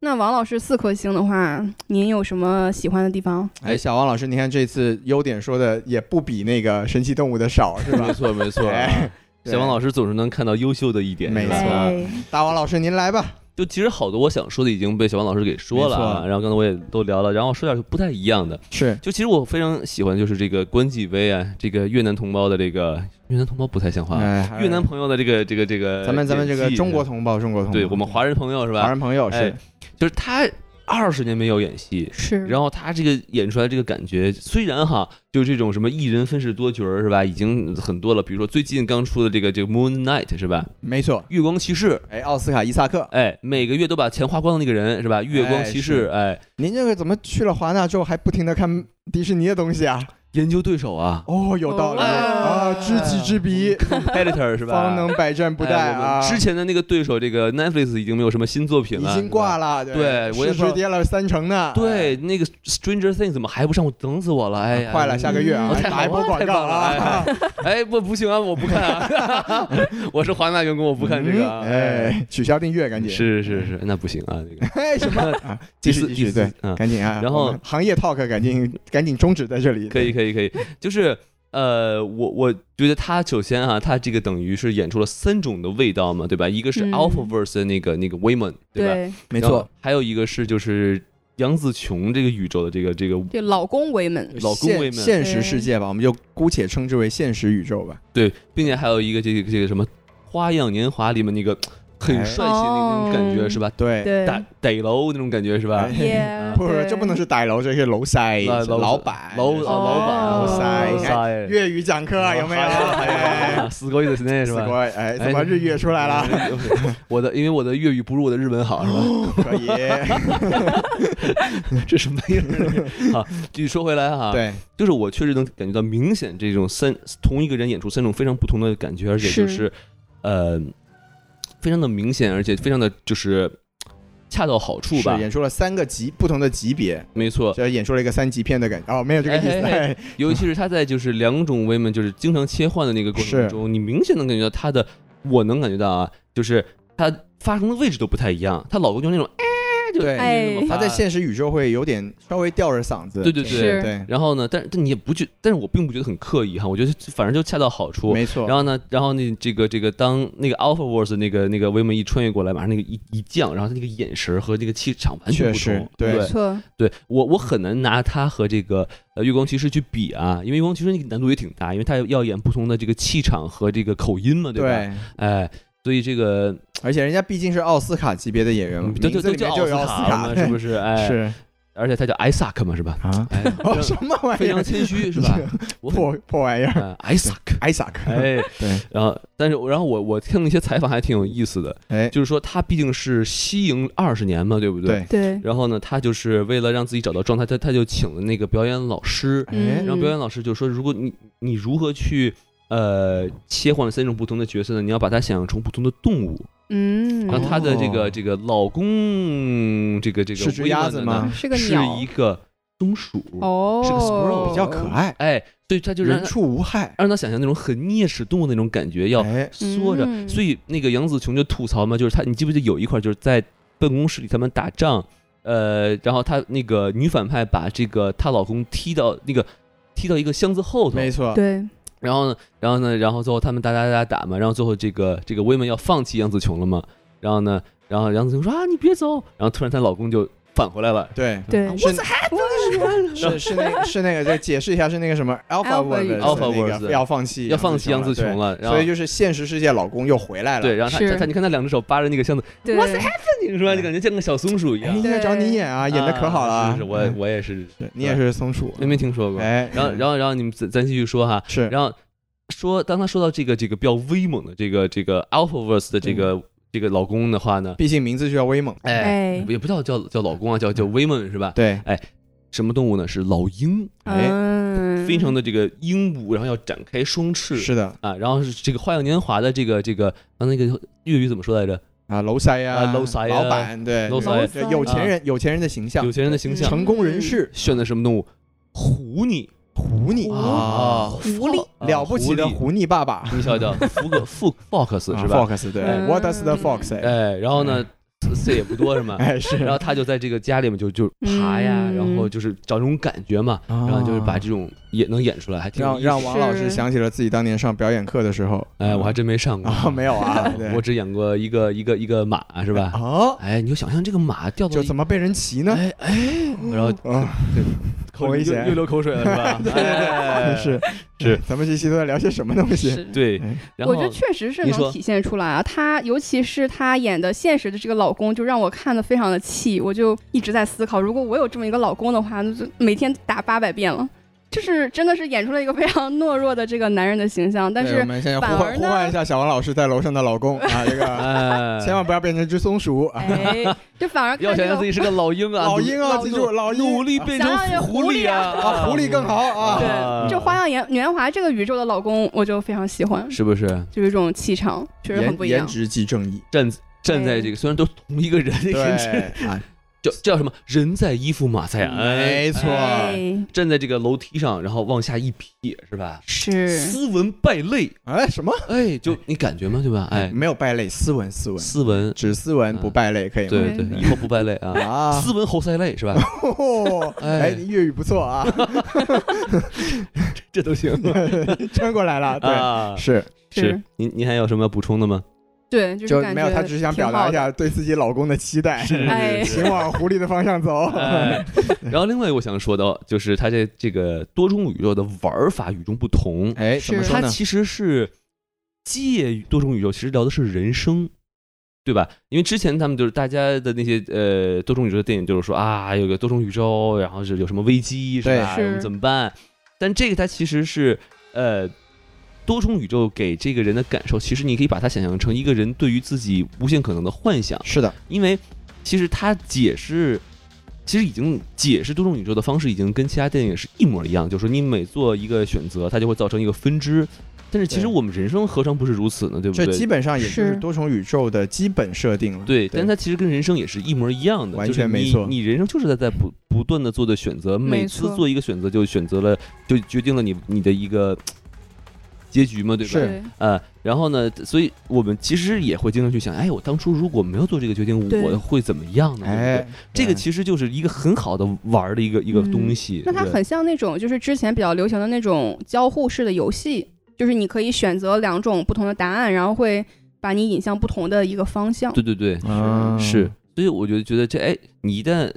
[SPEAKER 3] 那王老师四颗星的话，您有什么喜欢的地方？
[SPEAKER 1] 哎，小王老师，你看这次优点说的也不比那个神奇动物的少，是吧
[SPEAKER 2] [LAUGHS] 没？错儿没错儿。啊
[SPEAKER 1] 哎
[SPEAKER 2] 小王
[SPEAKER 1] 师，
[SPEAKER 2] 老师总是能看到优秀的一点，
[SPEAKER 1] 没
[SPEAKER 2] 是
[SPEAKER 1] 错
[SPEAKER 2] 吧
[SPEAKER 3] 哎
[SPEAKER 1] 大王老师您来
[SPEAKER 2] [LAUGHS]
[SPEAKER 1] 吧。
[SPEAKER 2] 就其实好多我想说的已经被小王老师给说了
[SPEAKER 1] 没
[SPEAKER 2] 啊，
[SPEAKER 1] 错
[SPEAKER 2] 然后刚才我也都聊了，然后说点不太一样的。
[SPEAKER 1] 是，
[SPEAKER 2] 就其实我非常喜欢就是这个关继威啊，这个越南同胞的这个越南同胞不太像话啊，
[SPEAKER 1] 哎，
[SPEAKER 2] 越南朋友的这个这个这个，
[SPEAKER 1] 咱们咱们这个
[SPEAKER 2] 演技
[SPEAKER 1] 中国同胞，中国同胞，
[SPEAKER 2] 对我们华人朋友是
[SPEAKER 1] 华
[SPEAKER 2] 吧？
[SPEAKER 1] 人朋友是
[SPEAKER 2] 哎就是他二十年没有演戏，
[SPEAKER 3] 是，
[SPEAKER 2] 然后他这个演出来这个感觉，虽然哈，就这种什么一人分饰多角儿是吧，已经很多了。比如说最近刚出的这个
[SPEAKER 1] 哎
[SPEAKER 2] 这个 Moon Knight 是吧，
[SPEAKER 1] 没错。
[SPEAKER 2] 月光骑士，
[SPEAKER 1] 哎，奥斯卡伊萨克，
[SPEAKER 2] 哎，每个月都把钱花光的那个人是吧？月光骑士，哎，
[SPEAKER 1] 您这个怎么去了华纳之后还不停的看迪士尼的东西啊？
[SPEAKER 2] 研究对手啊
[SPEAKER 1] 哦，有道理
[SPEAKER 3] 哦
[SPEAKER 1] 啊，知己知彼，
[SPEAKER 2] [LAUGHS] ，editor 嗯是吧？
[SPEAKER 1] 方能百战不
[SPEAKER 2] 哎
[SPEAKER 1] 殆
[SPEAKER 2] 我
[SPEAKER 1] 啊。
[SPEAKER 2] 们之前的那个对手，这个 Netflix 已经没有什么新作品
[SPEAKER 1] 已
[SPEAKER 2] 了，
[SPEAKER 1] 经挂
[SPEAKER 2] 了。
[SPEAKER 1] 了，
[SPEAKER 2] 对我也
[SPEAKER 1] 市
[SPEAKER 2] 不知道
[SPEAKER 1] 值跌了三成呢。
[SPEAKER 2] 对，那个 Stranger Things 怎么还不上？我等死我了！哎呀，
[SPEAKER 1] 坏了，下个月啊
[SPEAKER 2] 嗯，太
[SPEAKER 1] 打一
[SPEAKER 2] 好了
[SPEAKER 1] 波广
[SPEAKER 2] 太
[SPEAKER 1] 告
[SPEAKER 2] 棒了
[SPEAKER 1] 啊
[SPEAKER 2] 哎！哎，不不行啊，我不
[SPEAKER 1] [LAUGHS]
[SPEAKER 2] 看啊！ [LAUGHS] 我是华纳员工，我不看这个啊。
[SPEAKER 1] 嗯哎，取消订阅，赶紧。
[SPEAKER 2] 是是是，那不行啊，这个。
[SPEAKER 1] 哎，什么？啊 [LAUGHS] 继
[SPEAKER 2] 第
[SPEAKER 1] 续
[SPEAKER 2] 四
[SPEAKER 1] 继
[SPEAKER 2] 第
[SPEAKER 1] 续，
[SPEAKER 2] 四
[SPEAKER 1] 对，
[SPEAKER 2] 嗯，
[SPEAKER 1] 赶紧啊！
[SPEAKER 2] 然后
[SPEAKER 1] 我们行业 talk 赶紧赶紧终止在这里。
[SPEAKER 2] 可以可以可以，就是呃，我我觉得他首先啊，他这个等于是演出了三种的味道嘛，对吧？一个是
[SPEAKER 3] 嗯
[SPEAKER 2] Alpha Verse 的那个、那个 Women，对吧？
[SPEAKER 3] 对
[SPEAKER 1] 没
[SPEAKER 2] 然后，还有一个是就是杨紫琼这个宇宙的这个这个
[SPEAKER 3] 对老公为门，
[SPEAKER 2] 老公为
[SPEAKER 1] 现现
[SPEAKER 2] 们
[SPEAKER 1] 实世界吧，我们就姑且称之为现实宇宙吧。
[SPEAKER 2] 对，并且还有一个这个这个什么《花样年华》里面那个很
[SPEAKER 1] 哎
[SPEAKER 2] 帅气的那种感觉、
[SPEAKER 3] 哦
[SPEAKER 2] 是吧？
[SPEAKER 1] 对，
[SPEAKER 3] 对，
[SPEAKER 2] 逮逮楼那种感觉是吧？ [LAUGHS]
[SPEAKER 1] 哎
[SPEAKER 3] 耶，
[SPEAKER 1] 不是
[SPEAKER 3] 对，
[SPEAKER 1] 这不能是大楼，这是楼塞
[SPEAKER 2] 啊楼
[SPEAKER 1] 老板
[SPEAKER 2] 楼
[SPEAKER 1] 就是
[SPEAKER 2] 啊老板
[SPEAKER 1] 老塞
[SPEAKER 2] 老
[SPEAKER 1] 你看
[SPEAKER 2] 塞哎
[SPEAKER 1] 粤语讲课啊有没有？哦哎，
[SPEAKER 2] 四个月的时间是
[SPEAKER 1] 死
[SPEAKER 2] 吧？
[SPEAKER 1] 鬼，哎，怎么日语也出来了？
[SPEAKER 2] 哎。我的，因为我的粤语不如我的日文好，是吧？ [LAUGHS]
[SPEAKER 1] 可 [LAUGHS] 以，
[SPEAKER 2] 这什么玩意 [LAUGHS] 儿？啊，继续说回来哈、啊，，
[SPEAKER 1] 对，
[SPEAKER 2] 就是我确实能感觉到明显这种三同一个人演出三种非常不同的感觉，而且就是呃，非常的明显，而且非常的就是恰到好处吧
[SPEAKER 1] 是。演出了三个级不同的级别，
[SPEAKER 2] 没错，
[SPEAKER 1] 就演出了一个三级片的感觉。哦，没有这个意思，
[SPEAKER 2] 哎哎
[SPEAKER 1] 哎
[SPEAKER 2] 尤其是他在就是两种 women 就是经常切换的那个过程
[SPEAKER 1] 是
[SPEAKER 2] 中，你明显能感觉到他的，我能感觉到啊，就是他发声的位置都不太一样。她老公就是那种哎，就
[SPEAKER 1] 对
[SPEAKER 2] 哎
[SPEAKER 1] 他在现实宇宙会有点稍微吊着嗓子。
[SPEAKER 2] 对对
[SPEAKER 3] 是
[SPEAKER 2] 对。
[SPEAKER 1] 啊对，
[SPEAKER 2] 然后呢，但但你也不觉，但是我并不觉得很刻意哈，我觉得反正就恰到好处。
[SPEAKER 1] 没错。
[SPEAKER 2] 然后呢，然后那这个这个当那个 Alpha Wars 那个那个威猛一穿越过来，马上那个一一降，然后他那个眼神和那个气场完全不
[SPEAKER 1] 确
[SPEAKER 2] 同
[SPEAKER 1] 实。对
[SPEAKER 3] 没
[SPEAKER 2] 对
[SPEAKER 3] 错，
[SPEAKER 2] 对我我很难拿他和这个呃月光骑士去比啊，因为月光骑士那个难度也挺大，因为他要演不同的这个气场和这个口音嘛，吧？
[SPEAKER 1] 对，
[SPEAKER 2] 哎，所以这个
[SPEAKER 1] 而且人家毕竟是奥斯卡级别的演员嘛，
[SPEAKER 2] 嗯都
[SPEAKER 1] 名
[SPEAKER 2] 都
[SPEAKER 1] 字
[SPEAKER 2] 都
[SPEAKER 1] 里面
[SPEAKER 2] 叫
[SPEAKER 1] 就有
[SPEAKER 2] 奥
[SPEAKER 1] 奥
[SPEAKER 2] 斯
[SPEAKER 1] 斯
[SPEAKER 2] 卡嘛，是不
[SPEAKER 1] 是？
[SPEAKER 2] 是？哎，
[SPEAKER 1] 是
[SPEAKER 2] [LAUGHS] 而且他叫艾萨克嘛，是吧？
[SPEAKER 1] 啊，
[SPEAKER 2] 哎，
[SPEAKER 1] [LAUGHS] 哦，什么玩
[SPEAKER 2] 非
[SPEAKER 1] 意儿
[SPEAKER 2] 常？谦虚是
[SPEAKER 1] [LAUGHS]
[SPEAKER 2] 吧？我很
[SPEAKER 1] 破破玩意儿，
[SPEAKER 2] 呃艾萨克，
[SPEAKER 1] 艾萨克。
[SPEAKER 2] 哎，
[SPEAKER 1] 对，
[SPEAKER 2] 然后但是然后我我听了一些采访还挺有意思的，
[SPEAKER 1] 哎，
[SPEAKER 2] 就是说他毕竟是息影二十年嘛，对不对？
[SPEAKER 1] 对，
[SPEAKER 3] 对，
[SPEAKER 2] 然后呢，他就是为了让自己找到状态，他他就请了那个表演老师，
[SPEAKER 1] 哎
[SPEAKER 3] 嗯，
[SPEAKER 2] 然后表演老师就说，如果你你如何去呃切换三种不同的角色呢？你要把它想象成不同的动物。
[SPEAKER 3] 嗯，
[SPEAKER 2] 然后他的这个
[SPEAKER 1] 哦
[SPEAKER 2] 这个老公，这个这个
[SPEAKER 1] 是只
[SPEAKER 2] 威
[SPEAKER 1] 鸭
[SPEAKER 2] 曼
[SPEAKER 1] 子
[SPEAKER 2] 的
[SPEAKER 1] 吗
[SPEAKER 2] 呢？
[SPEAKER 3] 是个
[SPEAKER 2] 是
[SPEAKER 3] 鸟
[SPEAKER 2] 一个松鼠，
[SPEAKER 3] 哦，
[SPEAKER 2] 是个 squirrel，
[SPEAKER 1] 比较可，爱，
[SPEAKER 2] 哎，所以他就让
[SPEAKER 1] 人
[SPEAKER 2] 他
[SPEAKER 1] 畜无害。
[SPEAKER 2] 让他想象那种很啮齿动物那种感觉，要
[SPEAKER 1] 哎，
[SPEAKER 2] 缩着。
[SPEAKER 3] 嗯
[SPEAKER 2] 所以那个杨紫琼就吐槽嘛，就是他，你记不记得有一块就是在办公室里他们打仗，呃，然后她那个女反派把这个她老公踢到那个踢到一个箱子后头，
[SPEAKER 1] 没错，
[SPEAKER 3] 对，
[SPEAKER 2] 然后呢，然后呢，然后最后他们打打打打嘛，然后最后这个这个威门要放弃杨紫琼了嘛，然后呢，然后杨紫琼说啊你别走，然后突然她老公就返回来了，
[SPEAKER 1] 对。
[SPEAKER 3] 对
[SPEAKER 1] 是
[SPEAKER 2] 我操， [LAUGHS]
[SPEAKER 1] 是是那个是那个，再解释一下，是那个什么 Alpha
[SPEAKER 3] Alpha
[SPEAKER 1] Word
[SPEAKER 2] Alpha
[SPEAKER 1] 那
[SPEAKER 2] Wars
[SPEAKER 1] 个要放弃
[SPEAKER 2] 要放弃杨紫琼
[SPEAKER 1] 了，
[SPEAKER 2] 了，
[SPEAKER 1] 对
[SPEAKER 2] 然后
[SPEAKER 1] 所以就是现实世界老公又回来了，
[SPEAKER 2] 对，然后她
[SPEAKER 3] 是
[SPEAKER 2] 她她你看她两只手扒着那个箱子， [LAUGHS]
[SPEAKER 3] 对，
[SPEAKER 2] What's 你说就感觉像个小松鼠一
[SPEAKER 1] 哎，
[SPEAKER 2] 样
[SPEAKER 1] 应，该找你演啊，演的可好了
[SPEAKER 2] 啊
[SPEAKER 1] 啊，
[SPEAKER 2] 是是，我我也是，
[SPEAKER 1] 嗯你也是松鼠，
[SPEAKER 2] 没没听说过。
[SPEAKER 1] 哎，
[SPEAKER 2] 然后然后然后你们咱咱继续说哈，
[SPEAKER 1] 是
[SPEAKER 2] 然后说当他说到这个这个比较威猛的这个这个 Alphaverse 的这个这个老公的话呢，
[SPEAKER 1] 毕竟名字就叫威猛，
[SPEAKER 2] 嗯哎，
[SPEAKER 3] 哎
[SPEAKER 2] 也不叫叫叫老公啊，叫叫威猛是吧？
[SPEAKER 1] 对，
[SPEAKER 2] 什么动物呢？是老鹰，
[SPEAKER 1] 哎，
[SPEAKER 3] 嗯，
[SPEAKER 2] 非常的这个鹦鹉，然后要展开双翅
[SPEAKER 1] 是的，
[SPEAKER 2] 啊，然后是这个《花样年华》的这个这个啊那个粤语怎么说来着？
[SPEAKER 1] 啊，楼塞呀、
[SPEAKER 2] 啊楼塞呀
[SPEAKER 1] 老板对，
[SPEAKER 2] 楼塞
[SPEAKER 1] 这有钱人、有钱人的形象
[SPEAKER 2] 有，钱人的形象，
[SPEAKER 1] 成功人士，
[SPEAKER 2] 选的什么动物？狐狸
[SPEAKER 1] 狐狸
[SPEAKER 3] 狐
[SPEAKER 2] 啊，
[SPEAKER 3] 狐狸
[SPEAKER 2] 啊
[SPEAKER 1] 了不起的
[SPEAKER 2] 狐狸，
[SPEAKER 1] 狐狸爸爸
[SPEAKER 2] 你晓 [LAUGHS] 得福格啊福 fox 是吧？
[SPEAKER 1] ？Fox 对
[SPEAKER 3] 嗯
[SPEAKER 1] ，What does the fox say？
[SPEAKER 2] 哎，然后呢，岁也不多是吗？
[SPEAKER 1] [LAUGHS] 哎是， [LAUGHS]
[SPEAKER 2] 然后他就在这个家里面就就爬呀，
[SPEAKER 3] 嗯
[SPEAKER 2] 然后就是找这种感觉嘛，
[SPEAKER 1] 然
[SPEAKER 2] 然后就是把这种也能演出来，还挺有
[SPEAKER 1] 哦让
[SPEAKER 2] 意思。
[SPEAKER 1] 让王老师
[SPEAKER 3] 是
[SPEAKER 1] 想起了自己当年上表演课的时候，[LAUGHS]
[SPEAKER 2] 哎，我还真没上过
[SPEAKER 1] 啊没有
[SPEAKER 2] [LAUGHS]
[SPEAKER 1] 啊，对
[SPEAKER 2] 我只演过一个一个一个马是
[SPEAKER 1] [LAUGHS]
[SPEAKER 2] 吧？
[SPEAKER 1] 啊，
[SPEAKER 2] 哎，你就想象这个马掉到
[SPEAKER 1] 就
[SPEAKER 2] 一
[SPEAKER 1] 怎么被人骑呢？
[SPEAKER 2] 哎哎，然后
[SPEAKER 1] 啊，多
[SPEAKER 2] 口里
[SPEAKER 1] 危
[SPEAKER 2] 又
[SPEAKER 1] 险
[SPEAKER 2] 又流口水了是
[SPEAKER 1] [LAUGHS]
[SPEAKER 2] 吧？对对
[SPEAKER 1] 是
[SPEAKER 2] 哎是，
[SPEAKER 1] 咱们这期都在聊些什么东西？
[SPEAKER 2] 对
[SPEAKER 1] 哎，
[SPEAKER 2] 然后
[SPEAKER 3] 我觉得确实是
[SPEAKER 2] 你说
[SPEAKER 3] 能体现出来啊。她尤其是她演的现实的这个老公，就让我看的非常的气，我就一直在思考，如果我有这么一个老公的话，那就每天打八百遍了。就是真的是演出了一个非常 [LAUGHS] 懦弱的这个男人的形象，但
[SPEAKER 1] 对我
[SPEAKER 3] 是
[SPEAKER 1] 们现在
[SPEAKER 3] 反
[SPEAKER 1] 呼唤
[SPEAKER 3] 而
[SPEAKER 1] 呼
[SPEAKER 3] 呢
[SPEAKER 1] 唤一下小王老师在楼上的老公啊，这个
[SPEAKER 2] [LAUGHS]
[SPEAKER 1] [LAUGHS]
[SPEAKER 2] 哎，
[SPEAKER 1] 千万不要变成只松鼠啊，
[SPEAKER 3] 哎，就
[SPEAKER 1] [LAUGHS]
[SPEAKER 3] 反而
[SPEAKER 2] 要想
[SPEAKER 3] 看这
[SPEAKER 2] 让自
[SPEAKER 3] 个
[SPEAKER 2] 己是个老鹰啊，
[SPEAKER 1] 老鹰啊，
[SPEAKER 2] 努
[SPEAKER 1] 记住老
[SPEAKER 2] 努
[SPEAKER 1] 鹰
[SPEAKER 2] 力变
[SPEAKER 3] 想
[SPEAKER 2] 成
[SPEAKER 3] 要
[SPEAKER 2] 狐狸啊，
[SPEAKER 1] 啊，狐狸更好啊
[SPEAKER 3] 对，
[SPEAKER 2] 啊
[SPEAKER 3] 就花样年年华这个宇宙的老公，我就非常喜欢，
[SPEAKER 2] [LAUGHS] 是不是
[SPEAKER 3] 就有一种气场，确实很
[SPEAKER 1] 颜
[SPEAKER 3] 不一
[SPEAKER 1] 颜
[SPEAKER 3] 样。
[SPEAKER 1] 值即正义，
[SPEAKER 2] 站站在这个虽然都同一个人，但是
[SPEAKER 1] 对，啊
[SPEAKER 2] 叫叫什么人在衣服马在鞍，
[SPEAKER 1] 没错啊
[SPEAKER 2] 哎
[SPEAKER 3] 哎，
[SPEAKER 2] 站在这个楼梯上，然后往下一瞥，是吧？
[SPEAKER 3] 是
[SPEAKER 2] 斯文败 [LAUGHS] 类，
[SPEAKER 1] 哎什么？
[SPEAKER 2] 哎，就你感觉吗？对吧？哎，
[SPEAKER 1] 没有败类，斯文斯文，
[SPEAKER 2] 斯文，
[SPEAKER 1] 只斯文不败类，可以吗？
[SPEAKER 2] 嗯对对，
[SPEAKER 1] 嗯
[SPEAKER 2] 以后不败类啊。 [LAUGHS]
[SPEAKER 1] 啊，
[SPEAKER 2] 斯文猴赛类是吧？
[SPEAKER 1] 哦，哎，
[SPEAKER 2] [LAUGHS] 哎
[SPEAKER 1] 你粤语不错啊， [LAUGHS]
[SPEAKER 2] 这都行
[SPEAKER 1] 穿过来了，对，
[SPEAKER 2] [LAUGHS] 啊。
[SPEAKER 1] 是，
[SPEAKER 2] 是，您您还有什么要补充的吗？
[SPEAKER 3] 对，就
[SPEAKER 1] 就是
[SPEAKER 3] 感
[SPEAKER 1] 没有，
[SPEAKER 3] 觉
[SPEAKER 1] 他只是想
[SPEAKER 3] 挺
[SPEAKER 1] 表达
[SPEAKER 3] 好
[SPEAKER 1] 一下对自己老公的期待，
[SPEAKER 2] 是
[SPEAKER 1] [LAUGHS]
[SPEAKER 3] 哎
[SPEAKER 1] 请往狐狸的方向
[SPEAKER 2] [LAUGHS]
[SPEAKER 1] 走，
[SPEAKER 2] 哎，然后另外我想说的，哦就是它这这个多重宇宙的玩法与众不同，
[SPEAKER 1] 哎，
[SPEAKER 3] 怎么是说
[SPEAKER 2] 它其实是借多重宇宙，其实聊的是人生，对吧？因为之前他们就是大家的那些呃多重宇宙的电影，就是说啊有个多重宇宙，然后是有什么危机是吧？
[SPEAKER 3] 对
[SPEAKER 2] 我们
[SPEAKER 3] 是
[SPEAKER 2] 怎么办？但这个它其实是呃。多重宇宙给这个人的感受，其实你可以把它想象成一个人对于自己无限可能的幻想，
[SPEAKER 1] 是的，
[SPEAKER 2] 因为其实他解释，其实已经解释多重宇宙的方式已经跟其他电影是一模一样，就是说你每做一个选择，它就会造成一个分支。但是其实
[SPEAKER 1] 对
[SPEAKER 2] 我们人生何尝不是如此呢？对不
[SPEAKER 1] 这基
[SPEAKER 2] 对？
[SPEAKER 1] 本上也就是
[SPEAKER 3] 是
[SPEAKER 1] 多重宇宙的基本设定了，
[SPEAKER 2] 对，但它其实跟人生也是一模一样的，
[SPEAKER 1] 完
[SPEAKER 2] 就是
[SPEAKER 1] 全没
[SPEAKER 2] 你
[SPEAKER 1] 错
[SPEAKER 2] 你人生就是在在不不断的做的选择，每
[SPEAKER 3] 没错
[SPEAKER 2] 次做一个选择就选择了，就决定了你你的一个结局嘛，对吧？
[SPEAKER 1] 是
[SPEAKER 3] 对
[SPEAKER 2] 呃，然后呢，所以我们其实也会经常去想，哎，我当初如果没有做这个决定，
[SPEAKER 3] 对
[SPEAKER 2] 我会怎么样呢？对不对
[SPEAKER 1] 哎，
[SPEAKER 2] 这个其实就是一个很好的玩儿的一个一个
[SPEAKER 3] 嗯
[SPEAKER 2] 东西。
[SPEAKER 3] 那它
[SPEAKER 2] 对
[SPEAKER 3] 很像那种，就是之前比较流行的那种交互式的游戏，就是你可以选择两种不同的答案，然后会把你引向不同的一个方向。
[SPEAKER 2] 对对对，
[SPEAKER 1] 啊
[SPEAKER 2] 是。所以我觉得觉得这哎，你一旦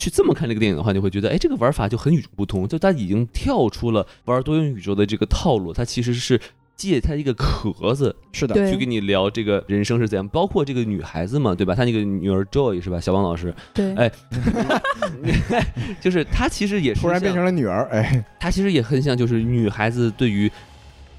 [SPEAKER 2] 去这么看这个电影的话，你会觉得哎，这个玩法就很与众不同，就它已经跳出了玩多元宇宙的这个套路，它其实是。借它一个壳子
[SPEAKER 1] 是的，
[SPEAKER 2] 去跟
[SPEAKER 3] 对
[SPEAKER 2] 你聊这个人生是怎样，包括这个女孩子嘛，对吧？她那个女儿 Joy 是吧？小王老师，
[SPEAKER 3] 对
[SPEAKER 2] 哎就是她其实也是
[SPEAKER 1] 突然
[SPEAKER 2] 像
[SPEAKER 1] 变成了女儿，哎，
[SPEAKER 2] 她其实也很像，就是女孩子对于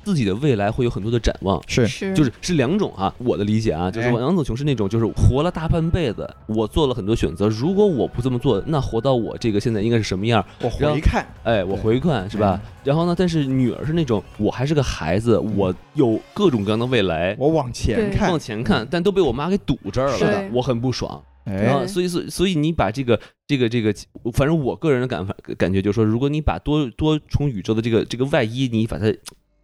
[SPEAKER 2] 自己的未来会有很多的展望，
[SPEAKER 1] 是
[SPEAKER 3] 是
[SPEAKER 2] 就是是两种啊，我的理解啊，就是
[SPEAKER 1] 嗯哎
[SPEAKER 2] 王子琼是那种，就是活了大半辈子，我做了很多选择，如果我不这么做，那活到我这个现在应该是什么样？
[SPEAKER 1] 我
[SPEAKER 2] 然后
[SPEAKER 1] 回看
[SPEAKER 2] 哎，我
[SPEAKER 1] 对哎
[SPEAKER 2] 回看是吧？？然后呢，但是女儿是那种，我还是个孩子，我有各种各样的未来
[SPEAKER 1] 哎，嗯我往前
[SPEAKER 3] 对
[SPEAKER 1] 看
[SPEAKER 2] 往，前看，但都被我妈给堵这儿
[SPEAKER 1] 是
[SPEAKER 2] 了
[SPEAKER 3] 的，
[SPEAKER 2] 我很不爽。然
[SPEAKER 1] 哎，
[SPEAKER 2] 后，所以，所以，所以你把这个，这个，这个，反正我个人的感感觉就是说，如果你把多多重宇宙的这个这个外衣，你把它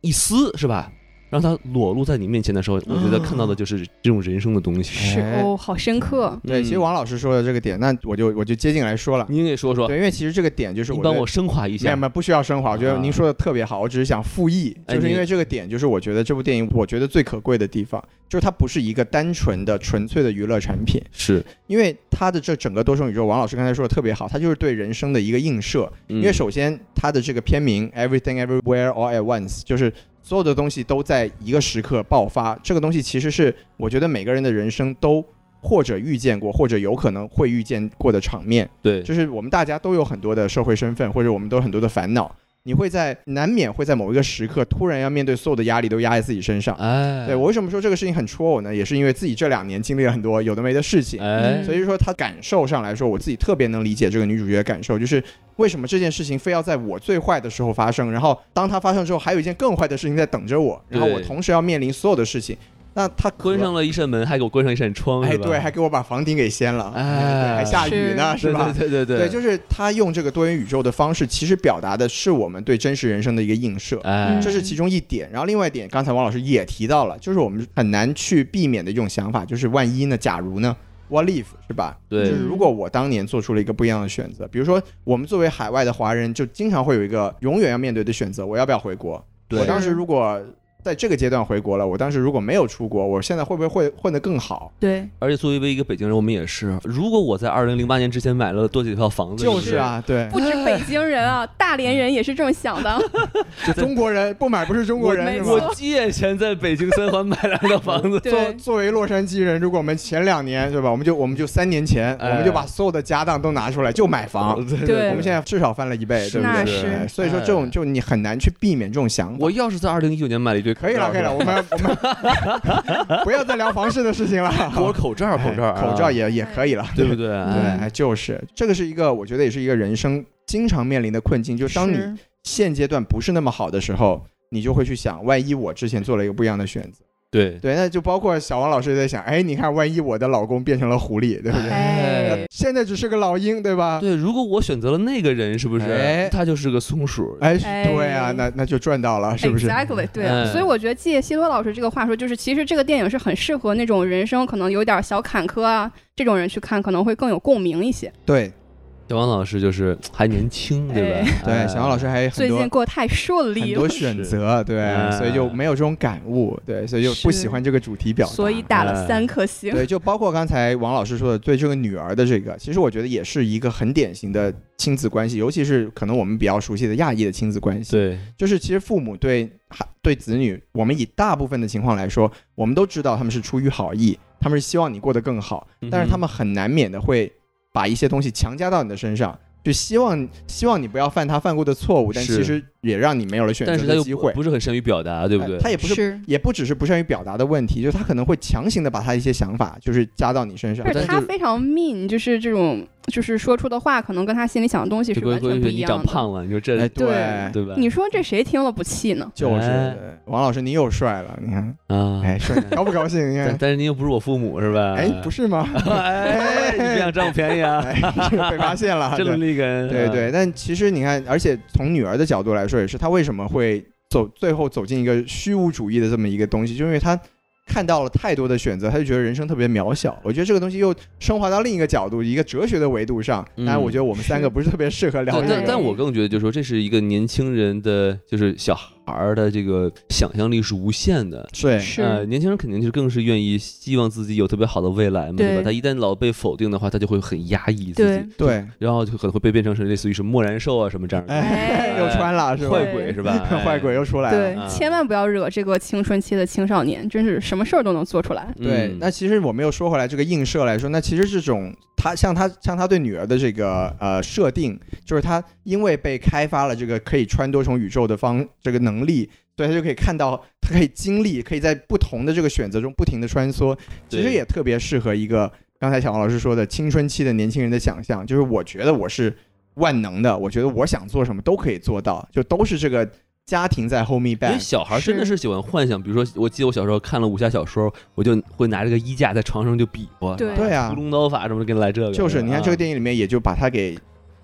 [SPEAKER 2] 一撕，是吧？让它裸露在你面前的时候，我觉得看到的就是这种人生的东西。
[SPEAKER 3] 是
[SPEAKER 1] 哦哎
[SPEAKER 3] 哦，好深刻。
[SPEAKER 2] 嗯
[SPEAKER 1] 对，其实王老师说的这个点，那我就我就接近来说了，
[SPEAKER 2] 您给说说，
[SPEAKER 1] 对，因为其实这个点就是
[SPEAKER 2] 你
[SPEAKER 1] 我
[SPEAKER 2] 帮
[SPEAKER 1] 觉得
[SPEAKER 2] 我升华一
[SPEAKER 1] 没有
[SPEAKER 2] 下。
[SPEAKER 1] 没有，不需要升华。我觉得
[SPEAKER 2] 啊
[SPEAKER 1] 您说的特别好，我只是想复议，
[SPEAKER 2] 哎
[SPEAKER 1] 就是因
[SPEAKER 2] 你
[SPEAKER 1] 为这个点，就是我觉得这部电影，我觉得最可贵的地方，就是它不是一个单纯的、纯粹的娱乐产品，
[SPEAKER 2] 是，
[SPEAKER 1] 因为它的这整个多重宇宙，王老师刚才说的特别好，它就是对人生的一个映射。
[SPEAKER 2] 因
[SPEAKER 1] 因为首先，它的这个片名 “Everything Everywhere All at Once”，就是所有的东西都在一个时刻爆发。这个东西其实是我觉得每个人的人生都或者遇见过，或者有可能会遇见过的场面。
[SPEAKER 2] 对，
[SPEAKER 1] 就是我们大家都有很多的社会身份，或者我们都有很多的烦恼，你会在难免会在某一个时刻突然要面对所有的压力都压在自己身上。
[SPEAKER 2] 哎，
[SPEAKER 1] 对我为什么说这个事情很戳我呢？也是因为自己这两年经历了很多有的没的事情，
[SPEAKER 2] 哎，
[SPEAKER 1] 嗯所以说他感受上来说，我自己特别能理解这个女主角的感受，就是为什么这件事情非要在我最坏的时候发生，然后当它发生之后，还有一件更坏的事情在等着我，然后我
[SPEAKER 2] 对
[SPEAKER 1] 同时要面临所有的事情。那他可
[SPEAKER 2] 关上了一扇门，还给我关上一扇窗，
[SPEAKER 1] 哎，
[SPEAKER 2] 是吧
[SPEAKER 1] 对，还给我把房顶给掀了，
[SPEAKER 2] 哎
[SPEAKER 1] 对还下雨呢，
[SPEAKER 2] 对
[SPEAKER 1] 是吧？
[SPEAKER 2] 对对对对，
[SPEAKER 1] 就是他用这个多元宇宙的方式，其实表达的是我们对真实人生的一个映射。
[SPEAKER 2] 哎，
[SPEAKER 1] 这是其中一点，然后另外一点，刚才王老师也提到了，就是我们很难去避免的一种想法，就是万一呢？假如呢？What if 是吧？
[SPEAKER 2] 对
[SPEAKER 1] 就是如果我当年做出了一个不一样的选择，比如说我们作为海外的华人，就经常会有一个永远要面对的选择：我要不要回国？
[SPEAKER 2] 对
[SPEAKER 1] 我当时如果在这个阶段回国了，我当时如果没有出国，我现在会不会会混得更好？
[SPEAKER 4] 对，
[SPEAKER 2] 而且作为一个北京人，我们也是，如果我在二零零八年之前买了多几套房子，
[SPEAKER 1] 就是是啊，对，
[SPEAKER 3] 不止北京人啊，大连人也是这么想
[SPEAKER 1] [LAUGHS]
[SPEAKER 3] 的。
[SPEAKER 1] 就中国人不买不是中国人
[SPEAKER 3] 没
[SPEAKER 1] 是吧
[SPEAKER 2] 不是，？
[SPEAKER 3] 错，
[SPEAKER 2] 我借钱在北京三环买了套房 [LAUGHS]
[SPEAKER 1] 作
[SPEAKER 2] 子
[SPEAKER 3] 对，
[SPEAKER 1] 作为洛杉矶人，如果我们前两年对吧，我们就我们就三年前，
[SPEAKER 2] 哎
[SPEAKER 1] 我们就把所有的家当都拿出来就买房，
[SPEAKER 2] [LAUGHS] 对对
[SPEAKER 3] 对
[SPEAKER 1] 我们现在至少翻了一倍，对不
[SPEAKER 3] 那
[SPEAKER 1] 对？
[SPEAKER 3] 是
[SPEAKER 1] 哎所以说这种就你很难去避免这种想法。
[SPEAKER 2] 我要是在二零一九年买了一堆，
[SPEAKER 1] 可以了，可以了，，我
[SPEAKER 2] [LAUGHS]
[SPEAKER 1] 们我们不要再聊房市的事情了。
[SPEAKER 2] 我口罩，口罩啊，
[SPEAKER 1] 哎口罩也也
[SPEAKER 3] 哎
[SPEAKER 1] 可以了，
[SPEAKER 2] 对不对？
[SPEAKER 1] 对，哎就是这个是一个，我觉得也是一个人生经常面临的困境，就当你
[SPEAKER 4] 是
[SPEAKER 1] 现阶段不是那么好的时候，你就会去想，万一我之前做了一个不一样的选择。
[SPEAKER 2] 对，
[SPEAKER 1] 对，那就包括小王老师也在想，哎，你看，万一我的老公变成了狐狸，对不对？
[SPEAKER 3] 哎
[SPEAKER 1] 那现在只是个老鹰，对吧？
[SPEAKER 2] 对，如果我选择了那个人，是不是
[SPEAKER 1] 哎
[SPEAKER 2] 他就是个松鼠？
[SPEAKER 1] 哎，
[SPEAKER 3] 哎
[SPEAKER 1] 对啊，那那就赚到了，是不是？哎
[SPEAKER 3] Exactly，对、
[SPEAKER 2] 嗯
[SPEAKER 3] 所以我觉得借希多老师这个话说，就是其实这个电影是很适合那种人生可能有点小坎坷啊这种人去看，可能会更有共鸣一些。
[SPEAKER 1] 对
[SPEAKER 2] 小王老师就是还年轻，对吧？哎
[SPEAKER 1] 对，小王老师还有很
[SPEAKER 3] 最近
[SPEAKER 1] 多
[SPEAKER 3] 过得太
[SPEAKER 1] 很
[SPEAKER 3] 顺利
[SPEAKER 1] 多
[SPEAKER 3] 了，
[SPEAKER 1] 选择，对
[SPEAKER 2] 嗯，
[SPEAKER 1] 所以就没有这种感悟，对，所以就是不喜欢这个主题表达。
[SPEAKER 3] 所以打
[SPEAKER 2] 哎
[SPEAKER 3] 了三颗星。
[SPEAKER 1] 对，就包括刚才王老师说的对这个女儿的这个，其实我觉得也是一个很典型的亲子关系，尤其是可能我们比较熟悉的亚裔的亲子关系。
[SPEAKER 2] 对，
[SPEAKER 1] 就是其实父母对孩对子女，我们以大部分的情况来说，我们都知道他们是出于好意，他们是希望你过得更好，
[SPEAKER 2] 嗯
[SPEAKER 1] 但是他们很难免的会把一些东西强加到你的身上，就希望希望你不要犯他犯过的错误，但
[SPEAKER 2] 是
[SPEAKER 1] 其实也让你没有了选
[SPEAKER 2] 但
[SPEAKER 1] 择
[SPEAKER 2] 是他
[SPEAKER 1] 的
[SPEAKER 2] 又
[SPEAKER 1] 机会，
[SPEAKER 2] 不是很善于表达，对不对
[SPEAKER 1] 哎？他也不是。
[SPEAKER 4] 是
[SPEAKER 1] 也不只是不善于表达的问题，就是他可能会强行的把他一些想法，就是加到你身上
[SPEAKER 3] 不。
[SPEAKER 2] 但
[SPEAKER 3] 是
[SPEAKER 2] 是
[SPEAKER 3] 他非常 mean，就是这种，就是说出的话，可能跟他心里想的东西
[SPEAKER 2] 就是规
[SPEAKER 3] 完
[SPEAKER 2] 规
[SPEAKER 3] 全不
[SPEAKER 2] 矩，
[SPEAKER 3] 一
[SPEAKER 2] 你
[SPEAKER 3] 样
[SPEAKER 2] 长
[SPEAKER 3] 的。
[SPEAKER 2] 胖了，你说这
[SPEAKER 1] 哎，
[SPEAKER 3] 对
[SPEAKER 2] 对吧？
[SPEAKER 3] 你说这谁听了不气呢？
[SPEAKER 1] 就是、
[SPEAKER 2] 哎
[SPEAKER 1] 王老师，你又帅了，你看，
[SPEAKER 2] 啊，
[SPEAKER 1] 哎，帅，高不高兴？你
[SPEAKER 2] [LAUGHS] 但
[SPEAKER 1] 看，
[SPEAKER 2] 但是您又不是我父母，是吧？
[SPEAKER 1] 哎，不
[SPEAKER 2] 是，
[SPEAKER 1] 是吗？ [LAUGHS]
[SPEAKER 2] 哎，你别想占我便宜啊，
[SPEAKER 1] 哎，被发现了，
[SPEAKER 2] [LAUGHS] 这
[SPEAKER 1] 对
[SPEAKER 2] 么立根，
[SPEAKER 1] 对对，但其实你看，而且从女儿的角度来说，也是她为什么会走最后走进一个虚无主义的这么一个东西，就因为她看到了太多的选择，她就觉得人生特别渺小。我觉得这个东西又升华到另一个角度，一个哲学的维度上。
[SPEAKER 2] 嗯
[SPEAKER 1] 当然，我觉得我们三个不是特别适合聊
[SPEAKER 2] 但
[SPEAKER 1] 这个。
[SPEAKER 2] 但但我更觉得，就是说，这是一个年轻人的，就是小孩儿的这个想象力是无限的。
[SPEAKER 1] 对
[SPEAKER 3] 是
[SPEAKER 2] 呃，年轻人肯定是更是愿意希望自己有特别好的未来嘛，
[SPEAKER 4] 对
[SPEAKER 2] 对吧？他一旦老被否定的话，他就会很压抑自
[SPEAKER 4] 对
[SPEAKER 2] 己，
[SPEAKER 1] 对，
[SPEAKER 2] 然后就可能会被变成是类似于什么漠然兽啊什么这样 [LAUGHS] 的
[SPEAKER 1] 哎，又穿了是吧？
[SPEAKER 2] 坏鬼是吧？哎
[SPEAKER 1] [LAUGHS] 坏鬼又出来了。
[SPEAKER 3] 对
[SPEAKER 2] 啊，
[SPEAKER 3] 千万不要惹这个青春期的青少年，真是什么事儿都能做出来。
[SPEAKER 1] 对，
[SPEAKER 2] 嗯
[SPEAKER 1] 那其实我们又说回来，这个映射来说，那其实这种他像他像他对女儿的这个呃设定，就是他因为被开发了这个可以穿多重宇宙的方这个能力，所以他就可以看到，他可以经历，可以在不同的这个选择中不停的穿梭，其实
[SPEAKER 2] 对
[SPEAKER 1] 也特别适合一个刚才小王老师说的青春期的年轻人的想象，就是我觉得我是万能的，我觉得我想做什么都可以做到，就都是这个家庭在 hold me
[SPEAKER 2] 因为
[SPEAKER 1] back。
[SPEAKER 2] 小孩真的是喜欢幻想，比如说，我记得我小时候看了武侠小说，我就会拿这个衣架在床上就比划，
[SPEAKER 3] 对
[SPEAKER 1] 对啊，
[SPEAKER 2] 屠龙刀法什么的，给你来这个，啊
[SPEAKER 1] 就是你看这个
[SPEAKER 2] 电
[SPEAKER 3] 嗯
[SPEAKER 1] 电影里面，也就把它给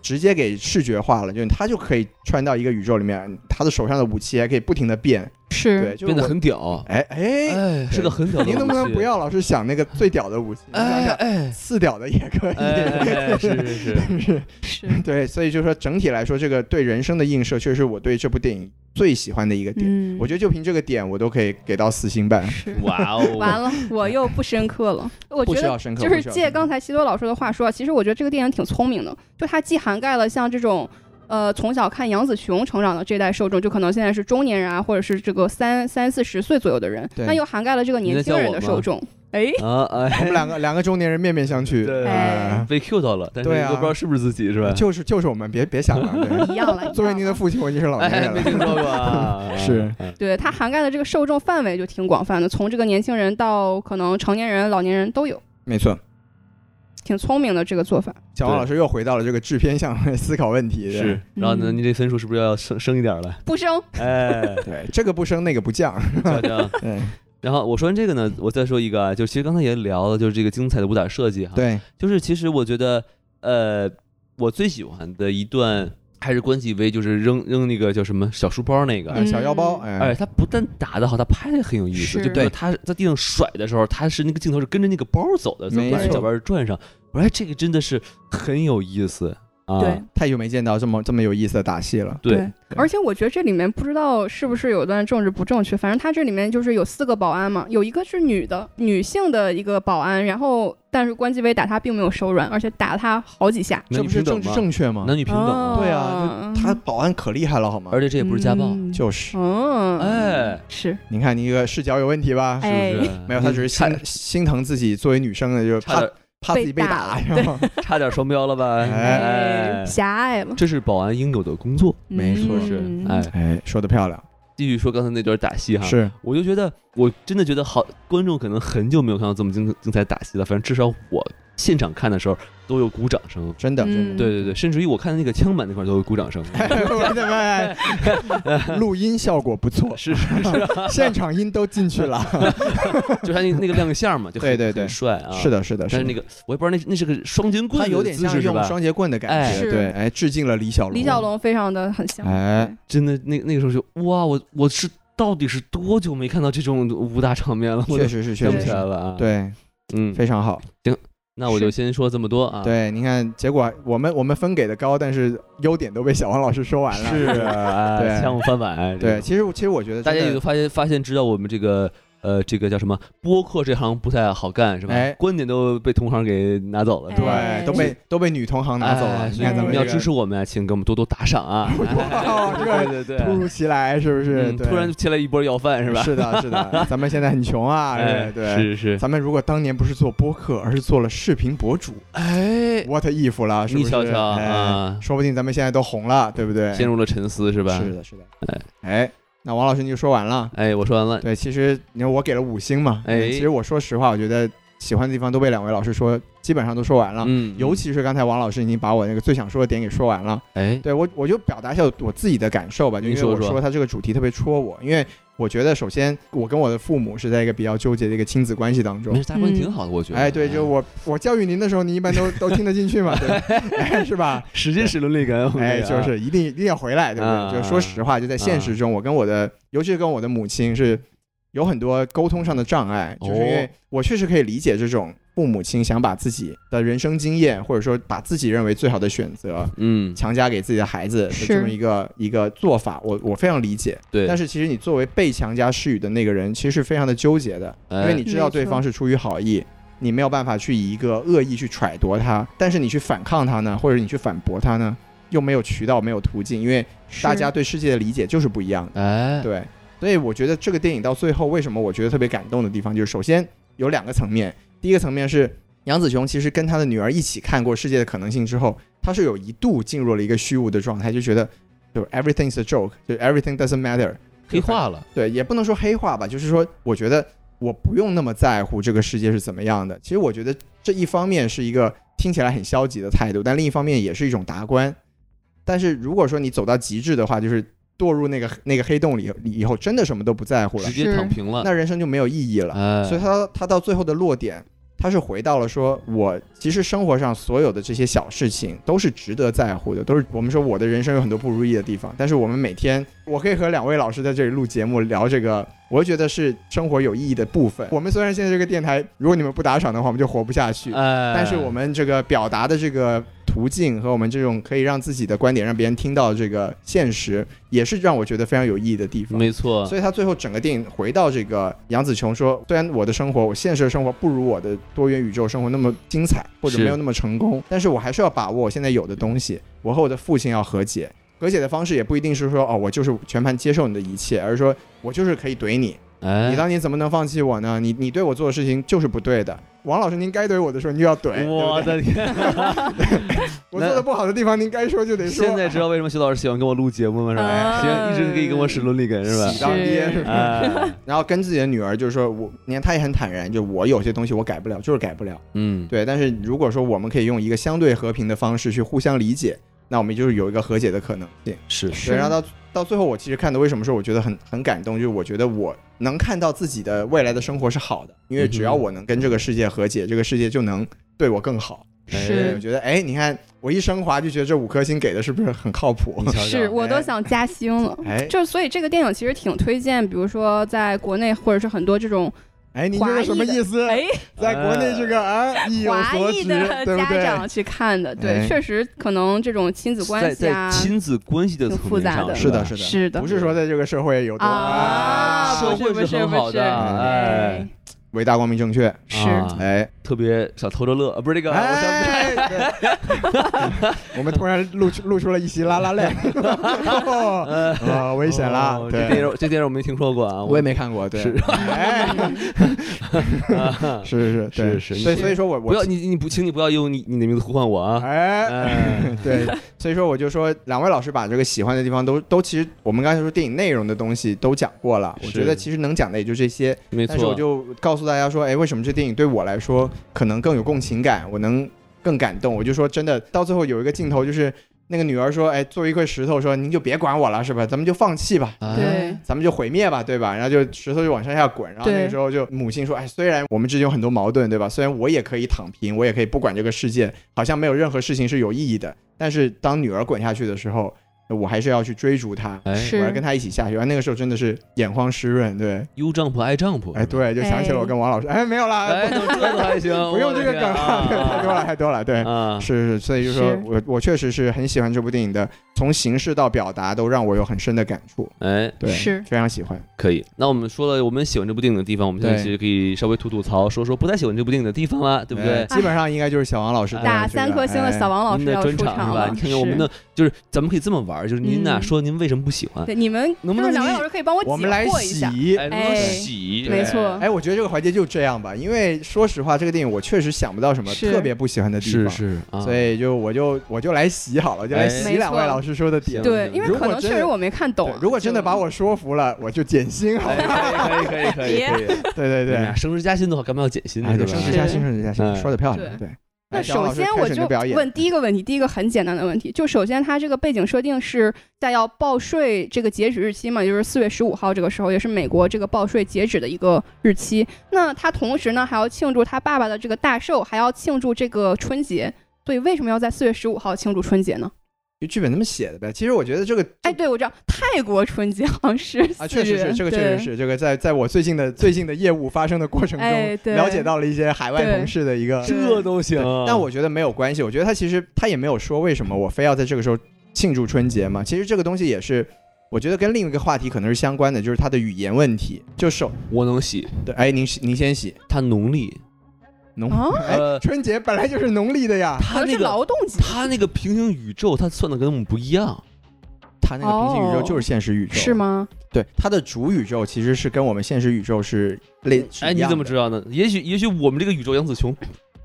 [SPEAKER 1] 直接给视觉化了，就是他就可以穿到一个宇宙里面，他的手上的武器还可以不停的变，对，
[SPEAKER 3] 是，
[SPEAKER 1] 就是
[SPEAKER 2] 变得
[SPEAKER 1] 我
[SPEAKER 2] 很屌，
[SPEAKER 1] 哎哎，
[SPEAKER 2] 哎，是个很屌的武器。
[SPEAKER 1] 您能不能不要老是想那个最屌的武器，你想
[SPEAKER 2] 哎
[SPEAKER 1] 想
[SPEAKER 2] 哎
[SPEAKER 1] 次屌的也
[SPEAKER 2] [LAUGHS]
[SPEAKER 1] 可以。
[SPEAKER 2] 哎，是是是，
[SPEAKER 3] 是，
[SPEAKER 1] 对，所以就是说整体来说，这个对人生的映射，确实我对这部电影最喜欢的一个点。
[SPEAKER 3] 嗯，
[SPEAKER 1] 我觉得就凭这个点，我都可以给到四星半。
[SPEAKER 3] 是。
[SPEAKER 2] [LAUGHS] 哇哦，
[SPEAKER 3] 完了，我又不深刻了。我
[SPEAKER 1] 不
[SPEAKER 3] 觉
[SPEAKER 1] 需
[SPEAKER 3] 得
[SPEAKER 1] 要深刻，
[SPEAKER 3] 就
[SPEAKER 1] 不
[SPEAKER 3] 是
[SPEAKER 1] 需要
[SPEAKER 3] 借
[SPEAKER 1] 深刻
[SPEAKER 3] 刚才西多老师的话说，其实我觉得这个电影挺聪明的，就它既涵盖了像这种。呃，从小看杨紫琼成长的这一代受众，就可能现在是中年人啊，或者是这个三三四十岁左右的人，
[SPEAKER 1] 对
[SPEAKER 3] 那又涵盖了这个年轻人的受众。哎，
[SPEAKER 2] 啊
[SPEAKER 1] 我
[SPEAKER 2] 哎，
[SPEAKER 1] 们两个两个中年人面面相觑，
[SPEAKER 2] 对
[SPEAKER 1] 哎
[SPEAKER 2] 被 Q 到了，但是
[SPEAKER 1] 对啊
[SPEAKER 2] 都不知道是不是自己是吧？
[SPEAKER 1] 就是就是我们别别想了。对
[SPEAKER 3] 一样了。一样了
[SPEAKER 1] [LAUGHS] 作为您的父亲，我已经是老年
[SPEAKER 2] [LAUGHS] 哎，
[SPEAKER 1] 人
[SPEAKER 2] 没
[SPEAKER 1] 了。
[SPEAKER 2] 听说过 [LAUGHS] 啊，
[SPEAKER 1] 是
[SPEAKER 2] 哎
[SPEAKER 3] 对它涵盖的这个受众范围就挺广泛的，从这个年轻人到可能成年人、老年人都有，
[SPEAKER 1] 没错，
[SPEAKER 3] 挺聪明的这个做法。
[SPEAKER 1] 小王
[SPEAKER 2] 对
[SPEAKER 1] 老师又回到了这个制片向思考问题。对
[SPEAKER 2] 是。然后呢，
[SPEAKER 3] 嗯
[SPEAKER 2] 你这分数是不是要升升一点了？
[SPEAKER 3] 不生
[SPEAKER 2] 哎，
[SPEAKER 1] 对，这个不升那个不降。
[SPEAKER 2] [LAUGHS]
[SPEAKER 1] 嗯
[SPEAKER 2] 娇娇，
[SPEAKER 1] 对，
[SPEAKER 2] 然后我说完这个呢，我再说一个啊，就其实刚才也聊了，就是这个精彩的武打设计哈。，
[SPEAKER 1] 对，
[SPEAKER 2] 就是其实我觉得，呃，我最喜欢的一段还是关继威，就是扔扔那个叫什么小书包那个。
[SPEAKER 1] 呃小腰包，
[SPEAKER 2] 哎，
[SPEAKER 1] 哎，
[SPEAKER 2] 他不但打得好，他拍的很有意思。
[SPEAKER 3] 是
[SPEAKER 2] 就比如他在地上甩的时候，他是那个镜头是跟着那个包走的，从
[SPEAKER 1] 没
[SPEAKER 2] 把
[SPEAKER 1] 错
[SPEAKER 2] 脚腕转上。我说哎，这个真的是很有意思啊！
[SPEAKER 3] 对
[SPEAKER 1] 太久没见到这么这么有意思的打戏了。
[SPEAKER 2] 对，
[SPEAKER 3] 而且我觉得这里面不知道是不是有段政治不正确，反正他这里面就是有四个保安嘛，有一个是女的，女性的一个保安，然后但是关继威打她并没有手软，而且打她好几下。
[SPEAKER 2] 男
[SPEAKER 1] 这
[SPEAKER 2] 女
[SPEAKER 1] 不是
[SPEAKER 2] 平
[SPEAKER 1] 政
[SPEAKER 2] 等
[SPEAKER 1] 治
[SPEAKER 2] 吗？
[SPEAKER 1] 正确吗？
[SPEAKER 2] 男女平等啊，
[SPEAKER 1] 对啊
[SPEAKER 3] 嗯
[SPEAKER 1] 他保安可厉害了，好吗
[SPEAKER 2] 而？且这也不是家暴，
[SPEAKER 3] 嗯
[SPEAKER 1] 就是，
[SPEAKER 3] 嗯，
[SPEAKER 2] 哎，
[SPEAKER 3] 是，
[SPEAKER 1] 你看你一个视角有问题吧？
[SPEAKER 3] 哎
[SPEAKER 2] 是
[SPEAKER 1] [LAUGHS]
[SPEAKER 2] 不是？
[SPEAKER 1] 没有，他只是
[SPEAKER 2] 差
[SPEAKER 1] 心心疼自己作为女生的，就是
[SPEAKER 2] 差
[SPEAKER 1] 怕
[SPEAKER 2] 点
[SPEAKER 1] 怕自己被
[SPEAKER 3] 被
[SPEAKER 1] 打，
[SPEAKER 3] 打
[SPEAKER 1] 然后
[SPEAKER 2] 差点双标了吧？
[SPEAKER 1] 哎
[SPEAKER 2] 哎，
[SPEAKER 3] 狭隘了，
[SPEAKER 2] 这是保安应有的工作，
[SPEAKER 1] 没错
[SPEAKER 2] 是
[SPEAKER 3] 嗯
[SPEAKER 2] 哎，
[SPEAKER 1] [LAUGHS] 哎，说的漂亮，
[SPEAKER 2] 继续说刚才那段打戏哈，
[SPEAKER 1] 是
[SPEAKER 2] 我就觉得我真的觉得好，观众可能很久没有看到这么精精彩打戏了，反正至少我现场看的时候都有鼓掌声。
[SPEAKER 1] 真的，真
[SPEAKER 3] 嗯
[SPEAKER 2] 对对对，甚至于我看那个枪版那块儿都有鼓掌 [LAUGHS] 声，
[SPEAKER 1] 的， [LAUGHS] 我的妈
[SPEAKER 2] [LAUGHS]
[SPEAKER 1] 呀，录音效果不错，
[SPEAKER 2] 是是是，
[SPEAKER 1] [LAUGHS] 现场音都进去了，
[SPEAKER 2] 就他那那个亮相嘛，就很
[SPEAKER 1] 对对对
[SPEAKER 2] 很帅
[SPEAKER 1] [LAUGHS]
[SPEAKER 2] 啊。
[SPEAKER 1] 是，的，是的，
[SPEAKER 2] 但是那
[SPEAKER 1] 个。
[SPEAKER 2] 个我也不知道那那是个双截棍
[SPEAKER 1] 他
[SPEAKER 2] 的姿势，
[SPEAKER 1] 有点像
[SPEAKER 2] 是
[SPEAKER 1] 用
[SPEAKER 2] 吧？
[SPEAKER 1] 双截棍的感
[SPEAKER 2] 哎
[SPEAKER 1] 觉，
[SPEAKER 3] 是
[SPEAKER 1] 对，哎，致敬了李小龙。
[SPEAKER 3] 李小，龙非常的很像，
[SPEAKER 1] 哎
[SPEAKER 2] 真的那那个时候就哇，我我是到底是多久没看到这种武打场面了？我都
[SPEAKER 1] 确实是，确
[SPEAKER 2] 想不
[SPEAKER 1] 实
[SPEAKER 2] 起来
[SPEAKER 1] 是，
[SPEAKER 2] 了啊。，
[SPEAKER 1] 对，
[SPEAKER 2] 嗯，
[SPEAKER 1] 非常好。
[SPEAKER 2] 那我就是先说这么多啊。
[SPEAKER 1] 对，你看，结果我们我们分给的高，但是优点都被小王老师说完了。
[SPEAKER 2] 是啊，
[SPEAKER 1] 对
[SPEAKER 2] 项目翻版，哎
[SPEAKER 1] [LAUGHS]
[SPEAKER 2] 这
[SPEAKER 1] 对，
[SPEAKER 2] 个
[SPEAKER 1] 其实我其实我觉得
[SPEAKER 2] 大家
[SPEAKER 1] 真的
[SPEAKER 2] 也发现发现知道我们这个呃这个叫什么播客这行不太好干是吧
[SPEAKER 1] 哎？
[SPEAKER 2] 观点都被同行给拿走了，
[SPEAKER 3] 哎
[SPEAKER 2] 是吧？
[SPEAKER 1] 对都被都被女同行拿走了。
[SPEAKER 2] 哎
[SPEAKER 1] 你
[SPEAKER 2] 所以
[SPEAKER 1] 看
[SPEAKER 2] 你
[SPEAKER 1] 咱们
[SPEAKER 2] 们要
[SPEAKER 1] 这个
[SPEAKER 2] 支持我们啊，请给我们多多打
[SPEAKER 1] [LAUGHS]
[SPEAKER 2] 赏啊！
[SPEAKER 1] 哇这个
[SPEAKER 2] 对对
[SPEAKER 1] 突
[SPEAKER 2] 对
[SPEAKER 1] 如其来，是不是？
[SPEAKER 2] 嗯
[SPEAKER 1] 对
[SPEAKER 2] 突然起来一波要饭是吧？
[SPEAKER 1] 是的，是
[SPEAKER 2] [LAUGHS]
[SPEAKER 1] 的，咱们现在很穷啊，
[SPEAKER 2] 哎
[SPEAKER 1] 对对。
[SPEAKER 2] 是是，
[SPEAKER 1] 咱们如果当年不是做播客，而是做了视频博主
[SPEAKER 2] 哎，
[SPEAKER 1] ，what if 了，是不
[SPEAKER 2] 你
[SPEAKER 1] 是？
[SPEAKER 2] 瞧瞧
[SPEAKER 1] 哎
[SPEAKER 2] 啊
[SPEAKER 1] 说不定咱们现在都红了，对不对？
[SPEAKER 2] 陷入了沉思是吧？
[SPEAKER 1] 是的，是的。哎，那王老师你就说完了。
[SPEAKER 2] 哎，我说完了，
[SPEAKER 1] 对，其实你看我给了五星嘛，嗯
[SPEAKER 2] 哎
[SPEAKER 1] 其实我说实话，我觉得喜欢的地方都被两位老师说，基本上都说完了。
[SPEAKER 2] 嗯，
[SPEAKER 1] 啊尤其是刚才王老师已经把我那个最想说的点给说完了，
[SPEAKER 2] 哎，
[SPEAKER 1] 对我我就表达一下我自己的感受吧，就
[SPEAKER 2] 您
[SPEAKER 1] 因为我
[SPEAKER 2] 说说
[SPEAKER 1] 说他这个主题特别戳我，因为我觉得首先我跟我的父母是在一个比较纠结的一个亲子关系当
[SPEAKER 2] 没
[SPEAKER 1] 中
[SPEAKER 2] 事，，大家关系
[SPEAKER 3] 嗯
[SPEAKER 2] 挺好的，我觉得。
[SPEAKER 1] 哎，对，就我我教育您的时候，您一般都 [LAUGHS] 都听得进
[SPEAKER 2] [LAUGHS]
[SPEAKER 1] 去嘛，对，哎是吧？
[SPEAKER 2] 使劲使伦理感，我们
[SPEAKER 1] 哎，
[SPEAKER 2] 这个
[SPEAKER 1] 就
[SPEAKER 2] 啊
[SPEAKER 1] 是一定一定要回来，对不
[SPEAKER 2] 啊
[SPEAKER 1] 对？就说实话，就在现实中，我跟我的，尤其是跟我的母亲是有很多沟通上的障碍，就是因
[SPEAKER 2] 哦
[SPEAKER 1] 为我确实可以理解这种父母亲想把自己的人生经验，或者说把自己认为最好的选择，
[SPEAKER 2] 嗯，
[SPEAKER 1] 强加给自己的孩子的
[SPEAKER 3] 是
[SPEAKER 1] 这么一个一个做法，我我非常理解。
[SPEAKER 2] 对，
[SPEAKER 1] 但是其实你作为被强加施予的那个人，其实是非常的纠结的，因为
[SPEAKER 2] 哎
[SPEAKER 1] 你知道对方是出于好意，你没有办法去以一个恶意去揣度他，但是你去反抗他呢，或者你去反驳他呢，又没有渠道，没有途径，因为大家对世界的理解就是不一样的。
[SPEAKER 2] 哎，
[SPEAKER 1] 对，所以我觉得这个电影到最后，为什么我觉得特别感动的地方，就是首先有两个层面，第一个层面是杨紫琼其实跟她的女儿一起看过《世界的可能性》之后，她是有一度进入了一个虚无的状态，就觉得就是 everything's a joke，就是 everything doesn't matter，
[SPEAKER 2] 哎黑化了，
[SPEAKER 1] 对，也不能说黑化吧，就是说，我觉得我不用那么在乎这个世界是怎么样的。其实我觉得这一方面是一个听起来很消极的态度，但另一方面也是一种达观。但是如果说你走到极致的话，就是堕入那个那个黑洞里里以后，真的什么都不在乎了
[SPEAKER 2] 直，接
[SPEAKER 3] 是
[SPEAKER 2] 躺平了，
[SPEAKER 1] 那人生就没有意义了。
[SPEAKER 2] 哎，
[SPEAKER 1] 所以他他到最后的落点，他是回到了说，我其实生活上所有的这些小事情都是值得在乎的，都是我们说我的人生有很多不如意的地方，但是我们每天，我可以和两位老师在这里录节目聊这个，我觉得是生活有意义的部分。我们虽然现在这个电台，如果你们不打赏的话，我们就活不下去，
[SPEAKER 2] 哎，
[SPEAKER 1] 但是我们这个表达的这个途径和我们这种可以让自己的观点让别人听到这个现实，也是让我觉得非常有意义的地方。
[SPEAKER 2] 没错，
[SPEAKER 1] 所以他最后整个电影回到这个杨紫琼说，虽然我的生活，我现实的生活不如我的多元宇宙生活那么精彩，或者
[SPEAKER 2] 是
[SPEAKER 1] 没有那么成功，但是我还是要把握我现在有的东西，我和我的父亲要和解。和解的方式也不一定是说哦，我就是全盘接受你的一切，而是说我就是可以怼你，
[SPEAKER 2] 哎，
[SPEAKER 1] 你当年怎么能放弃我呢？你你对我做的事情就是不对的。王老师，您该怼我的时候，您就要怼。对不
[SPEAKER 2] 我
[SPEAKER 1] 对
[SPEAKER 2] 的天！
[SPEAKER 1] 我做的不好的地方，您该说就得说。[LAUGHS]
[SPEAKER 2] 现在知道为什么徐老师喜欢跟我录节目吗？是吧？
[SPEAKER 3] 哎
[SPEAKER 2] 喜欢一直可以跟我使伦理梗是吧？
[SPEAKER 1] 喜当爹
[SPEAKER 3] 是
[SPEAKER 1] 是吧？
[SPEAKER 2] 哎，
[SPEAKER 1] 然后跟自己的女儿就是说，我，你看她也很坦然，就我有些东西我改不了，就是改不了。
[SPEAKER 2] 嗯，
[SPEAKER 1] 对，但是如果说我们可以用一个相对和平的方式去互相理解，那我们就是有一个和解的可能性。
[SPEAKER 2] 是
[SPEAKER 3] 是
[SPEAKER 1] 对，然后到到最后，我其实看的为什么说我觉得很很感动，就是我觉得我能看到自己的未来的生活是好的，因为只要
[SPEAKER 2] 嗯哼
[SPEAKER 1] 我能跟这个世界和解，这个世界就能对我更好。对，我
[SPEAKER 3] 是
[SPEAKER 1] 觉得哎，你看我一升华就觉得这五颗星给的是不是很靠谱
[SPEAKER 2] 你？
[SPEAKER 3] [LAUGHS]
[SPEAKER 2] 瞧瞧，
[SPEAKER 3] 是，我都
[SPEAKER 1] 哎
[SPEAKER 3] 想加星了。
[SPEAKER 1] 哎
[SPEAKER 3] 就是所以这个电影其实挺推荐，比如说在国内或者是很多这种
[SPEAKER 1] 哎，您这是什么意思？
[SPEAKER 3] 哎
[SPEAKER 1] 在国内这个啊意有
[SPEAKER 3] 华
[SPEAKER 1] 所
[SPEAKER 3] 裔
[SPEAKER 1] 指，
[SPEAKER 3] [LAUGHS] 的
[SPEAKER 1] 对不
[SPEAKER 3] 家
[SPEAKER 1] 对？
[SPEAKER 3] 长去看的，对，
[SPEAKER 1] 哎
[SPEAKER 3] 确实可能这种亲子关
[SPEAKER 2] 在
[SPEAKER 3] 系啊
[SPEAKER 2] 在，亲子关系的
[SPEAKER 3] 挺
[SPEAKER 2] 层
[SPEAKER 3] 复
[SPEAKER 2] 面
[SPEAKER 3] 杂
[SPEAKER 2] 上
[SPEAKER 3] 的
[SPEAKER 1] 是
[SPEAKER 2] 吧
[SPEAKER 1] 的，是的，
[SPEAKER 3] 是的
[SPEAKER 1] 不是说在这个社会有多
[SPEAKER 3] 啊，
[SPEAKER 2] 社
[SPEAKER 3] 不
[SPEAKER 2] 会
[SPEAKER 3] 是不
[SPEAKER 2] 是
[SPEAKER 3] 是
[SPEAKER 2] 很好
[SPEAKER 3] 不是，
[SPEAKER 2] 的
[SPEAKER 3] 哎
[SPEAKER 2] 哎，
[SPEAKER 1] 伟大光明正确？
[SPEAKER 3] 是
[SPEAKER 2] 啊
[SPEAKER 1] 哎，
[SPEAKER 2] 特别想偷着乐，啊不是这个，我想
[SPEAKER 1] 哎，对
[SPEAKER 2] [LAUGHS]
[SPEAKER 1] 我们突然露出露出了一席拉拉泪，
[SPEAKER 2] 呃
[SPEAKER 1] 啊，危险啦
[SPEAKER 2] 哦！这电
[SPEAKER 1] 对，
[SPEAKER 2] 影这电影我没听说过啊，
[SPEAKER 1] 我也没看过，对，
[SPEAKER 2] 是 [LAUGHS]
[SPEAKER 1] 哎，
[SPEAKER 2] 啊
[SPEAKER 1] 是是对
[SPEAKER 2] 是是
[SPEAKER 1] 所以
[SPEAKER 3] 是
[SPEAKER 1] 所以说我
[SPEAKER 2] 不要
[SPEAKER 1] 我
[SPEAKER 2] 你你不，请你不要用你你的名字呼唤我啊，
[SPEAKER 1] 哎。
[SPEAKER 2] 哎，
[SPEAKER 1] [LAUGHS] 对，所以说我就说，两位老师把这个喜欢的地方都都，其实我们刚才说电影内容的东西都讲过了，我
[SPEAKER 2] 是
[SPEAKER 1] 觉得其实能讲的也就这些。
[SPEAKER 2] 没
[SPEAKER 1] 哎但是我
[SPEAKER 2] 错，
[SPEAKER 1] 就告诉大家说，哎，为什么这电影对我来说可能更有共情感，我能更感动。我就说真的，到最后有一个镜头就是那个女儿说，哎，作为一块石头说，您就别管我了，是吧？咱们就放弃吧。
[SPEAKER 2] 啊
[SPEAKER 3] 对，
[SPEAKER 1] 咱们就毁灭吧，对吧？然后就石头就往山下滚，然后那
[SPEAKER 3] 对
[SPEAKER 1] 个时候就母亲说：“哎，虽然我们之间有很多矛盾，对吧？虽然我也可以躺平，我也可以不管这个世界，好像没有任何事情是有意义的，但是当女儿滚下去的时候，我还是要去追逐她，
[SPEAKER 2] 哎，
[SPEAKER 1] 我
[SPEAKER 3] 是
[SPEAKER 1] 要跟她一起下去。”然后那个时候真的是眼眶湿润，对，
[SPEAKER 2] 优丈夫爱丈夫，
[SPEAKER 1] 哎，，对，就想起了我跟王老师，哎，没有啦，
[SPEAKER 2] 哎，能知道还行，
[SPEAKER 1] [LAUGHS] 不用这个梗了，对 [LAUGHS] 太多了，太多了，对。
[SPEAKER 2] 啊，
[SPEAKER 1] 是是，所以就说
[SPEAKER 3] 是
[SPEAKER 1] 我我确实是很喜欢这部电影的，从形式到表达都让我有很深的感触，
[SPEAKER 2] 哎，
[SPEAKER 1] 对，
[SPEAKER 3] 是
[SPEAKER 1] 非常喜欢。
[SPEAKER 2] 可以。那我们说了我们喜欢这部电影的地方，我们现在
[SPEAKER 1] 对
[SPEAKER 2] 其实可以稍微吐吐槽，说说不太喜欢这部电影的地方啦，对不对
[SPEAKER 1] 哎？基本上应该就是小王老师的
[SPEAKER 3] 啊打
[SPEAKER 1] 这个哎
[SPEAKER 3] 三颗星的小王老
[SPEAKER 2] 您
[SPEAKER 3] 师
[SPEAKER 2] 的
[SPEAKER 3] 要
[SPEAKER 2] 专
[SPEAKER 3] 出
[SPEAKER 2] 场
[SPEAKER 3] 场
[SPEAKER 2] 是吧？
[SPEAKER 3] 了，
[SPEAKER 2] 你看看我们的，就是咱们可以这么玩儿，就是您呐、
[SPEAKER 3] 嗯
[SPEAKER 2] 说您为什么不喜欢
[SPEAKER 3] 是，，对你们
[SPEAKER 2] 能不
[SPEAKER 3] 就是
[SPEAKER 2] 能
[SPEAKER 3] 两位
[SPEAKER 2] 理
[SPEAKER 3] 老师可以帮我
[SPEAKER 1] 哎我
[SPEAKER 3] 解
[SPEAKER 1] 们来
[SPEAKER 3] 惑一下？
[SPEAKER 1] 洗。
[SPEAKER 2] 哎，能
[SPEAKER 3] 哎
[SPEAKER 2] 不能洗？
[SPEAKER 3] 没错
[SPEAKER 1] 哎，我觉得这个环节就这样吧，因为说实话，这个电影我确实想不到什么
[SPEAKER 3] 是
[SPEAKER 1] 特别不喜欢的地
[SPEAKER 2] 是
[SPEAKER 1] 方，
[SPEAKER 2] 是啊，
[SPEAKER 1] 所以就我就我就来洗好了，就来
[SPEAKER 2] 哎
[SPEAKER 1] 洗
[SPEAKER 3] 没
[SPEAKER 1] 两位
[SPEAKER 3] 错
[SPEAKER 1] 老师说的点。
[SPEAKER 3] 对，因为
[SPEAKER 1] 如果
[SPEAKER 3] 可能
[SPEAKER 1] 真
[SPEAKER 3] 确实
[SPEAKER 1] 的
[SPEAKER 3] 我没看懂
[SPEAKER 1] 对
[SPEAKER 3] 啊。
[SPEAKER 1] 如果真的
[SPEAKER 3] 就
[SPEAKER 1] 把我说服了，我就减薪好
[SPEAKER 2] 哎
[SPEAKER 1] 了。
[SPEAKER 2] 可以可以可以可以可以，
[SPEAKER 1] 对对对
[SPEAKER 2] [LAUGHS] 哎，呀升职加薪的话，干嘛要减薪呢？
[SPEAKER 1] 哎，
[SPEAKER 2] 是
[SPEAKER 1] 对，
[SPEAKER 2] 吧
[SPEAKER 1] 升职加薪，
[SPEAKER 3] 是
[SPEAKER 1] 升职加薪，
[SPEAKER 2] 嗯
[SPEAKER 1] 说的漂亮。对，
[SPEAKER 3] 那
[SPEAKER 1] 来小王
[SPEAKER 3] 首
[SPEAKER 1] 哎老师
[SPEAKER 3] 先
[SPEAKER 1] 开
[SPEAKER 3] 我
[SPEAKER 1] 始你
[SPEAKER 3] 就
[SPEAKER 1] 的表演，嗯
[SPEAKER 3] 问第一个问题，第一个很简单的问题，就首先它这个背景设定是在要报税这个截止日期嘛，就是四月十五号这个时候，也是美国这个报税截止的一个日期。那他同时呢还要庆祝他爸爸的这个大寿，还要庆祝这个春节。所以为什么要在四月十五号庆祝春节呢？
[SPEAKER 1] 就剧本那么写的呗。其实我觉得这个
[SPEAKER 3] 哎，对，我知道泰国春节好像是
[SPEAKER 1] 啊，确实
[SPEAKER 3] 4月
[SPEAKER 1] 是这个，确实。是这个在在我最近的最近的业务发生的过程
[SPEAKER 3] 哎
[SPEAKER 1] 中，
[SPEAKER 3] 对
[SPEAKER 1] 了解到了一些海外
[SPEAKER 3] 对
[SPEAKER 1] 同事的一个
[SPEAKER 2] 这都行
[SPEAKER 1] 对。但我觉得没有关系，我觉得他其实他也没有说为什么我非要在这个时候庆祝春节嘛。其实这个东西也是，我觉得跟另一个话题可能是相关的，就是他的语言问题。就首
[SPEAKER 2] 我能洗，
[SPEAKER 1] 对，哎，您您先洗
[SPEAKER 2] 他农历，
[SPEAKER 1] 农，
[SPEAKER 3] 啊
[SPEAKER 1] 哎
[SPEAKER 2] 呃，
[SPEAKER 1] 春节本来就是农历的呀。
[SPEAKER 3] 对
[SPEAKER 2] 他
[SPEAKER 3] 可能
[SPEAKER 2] 那
[SPEAKER 3] 是
[SPEAKER 2] 个
[SPEAKER 3] 劳动节，
[SPEAKER 2] 他那个平行宇宙，他算的跟我们不一样。
[SPEAKER 1] 他那个平行宇宙
[SPEAKER 3] 哦
[SPEAKER 1] 就是现实宇宙，
[SPEAKER 3] 是？吗？
[SPEAKER 1] 对，他的主宇宙其实是跟我们现实宇宙是类。
[SPEAKER 2] 哎，你怎么知
[SPEAKER 1] 道？
[SPEAKER 2] 道呢？也许也许我们这个宇宙杨紫琼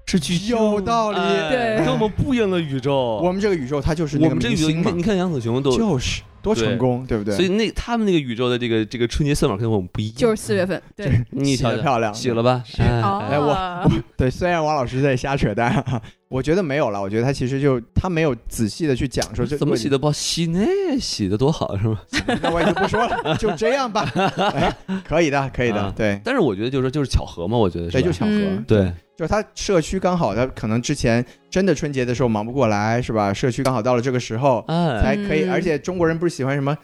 [SPEAKER 2] 是去哎
[SPEAKER 1] 有道理
[SPEAKER 3] 对
[SPEAKER 2] 跟我们不一样的宇宙。
[SPEAKER 1] 我们这个宇宙它就是
[SPEAKER 2] 我
[SPEAKER 1] 那个
[SPEAKER 2] 们这个
[SPEAKER 1] 明
[SPEAKER 2] 宇宙，
[SPEAKER 1] 星
[SPEAKER 2] 你
[SPEAKER 1] 嘛
[SPEAKER 2] 看，你看杨紫琼都
[SPEAKER 1] 就是多成功，对不对？
[SPEAKER 2] 所以那他们那个宇宙的这个这个春节算法跟我们不一样，
[SPEAKER 3] 就是四月份，对，
[SPEAKER 2] 你
[SPEAKER 1] 洗
[SPEAKER 2] 瞧
[SPEAKER 1] 的
[SPEAKER 2] 瞧，
[SPEAKER 1] 漂亮，
[SPEAKER 2] 洗了吧？哎
[SPEAKER 1] 哎
[SPEAKER 2] 哎，
[SPEAKER 1] 我
[SPEAKER 3] 哦
[SPEAKER 1] 对，虽然王老师在瞎扯淡， [LAUGHS] 我觉得没有了。我觉得他其实就他没有仔细的去讲
[SPEAKER 2] [LAUGHS]
[SPEAKER 1] 说这
[SPEAKER 2] 怎么洗的不好？洗那洗的多好是吗？
[SPEAKER 1] 那我也就不说
[SPEAKER 2] [LAUGHS]
[SPEAKER 1] 了，就这样吧。哎可以的，可以的，
[SPEAKER 2] 啊
[SPEAKER 1] 对，
[SPEAKER 2] 但是我觉得就是说就是巧合嘛，我觉得
[SPEAKER 1] 对，
[SPEAKER 2] 是吧
[SPEAKER 1] 就巧合。
[SPEAKER 3] 嗯
[SPEAKER 2] 对，
[SPEAKER 1] 就是他社区刚好，他可能之前真的春节的时候忙不过来，是吧？社区刚好到了这个时候
[SPEAKER 2] 哎，
[SPEAKER 1] 才可以，
[SPEAKER 3] 嗯
[SPEAKER 1] 而且中国人不是喜欢什么，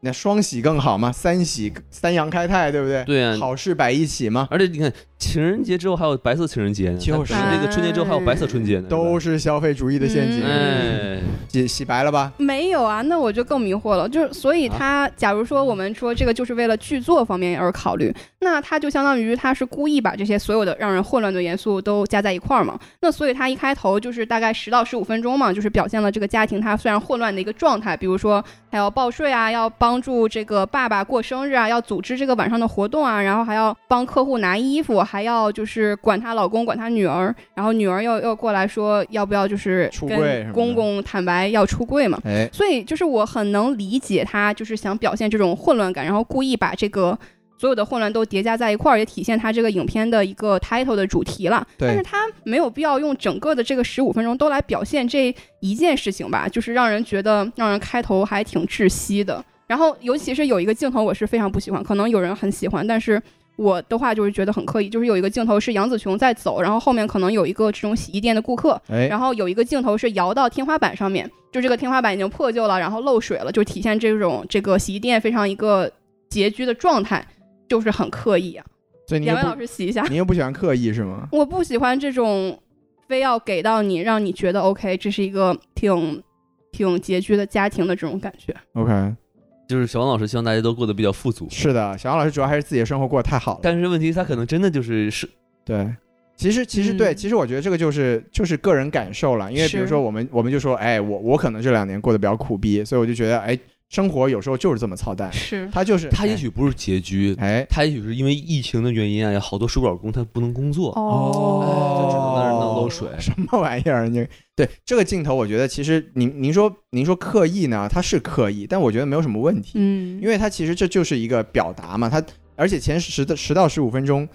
[SPEAKER 1] 那双喜更好吗？三喜三阳开泰，对不对？
[SPEAKER 2] 对啊。
[SPEAKER 1] 好事摆一起吗？
[SPEAKER 2] 而且你看，情人节之后还有白色情人节呢，
[SPEAKER 1] 就是
[SPEAKER 2] 还有这个春节之后还有白色春节呢，
[SPEAKER 1] 都
[SPEAKER 2] 是
[SPEAKER 1] 是消费主义的陷阱，
[SPEAKER 2] 吧哎，
[SPEAKER 1] 洗洗白了吧？
[SPEAKER 3] 没有啊，那我就更迷惑了。就是，所以
[SPEAKER 1] 啊
[SPEAKER 3] 他假如说我们说这个就是为了剧作方面而考虑，那他就相当于他是故意把这些所有的让人混乱的元素都加在一块儿嘛。那所以他一开头就是大概十到十五分钟嘛，就是表现了这个家庭他虽然混乱的一个状态，比如说他要报税啊，要帮助这个爸爸过生日啊，要组织这个晚上的活动啊，然后还要帮客户拿衣服，还要就是管她老公管她女儿，然后女儿又又过来说要不要就是
[SPEAKER 1] 出柜什么
[SPEAKER 3] 跟
[SPEAKER 1] 的
[SPEAKER 3] 公公坦白要出柜嘛。
[SPEAKER 1] 哎，
[SPEAKER 3] 所以就是我很能理解他，就是想表现这种混乱感，然后故意把这个所有的混乱都叠加在一块儿，也体现它这个影片的一个 title 的主题了。
[SPEAKER 1] 对
[SPEAKER 3] 但是它没有必要用整个的这个十五分钟都来表现这一件事情吧，就是让人觉得让人开头还挺窒息的。然后尤其是有一个镜头我是非常不喜欢，可能有人很喜欢，但是。我的话就是觉得很刻意，就是有一个镜头是杨紫琼在走，然后后面可能有一个这种洗衣店的顾客，
[SPEAKER 1] 哎，
[SPEAKER 3] 然后有一个镜头是摇到天花板上面，就这个天花板已经破旧了，然后漏水了，就体现这种这个洗衣店非常一个拮据的状态，就是很刻意啊。
[SPEAKER 1] 所以你又
[SPEAKER 3] 两位老
[SPEAKER 1] 不，
[SPEAKER 3] 师洗一下，
[SPEAKER 1] 你又不喜欢刻意是吗？
[SPEAKER 3] 我不喜欢这种非要给到你，让你觉得 OK，这是一个挺挺拮据的家庭的这种感觉。
[SPEAKER 1] OK，
[SPEAKER 2] 就是小王老师希望大家都过得比较富足，
[SPEAKER 1] 是的，小杨老师主要还是自己的生活过得太好了。
[SPEAKER 3] 嗯
[SPEAKER 2] 但是问题他可能真的就是是
[SPEAKER 1] 对，其实其实对，
[SPEAKER 3] 嗯
[SPEAKER 1] 其实我觉得这个就是就是个人感受了，因为比如
[SPEAKER 3] 是
[SPEAKER 1] 说我们我们就说，哎，我我可能这两年过得比较苦逼，所以我就觉得，哎，生活有时候就是这么操蛋，
[SPEAKER 3] 是，
[SPEAKER 1] 他就是
[SPEAKER 2] 他也许不是拮据，
[SPEAKER 1] 哎。哎
[SPEAKER 2] 他也许是因为疫情的原因啊，有好多水管工他不能工
[SPEAKER 1] 哦
[SPEAKER 2] 作，
[SPEAKER 3] 哦
[SPEAKER 2] 哎就只能在那儿弄漏水。
[SPEAKER 1] [LAUGHS] 什么玩意儿？你对这个镜头，我觉得其实您您说您说刻意呢，它是刻意，但我觉得没有什么问题，
[SPEAKER 3] 嗯，
[SPEAKER 1] 因为它其实这就是一个表达嘛。它而且前十的十到十五分钟，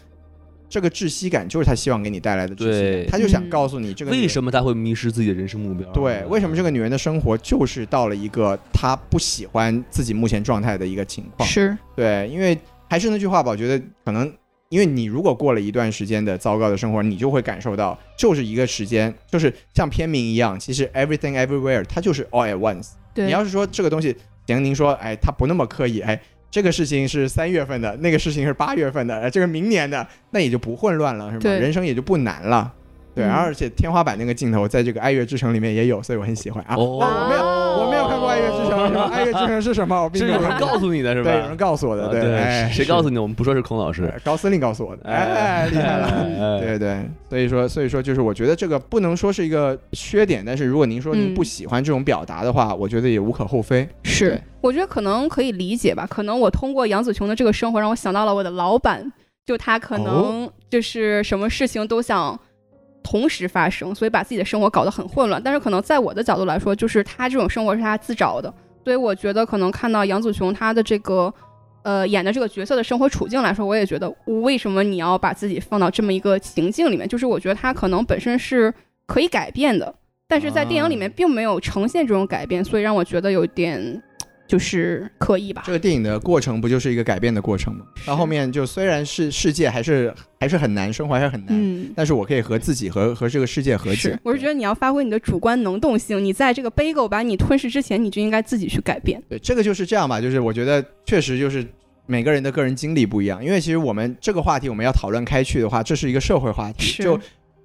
[SPEAKER 1] 这个窒息感就是他希望给你带来的窒息
[SPEAKER 2] 对
[SPEAKER 1] 感，他就想
[SPEAKER 3] 嗯
[SPEAKER 1] 告诉你这个女
[SPEAKER 2] 为
[SPEAKER 1] 人
[SPEAKER 2] 什么他会迷失自己的人生目标？
[SPEAKER 1] 对，为什么这个女人的生活就是到了一个她不喜欢自己目前状态的一个情况？
[SPEAKER 3] 是
[SPEAKER 1] 对，因为还是那句话吧，我觉得可能因为你如果过了一段时间的糟糕的生活，你就会感受到，就是一个时间，就是像片名一样，其实 everything everywhere 它就是 all at once。
[SPEAKER 3] 对，
[SPEAKER 1] 你要是说这个东西，行，您说，哎，它不那么刻意，哎。这个事情是三月份的，那个事情是八月份的，哎， [LAUGHS] 这个明年的，那也就不混乱了，是吗？
[SPEAKER 3] 对
[SPEAKER 1] 人生也就不难了，对。
[SPEAKER 3] 嗯
[SPEAKER 1] 而且天花板那个镜头在这个《爱乐之城》里面也有，所以我很喜欢啊。
[SPEAKER 2] 哦
[SPEAKER 1] 哇我没有，我没有看过《爱乐之城》是吧，《爱乐之城》是什么？我并
[SPEAKER 2] 是
[SPEAKER 1] 没有
[SPEAKER 2] 有
[SPEAKER 1] 看
[SPEAKER 2] 人
[SPEAKER 1] 过。
[SPEAKER 2] 告诉你的是吧？
[SPEAKER 1] 对，有人告诉我的，
[SPEAKER 2] 啊对，
[SPEAKER 1] 哎，
[SPEAKER 2] 谁告诉你的？我们不说是孔老师
[SPEAKER 1] 是，高司令告诉我的，哎，
[SPEAKER 2] 哎
[SPEAKER 1] 厉害了。
[SPEAKER 2] 哎
[SPEAKER 1] 对对，所以说，所以说，就是我觉得这个不能说是一个缺点，但是如果您说您
[SPEAKER 3] 嗯
[SPEAKER 1] 不喜欢这种表达的话，我觉得也无可厚非。
[SPEAKER 3] 是
[SPEAKER 1] 对，
[SPEAKER 3] 我觉得可能可以理解吧。可能我通过杨紫琼的这个生活，让我想到了我的老板，就他可能就是什么事情都想同时发生，所以把自己的生活搞得很混乱。但是可能在我的角度来说，就是他这种生活是他自找的，所以我觉得可能看到杨紫琼她的这个。呃，演的这个角色的生活处境来说，我也觉得，为什么你要把自己放到这么一个情境里面？就是我觉得他可能本身是可以改变的，但是在电影里面并没有呈现这种改变，所以让我觉得有点就是刻意吧
[SPEAKER 1] 这。个电影的过程不就是一个改变的过程吗？到后面就虽然是世界还是还是很难，生活还是很难，
[SPEAKER 3] 嗯，
[SPEAKER 1] 但是我可以和自己和和这个世界和解
[SPEAKER 3] 是。，我是觉得你要发挥你的主观能动性，你在这个 bagel 把你吞噬之前，你就应该自己去改变。
[SPEAKER 1] 对，这个就是这样吧，就是我觉得确实就是每个人的个人经历不一样，因为其实我们这个话题我们要讨论开去的话，这是一个社会话题，
[SPEAKER 3] 是
[SPEAKER 1] 就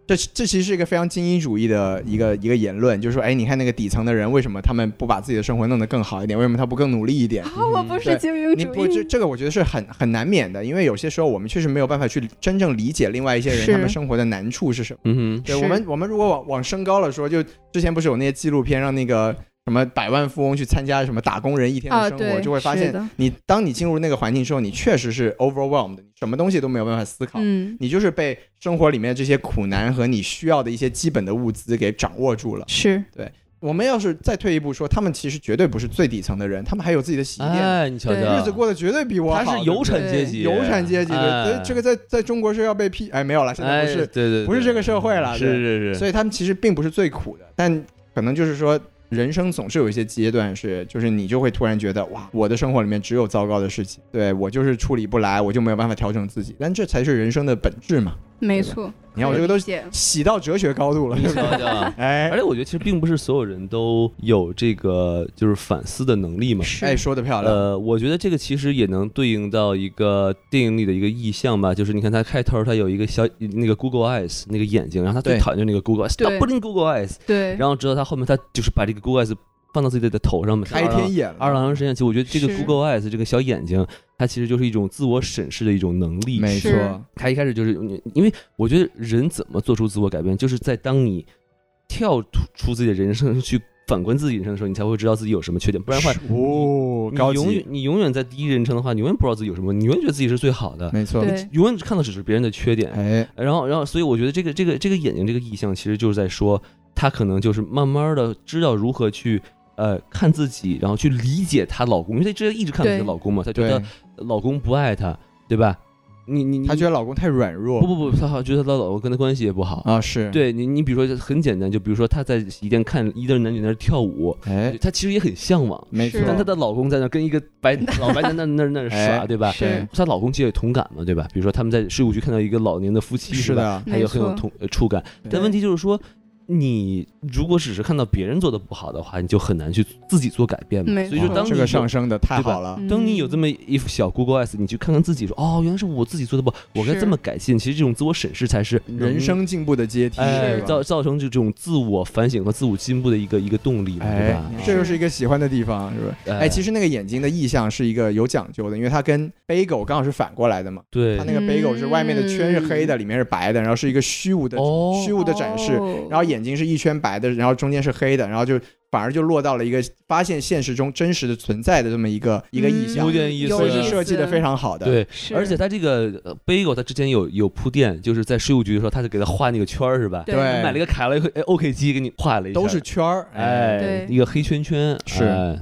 [SPEAKER 1] 这这其实是一个非常精英主义的一个一个言论，就是说，哎，你看那个底层的人为什么他们不把自己的生活弄得更好一点，为什么他不更努力一点？
[SPEAKER 3] 啊， [LAUGHS] 我不
[SPEAKER 1] 对
[SPEAKER 3] 是精英
[SPEAKER 1] 嗯你
[SPEAKER 3] 主
[SPEAKER 1] 不这
[SPEAKER 3] 义，
[SPEAKER 1] 这个我觉得是很很难免的，因为有些时候我们确实没有办法去真正理解另外一些人
[SPEAKER 3] 是
[SPEAKER 1] 他们生活的难处是什么。
[SPEAKER 2] 嗯
[SPEAKER 1] 对，
[SPEAKER 3] 是
[SPEAKER 1] 我们我们如果往往升高了说，就之前不是有那些纪录片让那个什么百万富翁去参加什么打工人一天
[SPEAKER 3] 啊
[SPEAKER 1] 的生活，
[SPEAKER 3] 对
[SPEAKER 1] 就会发
[SPEAKER 3] 是
[SPEAKER 1] 现
[SPEAKER 3] 的
[SPEAKER 1] 你当你进入那个环境之后，你确实是 overwhelmed，你什么东西都没有办法思考。
[SPEAKER 3] 嗯，
[SPEAKER 1] 你就是被生活里面这些苦难和你需要的一些基本的物资给掌握住了。
[SPEAKER 3] 是
[SPEAKER 1] 我们要是再退一步说，他们其实绝对不是最底层的人，他们还有自己的洗衣
[SPEAKER 2] 哼，
[SPEAKER 1] 店，
[SPEAKER 2] 哎，你瞧
[SPEAKER 3] 对
[SPEAKER 2] 瞧，
[SPEAKER 1] 日子过得绝对比我好。
[SPEAKER 2] 他是有产阶级，
[SPEAKER 1] 对不对有产阶级的，
[SPEAKER 2] 哎
[SPEAKER 1] 这这个在在中国是要被批，哎，没有了，现在
[SPEAKER 2] 哎，
[SPEAKER 1] 不是，
[SPEAKER 2] 对对，对
[SPEAKER 1] 不是这个社会了
[SPEAKER 2] 是
[SPEAKER 1] 对
[SPEAKER 2] 是是，
[SPEAKER 1] 所以他们其实并不是最苦的，但可能就是说，人生总是有一些阶段是，就是你就会突然觉得，哇，我的生活里面只有糟糕的事情，对我就是处理不来，我就没有办法调整自己，但这才是人生的本质嘛。
[SPEAKER 3] 没错。
[SPEAKER 1] 你看我这个都
[SPEAKER 3] 理解
[SPEAKER 1] 洗到哲学高度了，
[SPEAKER 2] 你
[SPEAKER 1] 对吧
[SPEAKER 2] 瞧啊瞧。而
[SPEAKER 1] 哎
[SPEAKER 2] 且我觉得其实并不是所有人都有这个就是反思的能力嘛。
[SPEAKER 1] 哎，
[SPEAKER 3] 是
[SPEAKER 1] 说的漂亮，
[SPEAKER 2] 呃，我觉得这个其实也能对应到一个电影里的一个意象吧，就是你看它开头它有一个小那个 Google Eyes 那个眼睛，然后他最
[SPEAKER 1] 对
[SPEAKER 2] 讨厌就是那个 Google Eyes，
[SPEAKER 3] 对
[SPEAKER 2] stop putting Google Eyes，
[SPEAKER 3] 对，
[SPEAKER 2] 然后直到他后面他就是把这个 Google Eyes 放到自己的头上面，
[SPEAKER 1] 开天眼
[SPEAKER 2] 二
[SPEAKER 1] 了，
[SPEAKER 2] 郎神眼其实我觉得这个
[SPEAKER 3] 是
[SPEAKER 2] Google Eyes 这个小眼睛，它其实就是一种自我审视的一种能力。
[SPEAKER 1] 没错
[SPEAKER 3] 是，
[SPEAKER 2] 它一开始就是，因为我觉得人怎么做出自我改变，就是在当你跳出出自己的人生去反观自己人生的时候，你才会知道自己有什么缺点，不然的话，
[SPEAKER 1] 哦，
[SPEAKER 2] 你
[SPEAKER 1] 高
[SPEAKER 2] 永远
[SPEAKER 1] 级，
[SPEAKER 2] 你永远在第一人称的话，你永远不知道自己有什么，你永远觉得自己是最好的，
[SPEAKER 1] 没错，
[SPEAKER 3] 对
[SPEAKER 2] 永远看到只是别人的缺点。
[SPEAKER 1] 嗯哎，
[SPEAKER 2] 然后，然后，所以我觉得这个这个这个眼睛这个意象，其实就是在说，她可能就是慢慢的知道如何去呃看自己，然后去理解她老公，因为她之前一直看不起她
[SPEAKER 3] 对
[SPEAKER 2] 老公嘛，她觉
[SPEAKER 1] 对
[SPEAKER 2] 得，老公不爱她，对吧？你你你
[SPEAKER 1] 她觉得老公太软弱
[SPEAKER 2] 不不不，她好觉得她老公跟她关系也不好。
[SPEAKER 1] 啊，是，
[SPEAKER 2] 对你，你比如说很简单，就比如说她在洗衣店看一对男女在那跳舞，
[SPEAKER 1] 哎，
[SPEAKER 2] 她其实也很向往，
[SPEAKER 1] 没错
[SPEAKER 3] 是，
[SPEAKER 2] 但她的老公在那跟一个
[SPEAKER 1] [LAUGHS]
[SPEAKER 2] 白老白在那那那
[SPEAKER 1] 哎
[SPEAKER 2] 耍，对吧？
[SPEAKER 1] 是
[SPEAKER 2] 她老公其实也同感嘛，对吧？比如说他们在税务局看到一个老年的夫妻，
[SPEAKER 1] 是
[SPEAKER 2] 吧，
[SPEAKER 1] 的，
[SPEAKER 2] 还有
[SPEAKER 3] 没
[SPEAKER 2] 很有
[SPEAKER 3] 错
[SPEAKER 2] 同呃触感。但
[SPEAKER 1] 对
[SPEAKER 2] 问题就是说，你如果只是看到别人做的不好的话，你就很难去自己做改变嘛。
[SPEAKER 3] 没
[SPEAKER 2] 所以就
[SPEAKER 1] 哇
[SPEAKER 3] 错
[SPEAKER 2] 当
[SPEAKER 1] 哦
[SPEAKER 2] 你
[SPEAKER 1] 这个
[SPEAKER 2] 有
[SPEAKER 1] 上升的太
[SPEAKER 2] 对吧
[SPEAKER 1] 好了，
[SPEAKER 3] 嗯
[SPEAKER 2] 当你有这么一副小 Google S，你去看看自己说，哦，原来是我自己做的不好，我该
[SPEAKER 3] 是
[SPEAKER 2] 这么改进。其实这种自我审视才是
[SPEAKER 1] 人生进步的阶梯，
[SPEAKER 2] 嗯哎
[SPEAKER 1] 是吧
[SPEAKER 2] 造造成这种自我反省和自我进步的一个一个动力嘛，对
[SPEAKER 1] 哎
[SPEAKER 2] 吧？，
[SPEAKER 1] 这就是一个喜欢的地方，是吧？哎，其
[SPEAKER 2] 实
[SPEAKER 1] 实那个眼睛的意象是一个有讲究的，因为它跟 bagel 刚好是反过来的嘛。
[SPEAKER 2] 对嗯
[SPEAKER 1] 它那个 bagel 是外面的圈是黑的，里面是白的，然后是一个虚无的
[SPEAKER 2] 哦
[SPEAKER 1] 虚无的展示，
[SPEAKER 3] 哦
[SPEAKER 1] 然后眼睛是一圈白的，然后中间是黑的，然后就反而就落到了一个发现现实中真实的存在的这么一个一个意
[SPEAKER 3] 嗯
[SPEAKER 1] 象
[SPEAKER 2] 有，点意思
[SPEAKER 3] 有
[SPEAKER 1] 所以
[SPEAKER 2] 意
[SPEAKER 1] 是
[SPEAKER 2] 思
[SPEAKER 1] 设计的非常好的。，
[SPEAKER 2] 对。
[SPEAKER 3] 是
[SPEAKER 2] 而且他这个呃 bagel，他之前有有铺垫，就是在税务局的时候，他就给他画那个圈儿，是吧？
[SPEAKER 3] 对
[SPEAKER 1] 对
[SPEAKER 2] 买了一个卡莱和哎 OK 机给你画了一下，
[SPEAKER 1] 都是圈儿。哎
[SPEAKER 2] 哎
[SPEAKER 3] 对
[SPEAKER 2] 一个黑圈圈，
[SPEAKER 1] 是
[SPEAKER 2] 哎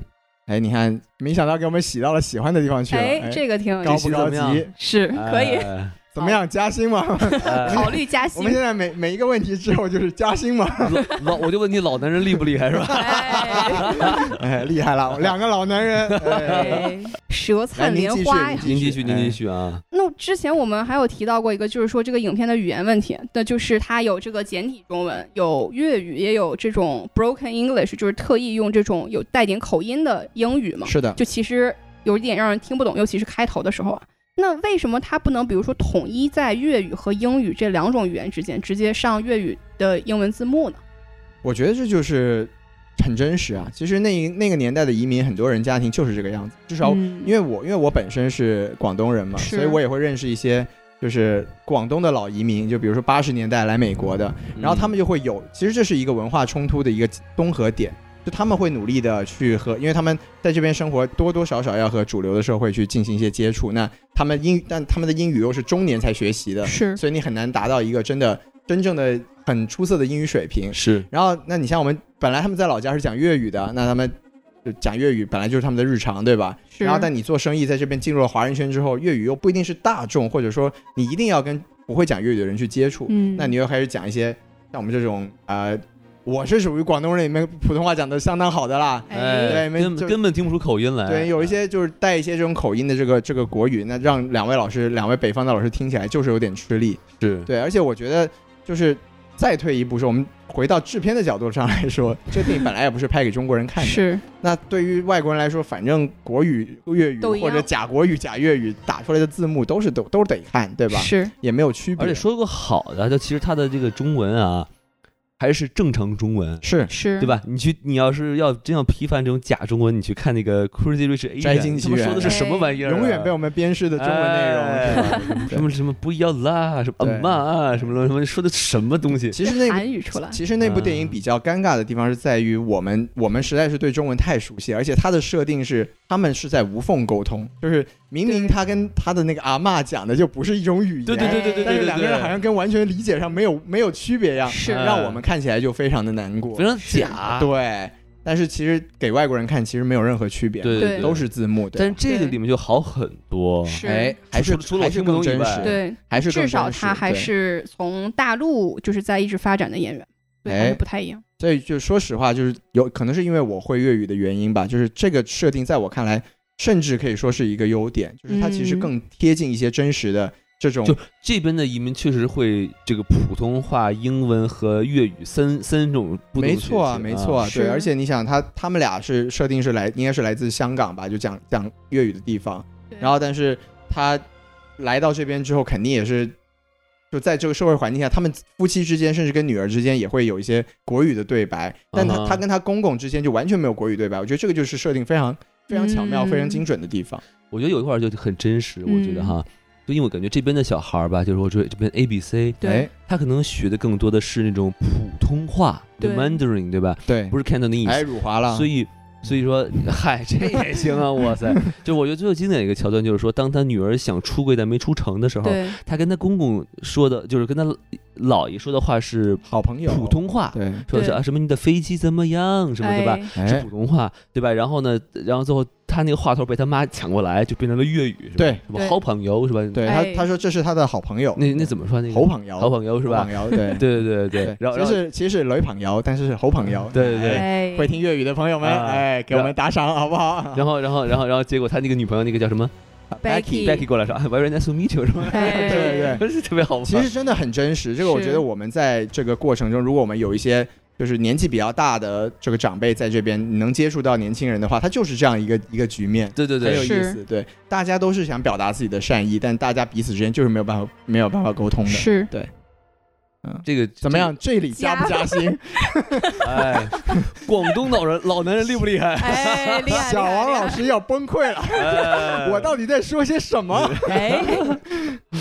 [SPEAKER 1] 哎，你看，没想到给我们洗到了喜欢的地方去了。
[SPEAKER 3] 哎，这个挺有
[SPEAKER 1] 高
[SPEAKER 3] 意
[SPEAKER 2] 这
[SPEAKER 3] 思，
[SPEAKER 1] 不高
[SPEAKER 2] 这期
[SPEAKER 1] 级？
[SPEAKER 3] 是可以
[SPEAKER 2] 哎
[SPEAKER 1] 怎么样？加薪吗？
[SPEAKER 2] 哎
[SPEAKER 3] 考虑加
[SPEAKER 1] 我
[SPEAKER 3] 薪
[SPEAKER 1] 们。现在每每一个问题之后就是加薪
[SPEAKER 3] [LAUGHS]
[SPEAKER 1] 吗？
[SPEAKER 2] 老老我就问你，老男人厉不厉
[SPEAKER 1] [LAUGHS]
[SPEAKER 2] 害是吧？
[SPEAKER 3] 哎，
[SPEAKER 1] 哎，厉害了，两个老男人。哎
[SPEAKER 3] 哎舌
[SPEAKER 1] 来
[SPEAKER 3] 灿
[SPEAKER 1] 您
[SPEAKER 3] 莲
[SPEAKER 1] 继续
[SPEAKER 3] 花呀！
[SPEAKER 2] 您继续，您继。
[SPEAKER 1] 哎
[SPEAKER 2] 续啊！
[SPEAKER 3] 那之前我们还有提到过一个，就是说这个影片的语言问题，那就是它有这个简体中文，有粤语，也有这种 broken English，就是特意用这种有带点口音的英语嘛，
[SPEAKER 1] 是的，
[SPEAKER 3] 就其实有一点让人听不懂，尤其是开头的时候啊。那为什么它不能，比如说统一在粤语和英语这两种语言之间直接上粤语的英文字幕呢？
[SPEAKER 1] 我觉得这就是很真实啊。其实那一那个年代的移民，很多人家庭就是这个样子。至少
[SPEAKER 3] 嗯
[SPEAKER 1] 因为我因为我本身是广东人嘛，
[SPEAKER 3] 是
[SPEAKER 1] 所以我也会认识一些就是广东的老移民，就比如说八十年代来美国的，
[SPEAKER 3] 嗯
[SPEAKER 1] 然后他们就会有，其实这是一个文化冲突的一个综合点。就他们会努力的去和，因为他们在这边生活，多多少少要和主流的社会去进行一些接触。那他们英，但他们的英语又是中年才学习的，
[SPEAKER 3] 是
[SPEAKER 1] 所以你很难达到一个真的真正的很出色的英语水平。
[SPEAKER 2] 是
[SPEAKER 1] 然后，那你像我们本来他们在老家是讲粤语的，那他们就讲粤语本来就是他们的日常，对吧？
[SPEAKER 3] 是，
[SPEAKER 1] 然后，但你做生意在这边进入了华人圈之后，粤语又不一定是大众，或者说你一定要跟不会讲粤语的人去接触，
[SPEAKER 3] 嗯，
[SPEAKER 1] 那你又开始讲一些像我们这种呃，我是属于广东人里面普通话讲的相当好的啦。
[SPEAKER 2] 哎，
[SPEAKER 1] 对没
[SPEAKER 2] 根
[SPEAKER 1] 就
[SPEAKER 2] 本根本听不出口音来。
[SPEAKER 1] 对，有一些就是带一些这种口音的这个这个国语，那让两位老师、两位北方的老师听起来就是有点吃力。
[SPEAKER 2] 是
[SPEAKER 1] 对，而且我觉得就是再退一步说，我们回到制片的角度上来说，这电影本来也不是拍给中国人看
[SPEAKER 3] [LAUGHS]
[SPEAKER 1] 的。
[SPEAKER 3] 是
[SPEAKER 1] 那对于外国人来说，反正国语、粤语
[SPEAKER 3] 都一
[SPEAKER 1] 或
[SPEAKER 3] 样
[SPEAKER 1] 者假国语、假粤语打出来的字幕都是都都得看，对吧？
[SPEAKER 3] 是
[SPEAKER 1] 也没有区别。
[SPEAKER 2] 而且说个好的，就其实他的这个中文啊，还是正常中文，
[SPEAKER 1] 是
[SPEAKER 3] 是，
[SPEAKER 2] 对
[SPEAKER 3] 吧？
[SPEAKER 2] 吧？你去，你要是要真要批判这种假中文，你去看那个 Crazy Rich Asian，
[SPEAKER 1] 摘金
[SPEAKER 2] 他
[SPEAKER 1] 奇
[SPEAKER 2] 们
[SPEAKER 1] 缘哎
[SPEAKER 2] 说的是什么玩意儿啊？
[SPEAKER 1] 永远被我们鞭尸的中文内容。
[SPEAKER 2] 哎
[SPEAKER 1] 是吧
[SPEAKER 2] 什么什么不要啦，什么
[SPEAKER 1] 对
[SPEAKER 2] 嗯嘛啊，什么什么说的什么东西？
[SPEAKER 1] 其实那部
[SPEAKER 3] 韩语啊出来，
[SPEAKER 1] 其实那部电影比较尴尬的地方是在于我们我们实在是对中文太熟悉，而且它的设定是他们是在无缝沟通，就是明明
[SPEAKER 3] 对
[SPEAKER 1] 他跟他的那个阿嬷讲的就不是一种语言，
[SPEAKER 2] 对对对对对对对，
[SPEAKER 1] 但是两个人
[SPEAKER 2] 对
[SPEAKER 1] 好像跟完全理解上没有没有区别一样，
[SPEAKER 3] 是
[SPEAKER 1] 让我们看起来就非常的难过
[SPEAKER 2] 非，常假。
[SPEAKER 1] 对。但是其实给外国人看其实没有任何区别，
[SPEAKER 2] 对
[SPEAKER 3] 对
[SPEAKER 1] 都是字幕，对
[SPEAKER 2] 但是这个
[SPEAKER 3] 对
[SPEAKER 2] 里面就好很多。
[SPEAKER 3] 是
[SPEAKER 1] 哎，还是
[SPEAKER 2] 除除了
[SPEAKER 1] 还
[SPEAKER 2] 我
[SPEAKER 1] 是
[SPEAKER 2] 听不
[SPEAKER 1] 更
[SPEAKER 2] 懂以
[SPEAKER 1] 真
[SPEAKER 2] 外
[SPEAKER 1] 实，
[SPEAKER 3] 对，
[SPEAKER 1] 还是更
[SPEAKER 3] 至少
[SPEAKER 1] 真实
[SPEAKER 3] 他还
[SPEAKER 1] 对
[SPEAKER 3] 是从大陆就是在一直发展的演员，对，
[SPEAKER 1] 哎
[SPEAKER 3] 还是不太一样。
[SPEAKER 1] 所以就说实话，就是有可能是因为我会粤语的原因吧，就是这个设定在我看来，甚至可以说是一个优点，就是它其实
[SPEAKER 3] 嗯
[SPEAKER 1] 更贴近一些真实的这种。
[SPEAKER 2] 就这边的移民确实会这个普通话、英文和粤语三三种不同
[SPEAKER 1] 没
[SPEAKER 2] 的
[SPEAKER 1] 错啊，
[SPEAKER 2] 血型
[SPEAKER 1] 没错啊，
[SPEAKER 3] 是
[SPEAKER 1] 对。而且你想，他他们俩是设定是来，应该是来自香港吧，就讲讲粤语的地方。
[SPEAKER 3] 对
[SPEAKER 1] 然后，但是他来到这边之后，肯定也是就在这个社会环境下，他们夫妻之间，甚至跟女儿之间也会有一些国语的对白。但他、
[SPEAKER 2] 嗯哼
[SPEAKER 1] 他跟他公公之间就完全没有国语对白，我觉得这个就是设定非常非常巧妙、
[SPEAKER 3] 嗯
[SPEAKER 1] 非常精准的地方。
[SPEAKER 2] 我觉得有一块儿就很真实，我觉得
[SPEAKER 3] 嗯
[SPEAKER 2] 哈，就因为我感觉这边的小孩儿吧，就是我这这边 A B C，
[SPEAKER 3] 对
[SPEAKER 1] 哎
[SPEAKER 2] 他可能学的更多的是那种普通话，就
[SPEAKER 3] 对
[SPEAKER 2] Mandarin 对吧？
[SPEAKER 1] 对，
[SPEAKER 2] 不是 Cantonese，、
[SPEAKER 1] 哎，辱华了，
[SPEAKER 2] 所以。所以说，嗨，
[SPEAKER 1] [LAUGHS]
[SPEAKER 2] 这也行啊！哇塞，就我觉得最有经典的一个桥段就是说，当他女儿想出柜但没出成的时候，
[SPEAKER 3] 对，
[SPEAKER 1] 哦
[SPEAKER 2] 他跟他公公说的，就是跟他姥爷说的话是
[SPEAKER 1] 好朋友
[SPEAKER 2] 普通话，
[SPEAKER 1] 对，
[SPEAKER 2] 说的是
[SPEAKER 3] 对
[SPEAKER 2] 啊什么你的飞机怎么样什么对吧？
[SPEAKER 3] 哎
[SPEAKER 2] 是
[SPEAKER 1] 哎
[SPEAKER 2] 普通话对吧？然后呢，然后最后他那个话头被他妈抢过来，就变成了粤语，是吧
[SPEAKER 1] 对
[SPEAKER 2] 什么
[SPEAKER 3] 对
[SPEAKER 2] 好朋友是吧？
[SPEAKER 1] 对
[SPEAKER 3] 哎
[SPEAKER 1] 他他说这是他的好朋友，
[SPEAKER 2] 那那怎么说那个
[SPEAKER 1] 侯朋友，
[SPEAKER 2] 好朋友是吧
[SPEAKER 1] 侯？朋友对
[SPEAKER 2] 对 [LAUGHS] 对对对，然后
[SPEAKER 1] 其
[SPEAKER 2] 然后
[SPEAKER 1] 实其实是雷朋友，但是是侯朋友，
[SPEAKER 2] 对对对
[SPEAKER 1] 哎
[SPEAKER 3] 哎，
[SPEAKER 1] 会听粤语的朋友们，
[SPEAKER 2] 啊
[SPEAKER 1] 哎，给我们打赏好不好
[SPEAKER 2] 然后然后然后然后结果他那个女朋友那个叫什么
[SPEAKER 3] Becky
[SPEAKER 2] Becky 过来说啊，Very nice to meet you 是吧？
[SPEAKER 3] 哎
[SPEAKER 1] [LAUGHS] 对对
[SPEAKER 2] [LAUGHS] 不是特别好玩。
[SPEAKER 1] 其实真的很真实，这个我
[SPEAKER 3] 是
[SPEAKER 1] 觉得我们在这个过程中，如果我们有一些就是年纪比较大的这个长辈在这边，你能接触到年轻人的话，他就是这样一个一个局面，
[SPEAKER 2] 对对
[SPEAKER 1] 很有
[SPEAKER 2] 对
[SPEAKER 1] 意
[SPEAKER 3] 是
[SPEAKER 1] 思。对，大家都是想表达自己的善意，但大家彼此之间就是没有办法没有办法沟通的。
[SPEAKER 3] 是
[SPEAKER 2] 这个
[SPEAKER 1] 怎么？样？这里
[SPEAKER 3] 加
[SPEAKER 1] 加不加薪？
[SPEAKER 2] 哎，广东老人老男人厉不厉害？
[SPEAKER 3] 哎，厉害，
[SPEAKER 1] 小王老
[SPEAKER 3] 师，
[SPEAKER 1] 师要崩溃了，[LAUGHS]
[SPEAKER 2] 哎
[SPEAKER 1] 我到底在说些什么？
[SPEAKER 2] 呃
[SPEAKER 3] 哎，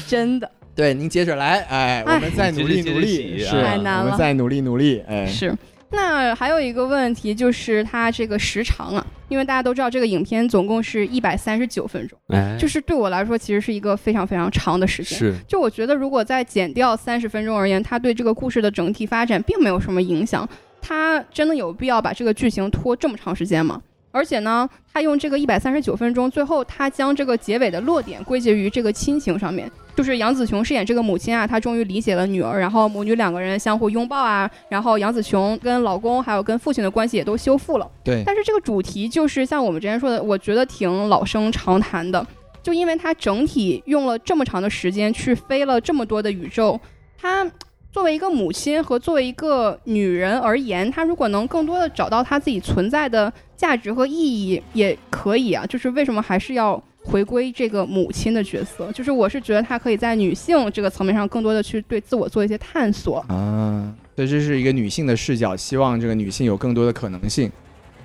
[SPEAKER 3] 真的
[SPEAKER 1] 对，您接着来，哎，
[SPEAKER 3] 哎
[SPEAKER 1] 我们再努力
[SPEAKER 2] 接着
[SPEAKER 1] 努力，
[SPEAKER 2] 接着洗
[SPEAKER 1] 是，
[SPEAKER 2] 啊
[SPEAKER 3] 太难
[SPEAKER 1] 我们
[SPEAKER 3] 了
[SPEAKER 1] 再努力努力，哎，
[SPEAKER 3] 是。那还有一个问题就是它这个时长啊，因为大家都知道这个影片总共是一百三十九分钟，
[SPEAKER 2] 哎
[SPEAKER 3] 就是对我来说其实是一个非常非常长的时间。
[SPEAKER 2] 是
[SPEAKER 3] 就我觉得，如果再减掉三十分钟而言，它对这个故事的整体发展并没有什么影响。它真的有必要把这个剧情拖这么长时间吗？而且呢，他用这个一百三十九分钟，最后他将这个结尾的落点归结于这个亲情上面。就是杨紫琼饰演这个母亲啊，她终于理解了女儿，然后母女两个人相互拥抱啊，然后杨紫琼跟老公还有跟父亲的关系也都修复了。
[SPEAKER 1] 对，
[SPEAKER 3] 但是这个主题就是像我们之前说的，我觉得挺老生常谈的，就因为它整体用了这么长的时间去飞了这么多的宇宙，它作为一个母亲和作为一个女人而言，她如果能更多的找到她自己存在的价值和意义，也可以啊。就是为什么还是要回归这个母亲的角色？就是我是觉得她可以在女性这个层面上更多的去对自我做一些探索。
[SPEAKER 1] 啊，所以这是一个女性的视角，希望这个女性有更多的可能性。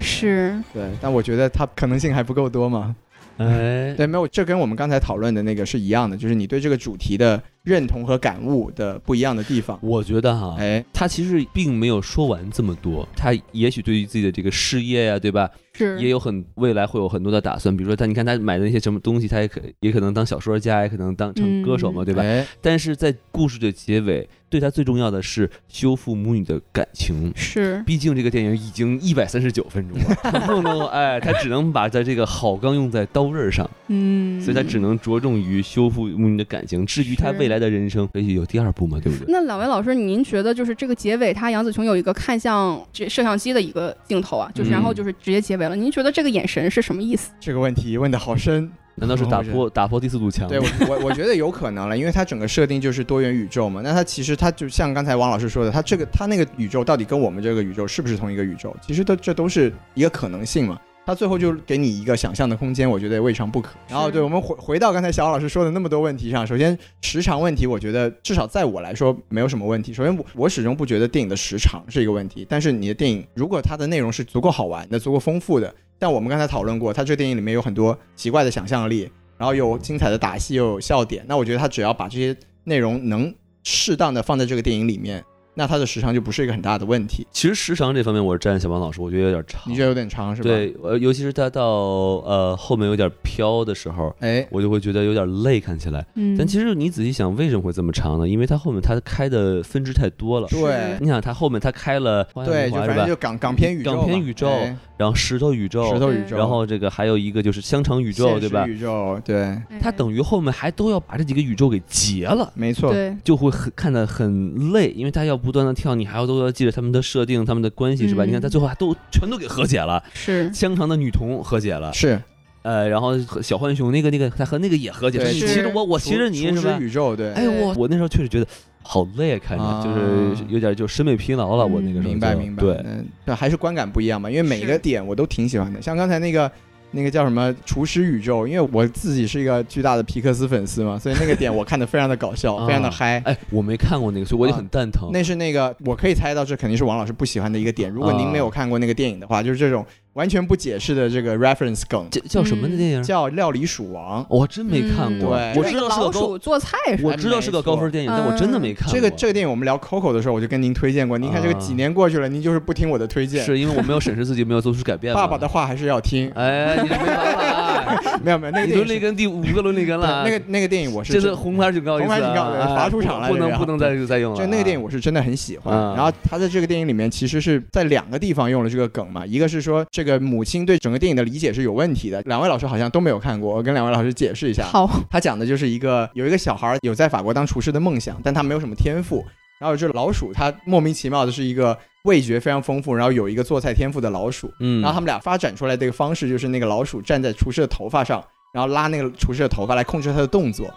[SPEAKER 3] 是，
[SPEAKER 1] 对，但我觉得它可能性还不够多嘛。
[SPEAKER 2] 哎，
[SPEAKER 1] 对，没有，这跟我们刚才讨论的那个是一样的，就是你对这个主题的认同和感悟的不一样的地方。
[SPEAKER 2] 我觉得哈，
[SPEAKER 1] 哎，
[SPEAKER 2] 他其实并没有说完这么多，他也许对于自己的这个事业呀、对吧，
[SPEAKER 3] 是
[SPEAKER 2] 也有很未来会有很多的打算。比如说他，你看他买的那些什么东西，他也可也可能当小说家，也可能当成歌手嘛，
[SPEAKER 3] 嗯
[SPEAKER 2] 对吧？
[SPEAKER 1] 哎
[SPEAKER 2] 但是在故事的结尾，对他最重要的是修复母女的感情。
[SPEAKER 3] 是，
[SPEAKER 2] 毕竟这个电影已经一百三十九分钟
[SPEAKER 3] [LAUGHS]
[SPEAKER 2] 了，他不能哎，他只能把在这个好钢用在刀刃上，
[SPEAKER 3] 嗯，
[SPEAKER 2] 所以他只能着重于修复母女的感情。至于他
[SPEAKER 3] 是嗯
[SPEAKER 2] 未来的人生，也许有第二部嘛，对不对？
[SPEAKER 3] 那两位老师，您觉得就是这个结尾，他杨紫琼有一个看向这摄像机的一个镜头啊，就是然后
[SPEAKER 2] 嗯
[SPEAKER 3] 就是直接结尾了。您觉得这个眼神是什么意思？
[SPEAKER 1] 这个问题问的好深。
[SPEAKER 2] 难道是打破打破第四堵墙？
[SPEAKER 1] 对我我我觉得有可能了，因为它整个设定就是多元宇宙嘛。那它其实它就像刚才王老师说的，它这个它那个宇宙到底跟我们这个宇宙是不是同一个宇宙？其实都这都是一个可能性嘛。它最后就给你一个想象的空间，我觉得也未尝不可。然后对我们回回到刚才小王老师说的那么多问题上，首先时长问题，我觉得至少在我来说没有什么问题。首先我我始终不觉得电影的时长是一个问题，但是你的电影如果它的内容是足够好玩的、足够丰富的，像我们刚才讨论过，它这个电影里面有很多奇怪的想象力，然后有精彩的打戏，又有笑点。那我觉得他只要把这些内容能适当的放在这个电影里面，那它的时长就不是一个很大的问题。
[SPEAKER 2] 其实时长这方面，我是站小王老师，我觉得有点长。
[SPEAKER 1] 你觉得有点长是吧？，
[SPEAKER 2] 对，呃，尤其是他到呃后面有点飘的时候，
[SPEAKER 1] 哎，
[SPEAKER 2] 我就会觉得有点累，看起来。
[SPEAKER 3] 嗯
[SPEAKER 2] 但其实你仔细想，为什么会这么长呢？因为他后面他开的分支太多了。
[SPEAKER 1] 对
[SPEAKER 2] 你想，他后面他开了花样
[SPEAKER 1] 对，
[SPEAKER 2] 年
[SPEAKER 1] 就
[SPEAKER 2] 华
[SPEAKER 1] 反
[SPEAKER 2] 是
[SPEAKER 1] 正
[SPEAKER 2] 吧
[SPEAKER 1] 就？港港片宇宙嘛，
[SPEAKER 2] 港片宇宙
[SPEAKER 1] 哎
[SPEAKER 2] 然后石头宇宙，
[SPEAKER 1] 石头宇宙，
[SPEAKER 2] 然后这个还有一个就是香肠宇宙，
[SPEAKER 1] 现
[SPEAKER 2] 对
[SPEAKER 1] 实
[SPEAKER 2] 吧？
[SPEAKER 1] 宇宙，对，
[SPEAKER 3] 哎
[SPEAKER 2] 他等于后面还都要把这几个宇宙给结了。
[SPEAKER 1] 没错，
[SPEAKER 3] 对
[SPEAKER 2] 就会很看得很累，因为他要不断的跳，你还要都要记得他们的设定、他们的关系是吧？
[SPEAKER 3] 嗯
[SPEAKER 2] 你看他最后还都全都给和解了，
[SPEAKER 3] 是
[SPEAKER 2] 香肠的女童和解了，
[SPEAKER 1] 是
[SPEAKER 2] 呃，然后和小浣熊那个那个他和那个也和解了，
[SPEAKER 1] 对
[SPEAKER 2] 你
[SPEAKER 3] 是
[SPEAKER 2] 骑着我，我骑着
[SPEAKER 1] 厨
[SPEAKER 2] 你
[SPEAKER 1] 厨
[SPEAKER 2] 是
[SPEAKER 1] 师
[SPEAKER 2] 吧？
[SPEAKER 1] 宇宙，对，
[SPEAKER 2] 哎我我那时候确实觉得好累啊，看着
[SPEAKER 1] 啊
[SPEAKER 2] 就是有点就审美疲劳了，我那个时候
[SPEAKER 1] 明白
[SPEAKER 2] 就
[SPEAKER 1] 明白，
[SPEAKER 2] 对，
[SPEAKER 1] 嗯，对，还是观感不一样嘛，因为每一个
[SPEAKER 3] 是
[SPEAKER 1] 点我都挺喜欢的，像刚才那个。那个叫什么厨师宇宙？因为我自己是一个巨大的皮克斯粉丝嘛，所以那个点我看的非常的搞笑，
[SPEAKER 2] [LAUGHS] 啊
[SPEAKER 1] 非常的嗨。
[SPEAKER 2] 哎，我没看过那个，所以我就很蛋疼。
[SPEAKER 1] 啊那是那个我可以猜到，这肯定是王老师不喜欢的一个点。如果您
[SPEAKER 2] 啊
[SPEAKER 1] 没有看过那个电影的话，就是这种完全不解释的这个 reference 梗，
[SPEAKER 2] 叫叫什么的电影？
[SPEAKER 1] 嗯
[SPEAKER 2] 哦
[SPEAKER 1] 叫《料理鼠王》。
[SPEAKER 2] 我真没看过，
[SPEAKER 1] 嗯对
[SPEAKER 2] 我
[SPEAKER 3] 就是
[SPEAKER 2] 知
[SPEAKER 3] 一
[SPEAKER 2] 道
[SPEAKER 3] 个
[SPEAKER 2] 是个
[SPEAKER 3] 老
[SPEAKER 2] 高，
[SPEAKER 3] 鼠做菜是吧？
[SPEAKER 2] 我知道是个高分电影，
[SPEAKER 3] 嗯
[SPEAKER 2] 但我真的没看
[SPEAKER 1] 啊
[SPEAKER 2] 过。
[SPEAKER 1] 这个这个电影我们聊 Coco 的时候，我就跟您推荐过。您看这个
[SPEAKER 2] 啊
[SPEAKER 1] 几年过去了，您就是不听我的推荐。
[SPEAKER 2] 是因为我没有审视自己，没有做出改变嘛。
[SPEAKER 1] 爸爸的话还是要听。 [LAUGHS]
[SPEAKER 2] 哎，你没办法，
[SPEAKER 1] 没有没有，那个
[SPEAKER 2] 哎
[SPEAKER 1] 电
[SPEAKER 2] 你
[SPEAKER 1] 影
[SPEAKER 2] 伦
[SPEAKER 1] 是
[SPEAKER 2] 理根第五个伦理根
[SPEAKER 1] 对
[SPEAKER 2] 了，
[SPEAKER 1] 那个那个电影我是
[SPEAKER 2] 这是红牌警告一次啊，
[SPEAKER 1] 红牌警告对
[SPEAKER 2] 啊
[SPEAKER 1] 罚出场了
[SPEAKER 2] 不不
[SPEAKER 1] 这
[SPEAKER 2] 能
[SPEAKER 1] 个
[SPEAKER 2] 不能再再用了啊。
[SPEAKER 1] 就那个电影我是真的很喜欢，
[SPEAKER 2] 嗯
[SPEAKER 1] 然后他在这个电影里面其实是在两个地方用了这个梗嘛，一个是说这个母亲对整个电影的理解是有问题的，两位老师好像都没有看过，我跟两位老师解释一下，
[SPEAKER 3] 好，
[SPEAKER 1] 他讲的就是一个有一个小孩有在法国当厨师的梦想，但他没有什么天赋，然后有只老鼠，它莫名其妙的是一个味觉非常丰富，然后有一个做菜天赋的老鼠，
[SPEAKER 2] 嗯，
[SPEAKER 1] 然后他们俩发展出来的一个方式就是那个老鼠站在厨师的头发上，然后拉那个厨师的头发来控制他的动作。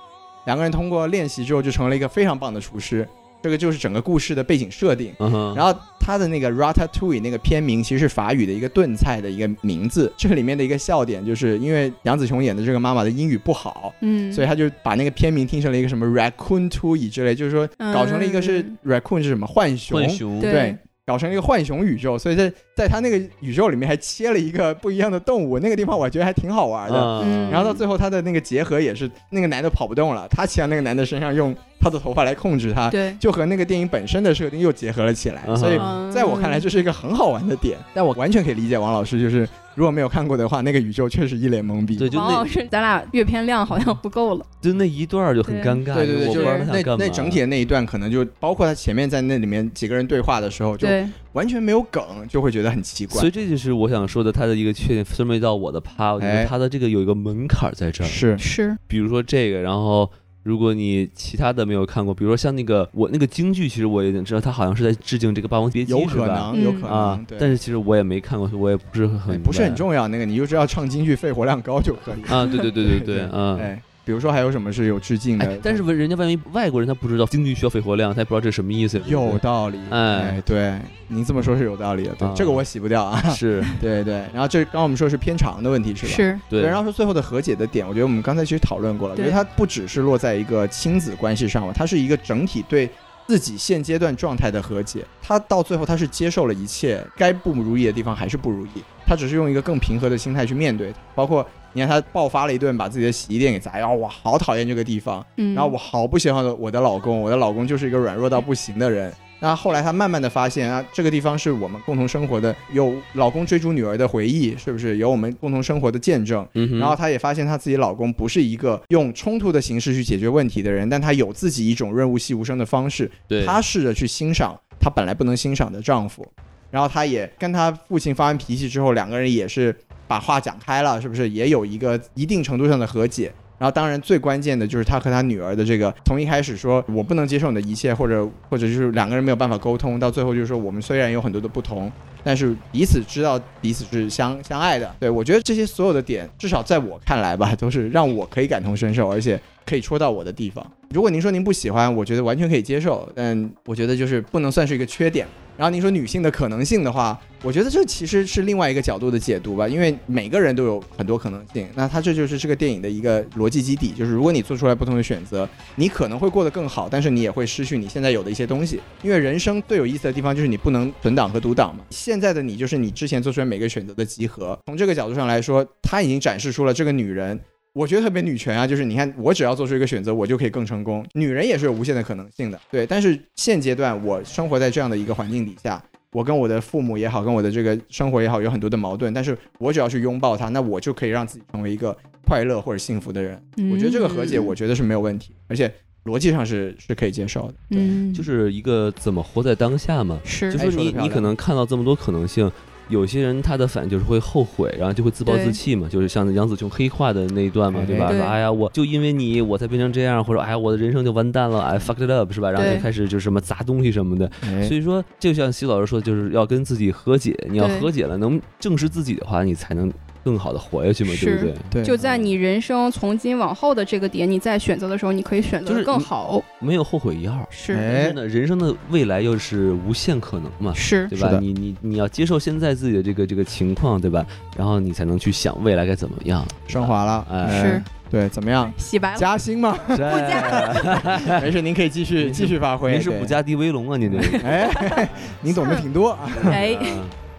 [SPEAKER 1] 两个人通过练习之后，就成为了一个非常棒的厨师。这个就是整个故事的背景设定。
[SPEAKER 2] 嗯哼，
[SPEAKER 1] 然后他的那个 ratatouille 那个片名其实是法语的一个炖菜的一个名字。这里面的一个笑点就是因为杨紫琼演的这个妈妈的英语不好，
[SPEAKER 3] 嗯，
[SPEAKER 1] [LAUGHS] 所以他就把那个片名听成了一个什么 raccoon touille 之类，就是说搞成了一个是
[SPEAKER 3] 嗯
[SPEAKER 1] raccoon 是什么浣熊
[SPEAKER 2] 浣，熊，
[SPEAKER 3] 对
[SPEAKER 1] 对，搞成了一个浣熊宇宙，所以在在他那个宇宙里面还切了一个不一样的动物，那个地方我觉得还挺好玩的。
[SPEAKER 2] 嗯
[SPEAKER 1] 然后到最后，他的那个结合也是那个男的跑不动了，他骑到那个男的身上，用他的头发来控制他，
[SPEAKER 3] 对，
[SPEAKER 1] 就和那个电影本身的设定又结合了起来。
[SPEAKER 2] 嗯哼
[SPEAKER 1] 所以
[SPEAKER 3] 嗯
[SPEAKER 1] 在我看来，这是一个很好玩的点。但我完全可以理解王老师，就是如果没有看过的话，那个宇宙确实一脸懵逼。
[SPEAKER 2] 对，就
[SPEAKER 3] 王老
[SPEAKER 2] 那
[SPEAKER 3] 师，咱俩阅片量好像不够了。
[SPEAKER 2] 就那一段儿就很
[SPEAKER 3] 对
[SPEAKER 2] 尴尬，
[SPEAKER 1] 对对对，
[SPEAKER 2] 我
[SPEAKER 1] 就
[SPEAKER 2] 不知道他想
[SPEAKER 1] 是那
[SPEAKER 2] 干嘛。
[SPEAKER 1] 那整体的那一段，可能就包括他前面在那里面几个人对话的时候，就
[SPEAKER 3] 对，
[SPEAKER 1] 完全没有梗，就会觉得很奇怪
[SPEAKER 2] 所。以这就是我想说的，它的一个缺点，分配到我的趴，我觉
[SPEAKER 1] 哎
[SPEAKER 2] 得它的这个有一个门槛儿在这儿。
[SPEAKER 1] 是，
[SPEAKER 3] 是，
[SPEAKER 2] 比如说这个，然后如果你其他的没有看过，比如说像那个我那个京剧，其实我有点知道，它好像是在致敬这个《霸王别姬
[SPEAKER 1] 有》
[SPEAKER 2] 是
[SPEAKER 1] 可
[SPEAKER 2] 吧？
[SPEAKER 1] 能，有可
[SPEAKER 3] 嗯
[SPEAKER 1] 能，
[SPEAKER 2] 啊，
[SPEAKER 1] 对，
[SPEAKER 2] 但是其实我也没看过，我也不是
[SPEAKER 1] 哎
[SPEAKER 2] 很
[SPEAKER 1] 不是很
[SPEAKER 2] 明白
[SPEAKER 1] 重要。那个你就知道唱京剧肺活量高就可以。
[SPEAKER 2] 啊。对对对
[SPEAKER 1] [LAUGHS]
[SPEAKER 2] 对
[SPEAKER 1] 对对
[SPEAKER 2] 嗯。
[SPEAKER 1] 哎，比如说还有什么是有致敬的
[SPEAKER 2] 哎，？但是人家万一外国人他不知道京剧需要肺活量，他也不知道这什么意思。
[SPEAKER 1] 有道理，
[SPEAKER 2] 哎
[SPEAKER 1] 哎，对，您这么说是有道理的，对
[SPEAKER 2] 啊，
[SPEAKER 1] 这个我洗不掉啊。
[SPEAKER 2] [LAUGHS] 是
[SPEAKER 1] 对对，然后这刚刚我们说是偏长的问题是吧？
[SPEAKER 3] 是，
[SPEAKER 1] 对，
[SPEAKER 2] 对，
[SPEAKER 1] 然后说最后的和解的点，我觉得我们刚才其实讨论过了，我觉得
[SPEAKER 3] 对
[SPEAKER 1] 它不只是落在一个亲子关系上嘛，它是一个整体对自己现阶段状态的和解。他到最后他是接受了一切，该不如意的地方还是不如意，他只是用一个更平和的心态去面对。包括你看他爆发了一顿，把自己的洗衣店给砸，然后我好讨厌这个地方，
[SPEAKER 3] 嗯，
[SPEAKER 1] 然后我好不喜欢我的老公，我的老公就是一个软弱到不行的人。那后来她慢慢的发现啊，这个地方是我们共同生活的，有老公追逐女儿的回忆，是不是有我们共同生活的见证？
[SPEAKER 2] 嗯哼，
[SPEAKER 1] 然后她也发现她自己老公不是一个用冲突的形式去解决问题的人，但他有自己一种润物细无声的方式，
[SPEAKER 2] 对
[SPEAKER 1] 她试着去欣赏她本来不能欣赏的丈夫。然后她也跟她父亲发完脾气之后，两个人也是把话讲开了，是不是也有一个一定程度上的和解？然后当然最关键的就是她和她女儿的这个，从一开始说我不能接受你的一切，或者或者就是两个人没有办法沟通，到最后就是说我们虽然有很多的不同，但是彼此知道彼此是相相爱的。对我觉得这些所有的点，至少在我看来吧，都是让我可以感同身受，而且可以戳到我的地方。如果您说您不喜欢，我觉得完全可以接受，但我觉得就是不能算是一个缺点。然后您说女性的可能性的话，我觉得这其实是另外一个角度的解读吧，因为每个人都有很多可能性。那它这就是这个电影的一个逻辑基底，就是如果你做出来不同的选择，你可能会过得更好，但是你也会失去你现在有的一些东西。因为人生最有意思的地方就是你不能存档和读档嘛。现在的你就是你之前做出来每个选择的集合。从这个角度上来说，她已经展示出了这个女人我觉得特别女权啊，就是你看，我只要做出一个选择，我就可以更成功。女人也是有无限的可能性的，对。但是现阶段我生活在这样的一个环境底下，我跟我的父母也好，跟我的这个生活也好，有很多的矛盾。但是我只要去拥抱它，那我就可以让自己成为一个快乐或者幸福的人。
[SPEAKER 3] 嗯
[SPEAKER 1] 我觉得这个和解，我觉得是没有问题，而且逻辑上是是可以接受的。对，
[SPEAKER 3] 嗯，嗯，
[SPEAKER 2] 就是一个怎么活在当下嘛。
[SPEAKER 3] 是
[SPEAKER 2] 就
[SPEAKER 1] 哎
[SPEAKER 2] 是
[SPEAKER 1] 说得
[SPEAKER 2] 你
[SPEAKER 1] 漂
[SPEAKER 2] 你
[SPEAKER 1] 亮
[SPEAKER 2] 可能看到这么多可能性，有些人他的反应就是会后悔，然后就会自暴自
[SPEAKER 3] 对
[SPEAKER 2] 弃嘛，就是像杨紫琼黑化的那一段嘛
[SPEAKER 1] 哎，
[SPEAKER 2] 对吧？
[SPEAKER 3] 对
[SPEAKER 2] 说哎呀，我就因为你我才变成这样，或者哎呀我的人生就完蛋了，哎 fucked it up 是吧？然后
[SPEAKER 3] 对
[SPEAKER 2] 就开始就是什么砸东西什么的。所
[SPEAKER 1] 以
[SPEAKER 2] 以说，就像习老师说的，就是要跟自己和解，你要
[SPEAKER 3] 对
[SPEAKER 2] 和解了，能正视自己的话，你才能更好的活下去嘛，对不
[SPEAKER 3] 是
[SPEAKER 2] 对？
[SPEAKER 1] 对，
[SPEAKER 3] 就在你人生从今往后的这个点，你在选择的时候，你可以选择
[SPEAKER 2] 就是
[SPEAKER 3] 得更
[SPEAKER 2] 你
[SPEAKER 3] 好，
[SPEAKER 2] 没有后悔药。
[SPEAKER 3] 是
[SPEAKER 2] 但
[SPEAKER 1] 哎
[SPEAKER 2] 是，呢，人生的未来又是无限可能嘛，
[SPEAKER 3] 是，
[SPEAKER 2] 对
[SPEAKER 1] 是
[SPEAKER 2] 吧？
[SPEAKER 1] 的
[SPEAKER 2] 你你你要接受现在自己的这个这个情况，对吧？然后你才能去想未来该怎么
[SPEAKER 3] [LAUGHS]
[SPEAKER 2] 样。
[SPEAKER 1] 升华了，
[SPEAKER 2] 哎
[SPEAKER 3] 是
[SPEAKER 1] 对，怎么样？
[SPEAKER 3] 洗白了，
[SPEAKER 1] 加薪吗？
[SPEAKER 2] 不加，
[SPEAKER 1] 没事，您可以继续继续发挥。
[SPEAKER 2] 您是
[SPEAKER 1] 对
[SPEAKER 2] 不加地威龙啊？您这
[SPEAKER 3] [LAUGHS]
[SPEAKER 2] 个，
[SPEAKER 1] 哎， [LAUGHS] 您懂得挺多啊。
[SPEAKER 3] 哎。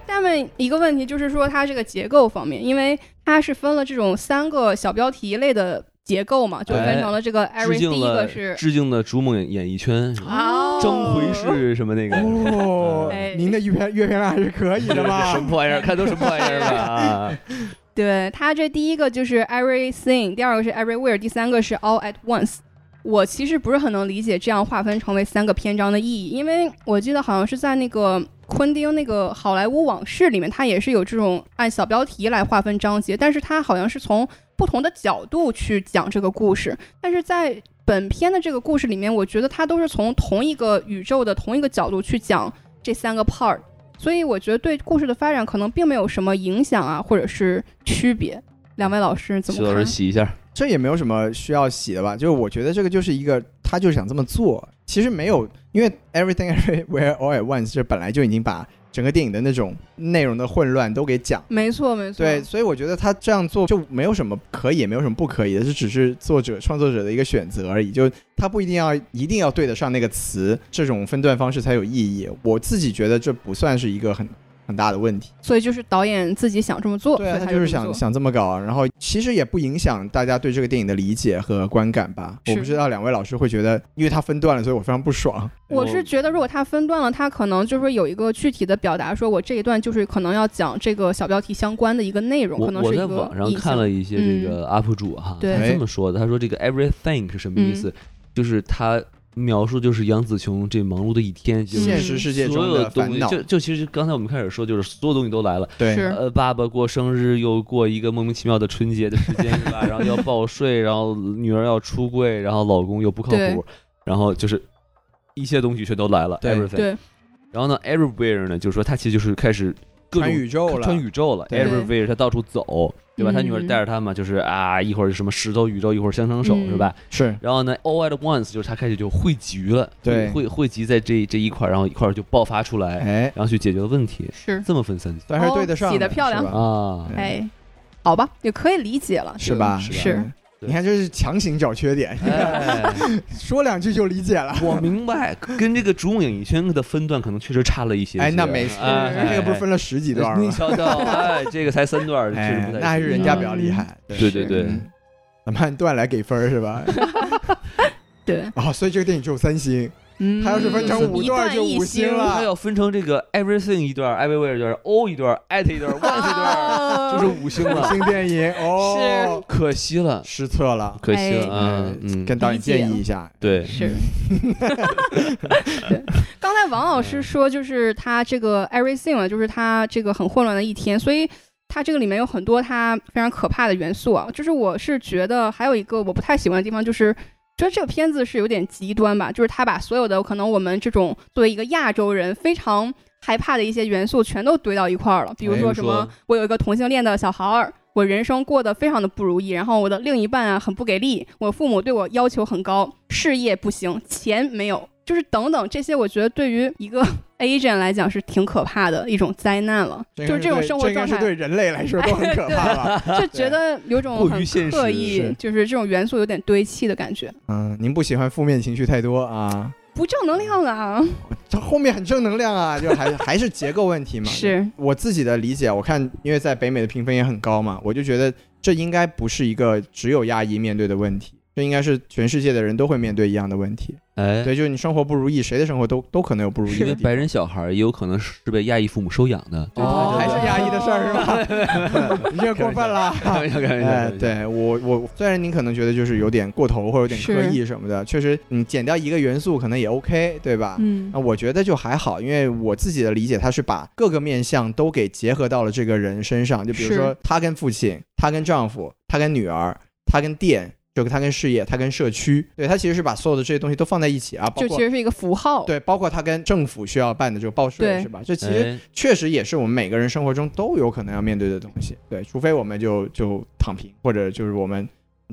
[SPEAKER 3] 下面一个问题就是说它这个结构方面，因为它是分了这种三个小标题类的结构嘛，就分成了这个艾瑞
[SPEAKER 2] 哎致
[SPEAKER 3] 第
[SPEAKER 2] 敬
[SPEAKER 3] 一个
[SPEAKER 2] 了
[SPEAKER 3] 是
[SPEAKER 2] 致敬了逐梦演艺圈，是吧
[SPEAKER 3] 哦
[SPEAKER 2] 张奎是什么那个？
[SPEAKER 1] 哦
[SPEAKER 3] 哎，
[SPEAKER 1] 嗯您的阅片阅片量还是可以的
[SPEAKER 2] 这
[SPEAKER 1] 嘛
[SPEAKER 2] 什。么破玩意儿？看都什么破玩意儿吧？啊
[SPEAKER 3] 对它这第一个就是 everything，第二个是 everywhere，第三个是 all at once。我其实不是很能理解这样划分成为三个篇章的意义，因为我记得好像是在那个昆汀那个《好莱坞往事》里面，它也是有这种按小标题来划分章节，但是它好像是从不同的角度去讲这个故事，但是在本片的这个故事里面，我觉得它都是从同一个宇宙的同一个角度去讲这三个 part，所以我觉得对故事的发展可能并没有什么影响啊，或者是区别。两位老师 [LAUGHS] 怎
[SPEAKER 2] 徐
[SPEAKER 3] 么
[SPEAKER 2] 老师
[SPEAKER 3] 看？
[SPEAKER 2] 洗一下，
[SPEAKER 1] 这也没有什么需要洗的吧？就是我觉得这个就是一个，他就是想这么做。其实没有，因为 everything everywhere all at once 这本来就已经把整个电影的那种内容的混乱都给讲。
[SPEAKER 3] 没错，没错，
[SPEAKER 1] 对，所以我觉得他这样做就没有什么可以，也没有什么不可以的，这只是作者创作者的一个选择而已。就他不一定要一定要对得上那个词，这种分段方式才有意义。我自己觉得这不算是一个很很大的问题。
[SPEAKER 3] 所以就是导演自己想这么做，
[SPEAKER 1] 对
[SPEAKER 3] 所
[SPEAKER 1] 啊，
[SPEAKER 3] 以
[SPEAKER 1] 他
[SPEAKER 3] 他
[SPEAKER 1] 就是
[SPEAKER 3] 这
[SPEAKER 1] 想
[SPEAKER 3] 么做
[SPEAKER 1] 想这么搞，然后其实也不影响大家对这个电影的理解和观感吧。我
[SPEAKER 3] 是
[SPEAKER 1] 不知道两位老师会觉得，因为他分段了，所以我非常不爽。
[SPEAKER 3] 我是觉得，如果他分段了，他可能就是有一个具体的表达，说我这一段就是可能要讲这个小标题相关的一个内容，
[SPEAKER 2] 我
[SPEAKER 3] 可能
[SPEAKER 2] 我
[SPEAKER 3] 是一
[SPEAKER 2] 在
[SPEAKER 3] 个
[SPEAKER 2] 网上
[SPEAKER 3] 意
[SPEAKER 2] 看
[SPEAKER 3] 象
[SPEAKER 2] 了一些这个 UP 主哈，
[SPEAKER 3] 对嗯
[SPEAKER 2] 他这么说的，他说这个 everything 是什么意思？就是他描述就是杨紫琼这忙碌的一天，就
[SPEAKER 1] 现
[SPEAKER 2] 是
[SPEAKER 1] 实世界
[SPEAKER 2] 所
[SPEAKER 1] 中
[SPEAKER 2] 有
[SPEAKER 1] 的
[SPEAKER 2] 东
[SPEAKER 1] 烦
[SPEAKER 2] 西，
[SPEAKER 1] 恼，
[SPEAKER 2] 就就其实刚才我们开始说，就是所有东西都来了。
[SPEAKER 1] 对，
[SPEAKER 3] 是
[SPEAKER 2] 呃，爸爸过生日又过一个莫名其妙的春节的时间是吧？然 [LAUGHS] 后要报税，然后女儿要出柜，然后老公又不靠
[SPEAKER 3] 对
[SPEAKER 2] 谱，然后就是一些东西全都来了
[SPEAKER 1] 对
[SPEAKER 2] ，everything。
[SPEAKER 3] 对，
[SPEAKER 2] 然后呢，everywhere 呢，就是说他其实就是开始各种
[SPEAKER 1] 穿宇宙了，
[SPEAKER 2] 穿宇宙了
[SPEAKER 1] 对
[SPEAKER 2] ，everywhere 他到处走，对吧？他女儿
[SPEAKER 3] 嗯
[SPEAKER 2] 带着他嘛，就是啊，一会儿什么石头宇宙，一会儿香肠手，
[SPEAKER 3] 嗯
[SPEAKER 2] 是吧？
[SPEAKER 1] 是
[SPEAKER 2] 然后呢，all at once 就是他开始就汇集了，
[SPEAKER 1] 对
[SPEAKER 2] 汇汇集在这这一块儿，然后一块儿就爆发出来，
[SPEAKER 1] 哎，
[SPEAKER 2] 然后去解决问题，
[SPEAKER 3] 是，
[SPEAKER 2] 这么分三级
[SPEAKER 1] 但是对
[SPEAKER 3] 哦
[SPEAKER 1] 得上的，
[SPEAKER 3] 洗得漂亮
[SPEAKER 1] 是吧 [LAUGHS]
[SPEAKER 2] 啊，
[SPEAKER 1] 对
[SPEAKER 3] 哎，好吧，也可以理解了。
[SPEAKER 1] 是吧？
[SPEAKER 2] 是
[SPEAKER 3] 吧
[SPEAKER 1] 嗯
[SPEAKER 2] 对
[SPEAKER 1] 你看，就是强行找缺点，
[SPEAKER 2] 哎，
[SPEAKER 1] 说两句就理解了。
[SPEAKER 2] 我明白，跟这个主影影圈的分段可能确实差了一些些。
[SPEAKER 1] 哎，那没事，
[SPEAKER 2] 哎
[SPEAKER 1] 这个不是分了十几段
[SPEAKER 2] 你
[SPEAKER 1] 吗？
[SPEAKER 2] 瞧瞧，哎，这个才三段儿，确实
[SPEAKER 1] 哎
[SPEAKER 2] 不太，行。啊
[SPEAKER 1] 那还是人家比较厉
[SPEAKER 3] 嗯
[SPEAKER 1] 害。
[SPEAKER 2] 对对对
[SPEAKER 1] 嗯咱们按段来给分儿是
[SPEAKER 2] [LAUGHS]
[SPEAKER 1] 吧？
[SPEAKER 3] 对，
[SPEAKER 1] 哦，所以这个电影只有三星。
[SPEAKER 3] 嗯，
[SPEAKER 1] 他要是分成五
[SPEAKER 3] 一
[SPEAKER 1] 段就
[SPEAKER 3] 一
[SPEAKER 1] 五星
[SPEAKER 3] 星
[SPEAKER 1] 了
[SPEAKER 2] 它要分成这个 everything 一段儿，everywhere 一段儿，all 一段儿，at 一段儿，once 一段儿，
[SPEAKER 3] 啊
[SPEAKER 2] 就是五星
[SPEAKER 1] 五
[SPEAKER 2] 了，
[SPEAKER 1] 星电影哦，
[SPEAKER 2] 可惜了，
[SPEAKER 1] 失策了，
[SPEAKER 2] 可惜了
[SPEAKER 3] 哎
[SPEAKER 2] 啊，嗯，
[SPEAKER 1] 跟导演建议一下，
[SPEAKER 2] 对，
[SPEAKER 3] 是。对，刚才王老师说，就是他这个 everything 嘛，就是他这个很混乱的一天，所以他这个里面有很多他非常可怕的元素啊。就是我是觉得还有一个我不太喜欢的地方，就是觉得这个片子是有点极端吧，就是他把所有的可能我们这种作为一个亚洲人非常害怕的一些元素全都堆到一块儿了，比如
[SPEAKER 1] 哎
[SPEAKER 2] 比如
[SPEAKER 3] 说什么
[SPEAKER 2] 说
[SPEAKER 3] 我有一个同性恋的小孩儿，我人生过得非常的不如意，然后我的另一半啊很不给力，我父母对我要求很高，事业不行，钱没有，就是等等这些，我觉得对于一个 [LAUGHS] agent 来讲是挺可怕的一种灾难了，
[SPEAKER 1] 应该
[SPEAKER 3] 就是这种
[SPEAKER 1] 对
[SPEAKER 3] 生活
[SPEAKER 1] 应该
[SPEAKER 3] 状
[SPEAKER 1] 是
[SPEAKER 3] 态。
[SPEAKER 1] 对人类来说都
[SPEAKER 3] [LAUGHS]
[SPEAKER 1] 很可怕吧？
[SPEAKER 3] 就觉得有种
[SPEAKER 2] 过于
[SPEAKER 3] 很
[SPEAKER 2] 现
[SPEAKER 3] 刻
[SPEAKER 1] 是
[SPEAKER 2] 实
[SPEAKER 3] 意，就是这种元素有点堆砌的感觉，
[SPEAKER 1] 嗯，您不喜欢负面情绪太多啊，
[SPEAKER 3] 不正能量啊！
[SPEAKER 1] 这后面很正能量啊，就还 [LAUGHS] 还是结构问题嘛。
[SPEAKER 3] 是，
[SPEAKER 1] 我自己的理解，我看因为在北美的评分也很高嘛，我就觉得这应该不是一个只有亚裔面对的问题，这应该是全世界的人都会面对一样的问题。
[SPEAKER 2] 哎，
[SPEAKER 1] 对，就是你生活不如意，谁的生活都都可能有不如意
[SPEAKER 2] 因为
[SPEAKER 1] 的地
[SPEAKER 2] 白人小孩儿也有可能是被亚裔父母收养的，对
[SPEAKER 1] 方，
[SPEAKER 3] 哦
[SPEAKER 1] 还是亚裔的事儿是 [LAUGHS] 吧？你这过分了。
[SPEAKER 2] 开玩笑，开玩笑，开
[SPEAKER 1] 哎，
[SPEAKER 2] 玩笑，
[SPEAKER 1] 对我我虽然您可能觉得就是有点过头或者有点刻意什么的，确实你减掉一个元素可能也 OK，对吧？
[SPEAKER 3] 嗯
[SPEAKER 1] 那我觉得就还好，因为我自己的理解，他是把各个面相都给结合到了这个人身上。就比如
[SPEAKER 3] 是
[SPEAKER 1] 说，他跟父亲，他跟丈夫，他跟女儿，他跟店，就他跟事业，他跟社区，对他其实是把所有的这些东西都放在一起啊，包
[SPEAKER 3] 就其
[SPEAKER 1] 括
[SPEAKER 3] 实是一个符号，
[SPEAKER 1] 对，包括他跟政府需要办的这个报税，
[SPEAKER 3] 对
[SPEAKER 1] 是吧？这其实
[SPEAKER 2] 哎，
[SPEAKER 1] 确实也是我们每个人生活中都有可能要面对的东西。对，除非我们就就躺平，或者就是我们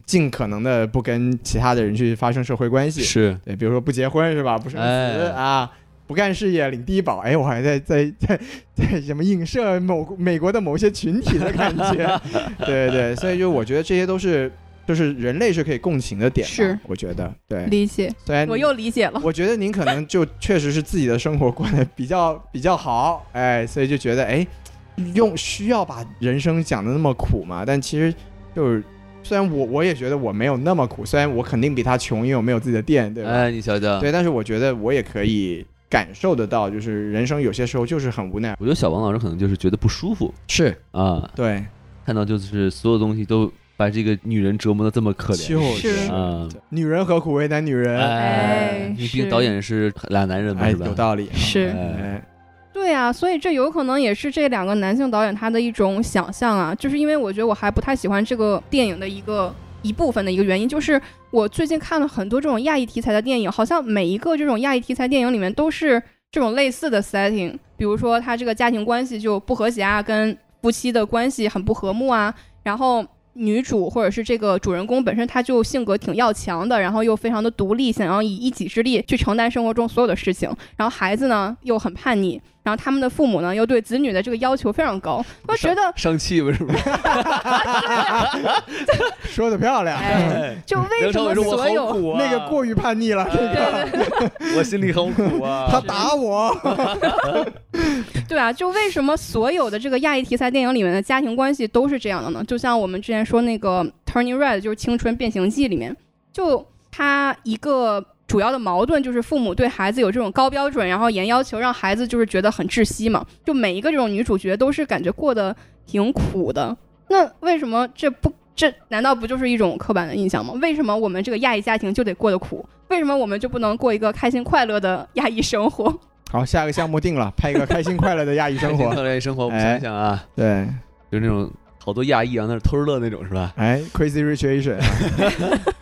[SPEAKER 1] 尽可能的不跟其他的人去发生社会关系。
[SPEAKER 2] 是
[SPEAKER 1] 对，比如说不结婚是吧？不生子、
[SPEAKER 2] 哎
[SPEAKER 1] 啊。不干事业领低保，哎，我还在在在在什么影射某美国的某些群体的感
[SPEAKER 3] [LAUGHS]
[SPEAKER 1] 觉，对对，所以就我觉得这些都是就是人类是可以共情的点吧，
[SPEAKER 3] 是
[SPEAKER 1] 我觉得对。
[SPEAKER 3] 理解，
[SPEAKER 1] 虽然
[SPEAKER 3] 我又理解
[SPEAKER 2] 哦
[SPEAKER 3] 了，
[SPEAKER 1] 我觉得您可能就确实是自己的生活过得比较 [LAUGHS] 比较好，哎，所以就觉得哎，
[SPEAKER 2] 嗯
[SPEAKER 1] 用需要把人生讲的那么苦嘛？但其实就是，虽然我我也觉得我没有那么苦，虽然我肯定比他穷，因为我没有自己的店，对吧？
[SPEAKER 2] 哎，你瞧瞧，
[SPEAKER 1] 对，但是我觉得我也可以感受得到，就是人生有些时候就是很无奈，
[SPEAKER 2] 我觉得小王老师可能就是觉得不舒服
[SPEAKER 1] 是
[SPEAKER 2] 啊，
[SPEAKER 1] 对，
[SPEAKER 2] 他看到就是所有东西都把这个女人折磨的这么可怜。
[SPEAKER 1] 就是
[SPEAKER 2] 嗯
[SPEAKER 1] 女人何苦为难女人？
[SPEAKER 3] 哎
[SPEAKER 2] 因为毕
[SPEAKER 3] 是
[SPEAKER 2] 竟导演是俩男人嘛，
[SPEAKER 1] 哎，
[SPEAKER 2] 是吧？
[SPEAKER 1] 有道理。
[SPEAKER 3] 是
[SPEAKER 2] 哎，
[SPEAKER 1] 哎，
[SPEAKER 3] 对啊，所以这有可能也是这两个男性导演他的一种想象啊，就是因为我觉得我还不太喜欢这个电影的一个一部分的一个原因，就是我最近看了很多这种亚裔题材的电影，好像每一个这种亚裔题材电影里面都是这种类似的 setting，比如说他这个家庭关系就不和谐啊，跟夫妻的关系很不和睦啊，然后。女主或者是这个主人公本身，他就性格挺要强的，然后又非常的独立，想要以一己之力去承担生活中所有的事情。然后孩子呢又很叛逆，然后他们的父母呢又对子女的这个要求非常高，我觉得
[SPEAKER 2] 生气不是不是？
[SPEAKER 1] 说的漂亮。
[SPEAKER 2] 哎
[SPEAKER 3] 就为
[SPEAKER 2] 梁
[SPEAKER 3] 什
[SPEAKER 2] 朝
[SPEAKER 3] 么
[SPEAKER 2] 伟说：“我
[SPEAKER 3] 所
[SPEAKER 2] 好
[SPEAKER 3] 有
[SPEAKER 2] 苦
[SPEAKER 1] [LAUGHS]
[SPEAKER 2] 啊，
[SPEAKER 1] 那个过于叛逆了，
[SPEAKER 2] 哎
[SPEAKER 1] 这
[SPEAKER 3] 对
[SPEAKER 1] 个
[SPEAKER 3] 对对
[SPEAKER 2] 我心里很苦啊。”
[SPEAKER 1] 他打我，
[SPEAKER 3] 对啊，就为什么所有的这个亚裔题材电影里面的家庭关系都是这样的呢？就像我们之前说那个《Turning Red》就是《青春变形记》里面，就他一个。主要的矛盾就是父母对孩子有这种高标准，然后严要求，让孩子就是觉得很窒息嘛。就每一个这种女主角都是感觉过得挺苦的。那为什么这不这难道不就是一种刻板的印象吗？为什么我们这个亚裔家庭就得过得苦？为什么我们就不能过一个开心快乐的亚裔生活？ [LAUGHS]
[SPEAKER 1] 好，下个项目定
[SPEAKER 2] [LAUGHS]
[SPEAKER 1] 了，拍一个开心快乐的亚裔生活。
[SPEAKER 2] 特别生活，我们
[SPEAKER 1] 哎
[SPEAKER 2] 想想啊，
[SPEAKER 1] 对，
[SPEAKER 2] 就是那种好多亚裔啊，那是偷着乐那种是吧？
[SPEAKER 1] 哎，Crazy Rich Asian，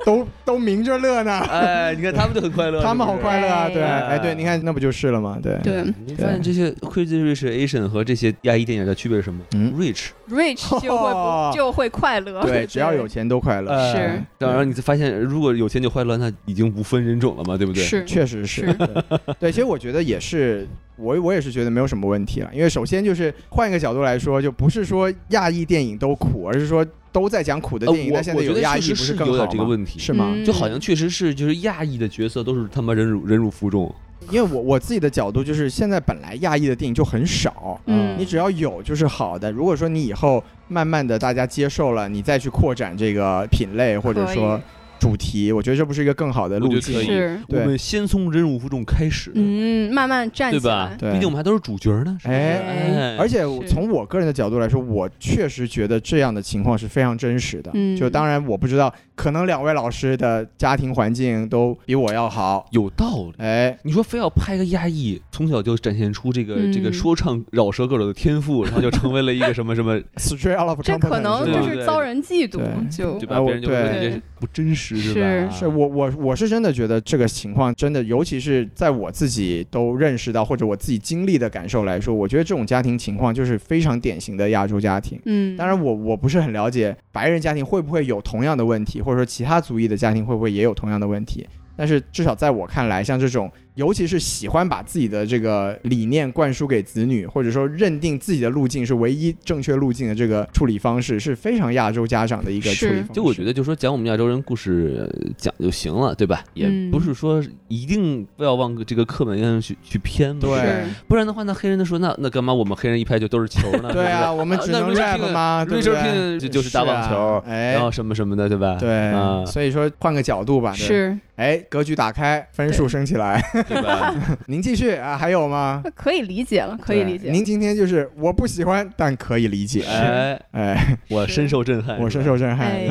[SPEAKER 1] 都
[SPEAKER 2] [LAUGHS]
[SPEAKER 1] 都明着乐呢，
[SPEAKER 2] 哎，你看他们就很快乐，
[SPEAKER 1] 他们好快乐啊，
[SPEAKER 3] 对
[SPEAKER 1] 对，哎，对，你看那不就是了吗？对，
[SPEAKER 3] 对
[SPEAKER 2] 是不是。你发现这些 Crazy Rich Asian 和这些亚裔电影的区别是什么
[SPEAKER 1] 嗯，
[SPEAKER 2] ？Rich，
[SPEAKER 1] [LAUGHS]
[SPEAKER 3] rich 就会
[SPEAKER 1] 哦
[SPEAKER 3] 不就会快乐。
[SPEAKER 1] 对，只要有钱都快乐，
[SPEAKER 2] 哎
[SPEAKER 3] 是
[SPEAKER 2] 然
[SPEAKER 1] 嗯
[SPEAKER 2] 后你才发现，如果有钱就快乐，那已经无分人种了嘛，对不对？
[SPEAKER 3] 是
[SPEAKER 1] 确实是
[SPEAKER 3] 是，
[SPEAKER 1] 对对，其实我觉得也是，我我也是觉得没有什么问题了，因为首先就是换一个角度来说，就不是说亚裔电影都苦，而是说都在讲苦的
[SPEAKER 2] 呃，
[SPEAKER 1] 电影，
[SPEAKER 2] 我
[SPEAKER 1] 但现在
[SPEAKER 2] 我觉
[SPEAKER 1] 有
[SPEAKER 2] 得
[SPEAKER 1] 亚
[SPEAKER 2] 确
[SPEAKER 1] 裔
[SPEAKER 2] 实
[SPEAKER 1] 不
[SPEAKER 2] 是
[SPEAKER 1] 更
[SPEAKER 2] 有
[SPEAKER 1] 好
[SPEAKER 2] 点
[SPEAKER 1] 吗？
[SPEAKER 2] 这个问题，
[SPEAKER 1] 是吗？
[SPEAKER 3] 嗯
[SPEAKER 2] 就好像确实是就是亚裔的角色都是他妈忍辱忍辱负重，
[SPEAKER 1] 因为我我自己的角度就是，现在本来亚裔的电影就很少，
[SPEAKER 3] 嗯
[SPEAKER 1] 你只要有就是好的。如果说你以后慢慢的大家接受了，你再去扩展这个品类或者说主题，我觉得这不是一个更好的路
[SPEAKER 2] 我觉得可
[SPEAKER 1] 径
[SPEAKER 2] 以。
[SPEAKER 3] 是，
[SPEAKER 2] 我
[SPEAKER 1] 对
[SPEAKER 2] 们先从忍辱负重开始，
[SPEAKER 3] 嗯，慢慢站
[SPEAKER 2] 对
[SPEAKER 3] 起
[SPEAKER 2] 吧
[SPEAKER 3] 来？。
[SPEAKER 1] 对
[SPEAKER 2] 毕竟我们还都是主角呢，是吧
[SPEAKER 1] 哎，
[SPEAKER 2] 哎
[SPEAKER 1] 而且我
[SPEAKER 3] 是
[SPEAKER 1] 从我个人的角度来说，我确实觉得这样的情况是非常真实的。
[SPEAKER 3] 嗯
[SPEAKER 1] 就当然我不知道，可能两位老师的家庭环境都比我要好。
[SPEAKER 2] 有道理。
[SPEAKER 1] 哎，
[SPEAKER 2] 你说非要拍个亚裔，从小就展现出这个、
[SPEAKER 3] 嗯
[SPEAKER 2] 这个说唱饶舌歌手的
[SPEAKER 1] [LAUGHS]
[SPEAKER 2] 天赋，然后就成为了一个什么什么，
[SPEAKER 1] 死追 out of
[SPEAKER 3] 这可
[SPEAKER 1] competence，
[SPEAKER 3] 能
[SPEAKER 1] 对
[SPEAKER 3] 就
[SPEAKER 1] 吧
[SPEAKER 2] 对对
[SPEAKER 3] 是遭人嫉妒，
[SPEAKER 1] 对
[SPEAKER 3] 就
[SPEAKER 1] 哎
[SPEAKER 2] 对吧？
[SPEAKER 1] 我
[SPEAKER 2] 别人就会说你
[SPEAKER 3] 对
[SPEAKER 2] 这不真实，
[SPEAKER 3] 是
[SPEAKER 2] 吧？
[SPEAKER 1] 是我我我是真的觉得这个情况真的，尤其是在我自己都认识到或者我自己经历的感受来说，我觉得这种家庭情况就是非常典型的亚洲家庭。
[SPEAKER 3] 嗯，
[SPEAKER 1] 当然我，我不是很了解白人家庭会不会有同样的问题，或者说其他族裔的家庭会不会也有同样的问题。但是至少在我看来，像这种，尤其是喜欢把自己的这个理念灌输给子女，或者说认定自己的路径是唯一正确路径的这个处理方式，是非常亚洲家长的一个处理
[SPEAKER 3] 是
[SPEAKER 1] 方式。
[SPEAKER 2] 就我觉得，就说讲我们亚洲人故事呃讲就行了，对吧？也
[SPEAKER 3] 嗯
[SPEAKER 2] 不是说一定非要往这个课本上去去偏嘛，
[SPEAKER 1] 对
[SPEAKER 3] 是
[SPEAKER 2] 不然的话，那黑人的说那那干嘛我们黑人一拍就都是球 [LAUGHS] 呢？
[SPEAKER 1] 对啊，我们只能 rap 嘛，对不
[SPEAKER 2] ，Richard
[SPEAKER 1] 对？
[SPEAKER 2] King 就就是打网球，
[SPEAKER 1] 啊哎
[SPEAKER 2] 然，后什么什么的，对吧？
[SPEAKER 1] 对
[SPEAKER 2] 啊，
[SPEAKER 1] 所以说换个角度吧，对，
[SPEAKER 3] 是
[SPEAKER 1] 哎，格局打开，分数升起
[SPEAKER 3] [LAUGHS]
[SPEAKER 1] 来。
[SPEAKER 2] 对吧？ [LAUGHS]
[SPEAKER 1] 您继续啊，还有吗？
[SPEAKER 3] 可以理解了，可以理
[SPEAKER 1] 对
[SPEAKER 3] 解。
[SPEAKER 1] 您今天就是我不喜欢，但可以理解。
[SPEAKER 2] 哎，
[SPEAKER 1] 哎，
[SPEAKER 2] 我深受震撼，
[SPEAKER 1] 我深受震撼
[SPEAKER 2] [LAUGHS]
[SPEAKER 3] 哎。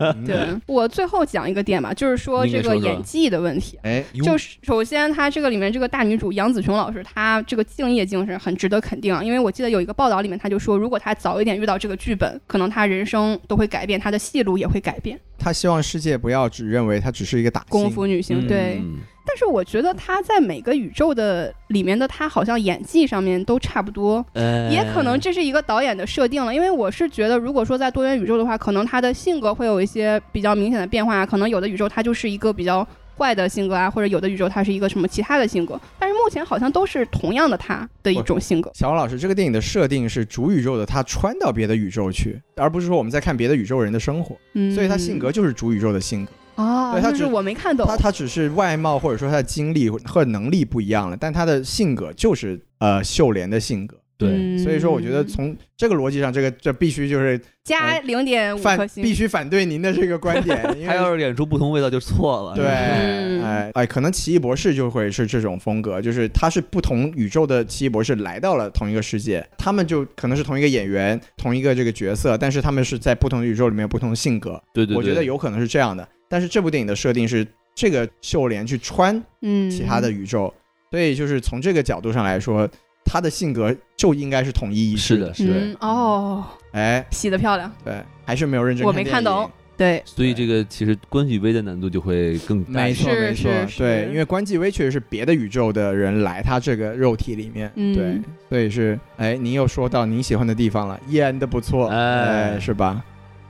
[SPEAKER 1] 嗯，
[SPEAKER 3] 对我最后讲一个点吧，就是说
[SPEAKER 2] 你给
[SPEAKER 3] 这个
[SPEAKER 2] 说说
[SPEAKER 3] 演技的问题。
[SPEAKER 1] [LAUGHS] 哎，
[SPEAKER 2] 哟
[SPEAKER 3] 就是首先，她这个里面这个大女主杨紫琼老师，她这个敬业精神很值得肯定啊。因为我记得有一个报道里面，她就说，如果她早一点遇到这个剧本，可能她人生都会改变，她的戏路也会改变。
[SPEAKER 1] 他希望世界不要只认为他只是一个打
[SPEAKER 3] 功夫女
[SPEAKER 1] 嗯
[SPEAKER 3] 星，对，
[SPEAKER 2] 嗯
[SPEAKER 3] 但是我觉得她在每个宇宙的里面的她，好像演技上面都差不多，
[SPEAKER 2] 哎
[SPEAKER 3] 也可能这是一个导演的设定了。因为我是觉得，如果说在多元宇宙的话，可能她的性格会有一些比较明显的变化，可能有的宇宙她就是一个比较坏的性格啊，或者有的宇宙她是一个什么其他的性格。但是目前好像都是同样的她的一种性格。
[SPEAKER 1] 小王老师，这个电影的设定是主宇宙的他穿到别的宇宙去，而不是说我们在看别的宇宙人的生活，
[SPEAKER 3] 嗯，
[SPEAKER 1] 所以他性格就是主宇宙的性格。
[SPEAKER 3] 啊，
[SPEAKER 1] 对她
[SPEAKER 3] 就是
[SPEAKER 1] 只
[SPEAKER 3] 我没看懂
[SPEAKER 1] 他。他只是外貌或者说他的经历和能力不一样了，但他的性格就是呃秀莲的性格。
[SPEAKER 2] 对，
[SPEAKER 3] 嗯
[SPEAKER 1] 所以说，我觉得从这个逻辑上，这个这必须就是
[SPEAKER 3] 加零点五颗
[SPEAKER 1] 反
[SPEAKER 3] 星，
[SPEAKER 1] 必须反对您的这个观点，
[SPEAKER 3] [LAUGHS]
[SPEAKER 1] 因
[SPEAKER 2] 他要
[SPEAKER 1] 为。
[SPEAKER 2] 是演出不同味道就错了。
[SPEAKER 1] 对，
[SPEAKER 3] 嗯
[SPEAKER 1] 哎哎，可能奇异博士就会是这种风格，就是他是不同宇宙的奇异博士来到了同一个世界，他们就可能是同一个演员、同一个这个角色，但是他们是在不同的宇宙里面有不同的性格，
[SPEAKER 2] [LAUGHS] 对对，
[SPEAKER 1] 我觉得
[SPEAKER 2] 对
[SPEAKER 1] 有可能是这样的。但是这部电影的设定是这个秀莲去穿
[SPEAKER 3] 嗯，
[SPEAKER 1] 其他的宇宙，所以就是从这个角度上来说，他的性格就应该是统一一致
[SPEAKER 2] 是的，是的。
[SPEAKER 3] 嗯哦，
[SPEAKER 1] 哎，
[SPEAKER 3] 洗的漂亮，
[SPEAKER 1] 对，还是没有认真
[SPEAKER 3] 我
[SPEAKER 1] 看
[SPEAKER 3] 没
[SPEAKER 1] 电影。
[SPEAKER 3] 看懂，对，
[SPEAKER 2] 所以这个其实关系微的难度就会更大
[SPEAKER 1] 没
[SPEAKER 2] 一些。
[SPEAKER 1] 错，
[SPEAKER 3] 是
[SPEAKER 1] 没错，
[SPEAKER 3] 是
[SPEAKER 1] 对，
[SPEAKER 3] 是
[SPEAKER 1] 因为关继威确实是别的宇宙的人来他这个肉体里面，
[SPEAKER 3] 嗯
[SPEAKER 1] 对，所以是，哎，您又说到您喜欢的地方了，叶安的不错，
[SPEAKER 2] 哎
[SPEAKER 1] 哎，是吧？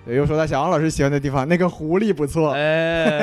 [SPEAKER 1] 对，又说到小王老师喜欢的地方，那个狐狸不错，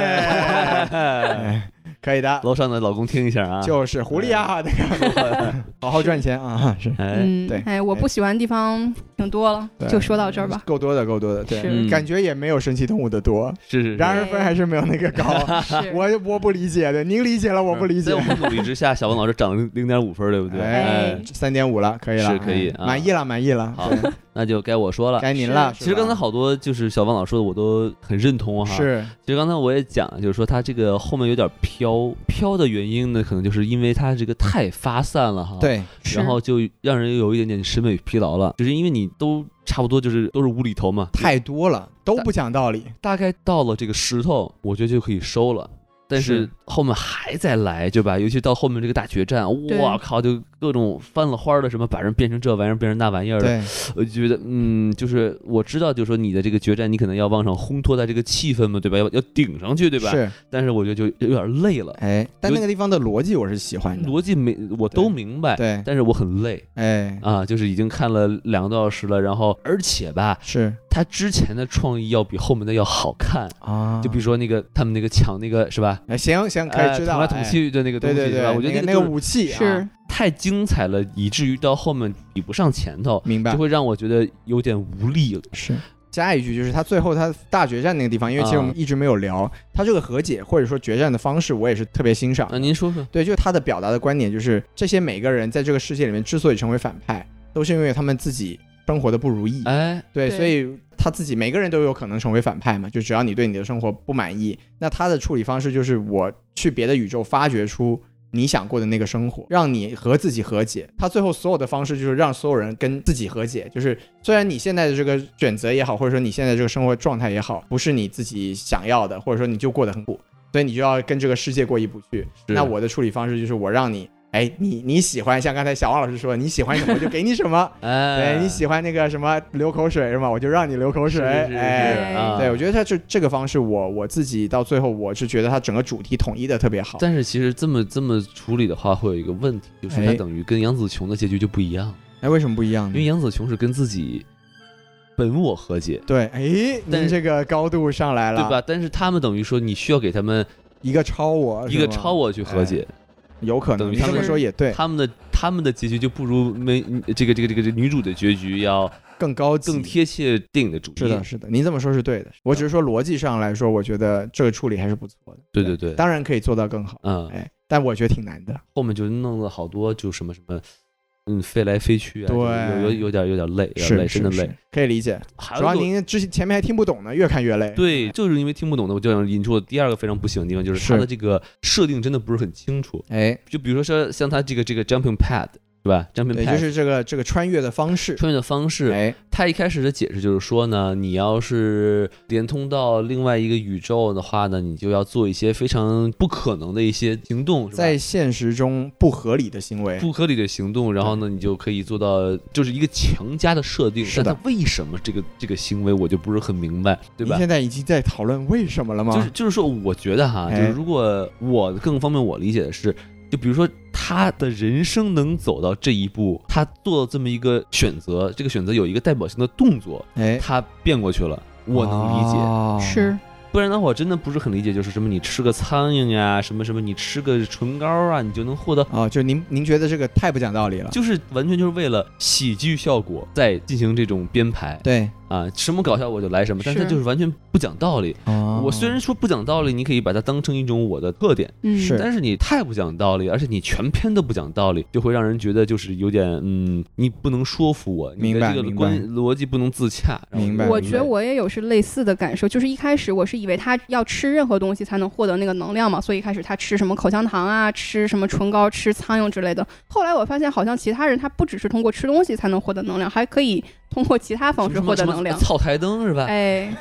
[SPEAKER 2] 哎，
[SPEAKER 1] 哎，可以的，
[SPEAKER 2] 楼上的老公听一下啊， [LAUGHS]
[SPEAKER 1] 就是狐狸啊，那个好好赚钱啊，是
[SPEAKER 2] 哎，
[SPEAKER 3] 嗯
[SPEAKER 1] 对，
[SPEAKER 3] 哎，我不喜欢的地方挺多了
[SPEAKER 1] 对，
[SPEAKER 3] 就说到这儿吧。
[SPEAKER 1] 够多的，够多的，对，
[SPEAKER 3] 是
[SPEAKER 2] 嗯
[SPEAKER 1] 感觉也没有神奇动物的多，
[SPEAKER 2] 是是是。
[SPEAKER 1] 然而分还是没有那个高，
[SPEAKER 3] [LAUGHS] 是，
[SPEAKER 1] 我我不理解的，您理解了，我不理解
[SPEAKER 2] 在我。们努力之下，小王老师涨了零点五分，对不对？
[SPEAKER 1] 哎
[SPEAKER 2] 哎，
[SPEAKER 1] 三点五了，可以了，
[SPEAKER 2] 是可以
[SPEAKER 1] 哎
[SPEAKER 2] 啊
[SPEAKER 1] 满意了，满意了，
[SPEAKER 2] 好
[SPEAKER 1] 对，
[SPEAKER 2] 那就该我说了。
[SPEAKER 1] 该您了。
[SPEAKER 2] 其实刚才好多就是小王老师说的，我都很认同啊哈。，
[SPEAKER 1] 是
[SPEAKER 2] 其实刚才我也讲，就是说他这个后面有点飘，飘的原因呢，可能就是因为他这个太发散了哈。。
[SPEAKER 1] 对，
[SPEAKER 3] 是
[SPEAKER 2] 然后就让人有一点点审美疲劳了，就是因为你都差不多就是都是无厘头嘛，
[SPEAKER 1] 太多了，都不讲道理。
[SPEAKER 2] 大概到了这个石头，我觉得就可以收了。但是
[SPEAKER 1] 是
[SPEAKER 2] 后面还在来，对吧？尤其到后面这个大决战，
[SPEAKER 3] 对
[SPEAKER 2] 我靠，就各种翻了花儿的什么，把人变成这玩意儿，变成那玩意儿的，
[SPEAKER 1] 对，
[SPEAKER 2] 我就觉得，嗯，就是我知道，就是说你的这个决战，你可能要往上烘托它这个气氛嘛，对吧？要要顶上去，对吧？
[SPEAKER 1] 是，
[SPEAKER 2] 但是我觉得就有点累了，
[SPEAKER 1] 哎，但那个地方的逻辑我是喜欢的。
[SPEAKER 2] 逻辑没我
[SPEAKER 1] 对
[SPEAKER 2] 都明白，
[SPEAKER 1] 对，
[SPEAKER 2] 但是我很累
[SPEAKER 1] 哎，
[SPEAKER 2] 啊，就是已经看了两个多小时了，然后而且吧，
[SPEAKER 1] 是
[SPEAKER 2] 他之前的创意要比后面的要好看，
[SPEAKER 1] 啊，
[SPEAKER 2] 就比如说那个他们那个抢那个是吧？
[SPEAKER 1] 哎，行行，可
[SPEAKER 2] 哎
[SPEAKER 1] 以知道了。
[SPEAKER 2] 捅来捅
[SPEAKER 1] 哎
[SPEAKER 2] 去的那个东
[SPEAKER 1] 对对
[SPEAKER 2] 西是
[SPEAKER 1] 对
[SPEAKER 2] 吧？，我觉得
[SPEAKER 1] 那
[SPEAKER 2] 那
[SPEAKER 1] 个
[SPEAKER 2] 个
[SPEAKER 1] 武器啊
[SPEAKER 3] 是，
[SPEAKER 2] 太精彩了，以至于到后面比不上前头，
[SPEAKER 1] 明白
[SPEAKER 2] 就。会让我觉得有点无力了。
[SPEAKER 1] 是。加一句，就是他最后他大决战那个地方，因为其实我们一直没有聊他这个和解或者说决战的方式，我也是特别欣赏
[SPEAKER 2] 啊，。您说说，
[SPEAKER 1] 对，就是他的表达的观点，就是这些每个人在这个世界里面之所以成为反派，都是因为他们自己生活的不如意。
[SPEAKER 2] 哎，
[SPEAKER 1] 对，
[SPEAKER 3] 对
[SPEAKER 1] 所以他自己每个人都有可能成为反派嘛，就只要你对你的生活不满意，那他的处理方式就是我去别的宇宙发掘出你想过的那个生活，让你和自己和解。他最后所有的方式就是让所有人跟自己和解，就是虽然你现在的这个选择也好，或者说你现在这个生活状态也好，不是你自己想要的，或者说你就过得很苦，所以你就要跟这个世界过意不去。
[SPEAKER 2] 是
[SPEAKER 1] 那我的处理方式就是我让你。哎，你你喜欢像刚才小王老师说，你喜欢什么就给你什么，
[SPEAKER 2] 哎，
[SPEAKER 1] 对你喜欢那个什么流口水是吗？我就让你流口水。
[SPEAKER 2] 是是是
[SPEAKER 1] 哎，
[SPEAKER 2] 啊，
[SPEAKER 1] 对我觉得他这这个方式我，我自己到最后我是觉得他整个主题统一的特别好。
[SPEAKER 2] 但是其实这么这么处理的话，会有一个问题，就是它
[SPEAKER 1] 哎
[SPEAKER 2] 等于跟杨紫琼的结局就不一样，
[SPEAKER 1] 哎，为什么不一样
[SPEAKER 2] 因为？杨紫琼是跟自己本我和解，
[SPEAKER 1] 对，哎，
[SPEAKER 2] 但
[SPEAKER 1] 您
[SPEAKER 2] 是
[SPEAKER 1] 这个高度上来
[SPEAKER 2] 对
[SPEAKER 1] 了，
[SPEAKER 2] 吧？但是他们等于说你需要给他们
[SPEAKER 1] 一个超我，
[SPEAKER 2] 一个
[SPEAKER 1] 啊是吗
[SPEAKER 2] 超，我去和解，
[SPEAKER 1] 有可
[SPEAKER 2] 等
[SPEAKER 1] 能你
[SPEAKER 2] 于
[SPEAKER 1] 这
[SPEAKER 3] 他
[SPEAKER 1] 么
[SPEAKER 3] 们
[SPEAKER 1] 说也对，
[SPEAKER 2] 他们的他们的结局就不如没这个这个这个这个女主的结局要
[SPEAKER 1] 更高级，
[SPEAKER 2] 更贴切电影的主题。
[SPEAKER 1] 是的，，是的，您这么说是对的。我只是说逻辑上来说，我觉得这个处理还是不错的。
[SPEAKER 2] 对对对
[SPEAKER 1] 当然可以做到更好，
[SPEAKER 2] 嗯，
[SPEAKER 1] 哎，但我觉得挺难的。
[SPEAKER 2] 后面就弄了好多就什么什么，嗯，飞来飞去啊，
[SPEAKER 1] 对
[SPEAKER 2] 有有有点有点累，有点累，
[SPEAKER 1] 是
[SPEAKER 2] 真的
[SPEAKER 1] 是
[SPEAKER 2] 累
[SPEAKER 1] 是。，可以理解。
[SPEAKER 2] 还
[SPEAKER 1] 主要
[SPEAKER 2] 有一个
[SPEAKER 1] 您之前前面还听不懂呢，越看越累。
[SPEAKER 2] 对，就是因为听不懂的，我就想引出我第二个非常不喜欢的地方，就是它
[SPEAKER 1] 是
[SPEAKER 2] 的这个设定真的不是很清楚。
[SPEAKER 1] 哎，
[SPEAKER 2] 就比如说像像它这个这个 jumping pad 是吧？jumping
[SPEAKER 1] 对，就
[SPEAKER 2] pad
[SPEAKER 1] 是这个这个穿越的方式。
[SPEAKER 2] 穿越的方式，
[SPEAKER 1] 哎，
[SPEAKER 2] 他一开始的解释就是说呢，你要是连通到另外一个宇宙的话呢，你就要做一些非常不可能的一些行动，是吧
[SPEAKER 1] 在现实中不合理的行为，
[SPEAKER 2] 不合理的行动，然后呢，你就可以做到就是一个强加的设定。
[SPEAKER 1] 是的
[SPEAKER 2] 但他为什么这个这个行为，我就不是很明白，对
[SPEAKER 1] 您
[SPEAKER 2] 吧？
[SPEAKER 1] 现在已经在讨论为什么了吗？
[SPEAKER 2] 就是就是说，我觉得哈，就
[SPEAKER 1] 嗯哎
[SPEAKER 2] 是如果我更方便我理解的是，就比如说他的人生能走到这一步，他做了这么一个选择，这个选择有一个代表性的动作，
[SPEAKER 1] 哎，
[SPEAKER 2] 他变过去了，我能理解。
[SPEAKER 1] 哦
[SPEAKER 3] 是，
[SPEAKER 2] 不然的话我真的不是很理解，就是什么你吃个苍蝇呀、什么什么你吃个唇膏啊，你就能获得。
[SPEAKER 1] 啊，就您您觉得这个太不讲道理了。
[SPEAKER 2] 就是完全就是为了喜剧效果在进行这种编排
[SPEAKER 1] 对，
[SPEAKER 2] 啊，什么搞笑我就来什么，但是
[SPEAKER 3] 是
[SPEAKER 2] 就是完全不讲道理。
[SPEAKER 1] 哦
[SPEAKER 2] 我虽然说不讲道理，你可以把它当成一种我的特点，
[SPEAKER 3] 嗯，
[SPEAKER 1] 是
[SPEAKER 2] 但是你太不讲道理，而且你全篇都不讲道理，就会让人觉得就是有点嗯，你不能说服我，你
[SPEAKER 1] 明白
[SPEAKER 2] 的这个
[SPEAKER 1] 明
[SPEAKER 2] 关
[SPEAKER 1] 白
[SPEAKER 2] 逻辑不能自洽。然后
[SPEAKER 1] 明白
[SPEAKER 3] 我觉得我也有是类似的感受，就是一开始我是以为他要吃任何东西才能获得那个能量嘛，所以一开始他吃什么口香糖啊，吃什么唇膏，吃苍蝇之类的。后来我发现，好像其他人他不只是通过吃东西才能获得能量，还可以通过其他方式
[SPEAKER 2] 什么
[SPEAKER 3] 获得
[SPEAKER 2] 什么
[SPEAKER 3] 能量。
[SPEAKER 2] 草台灯是吧？
[SPEAKER 3] 哎，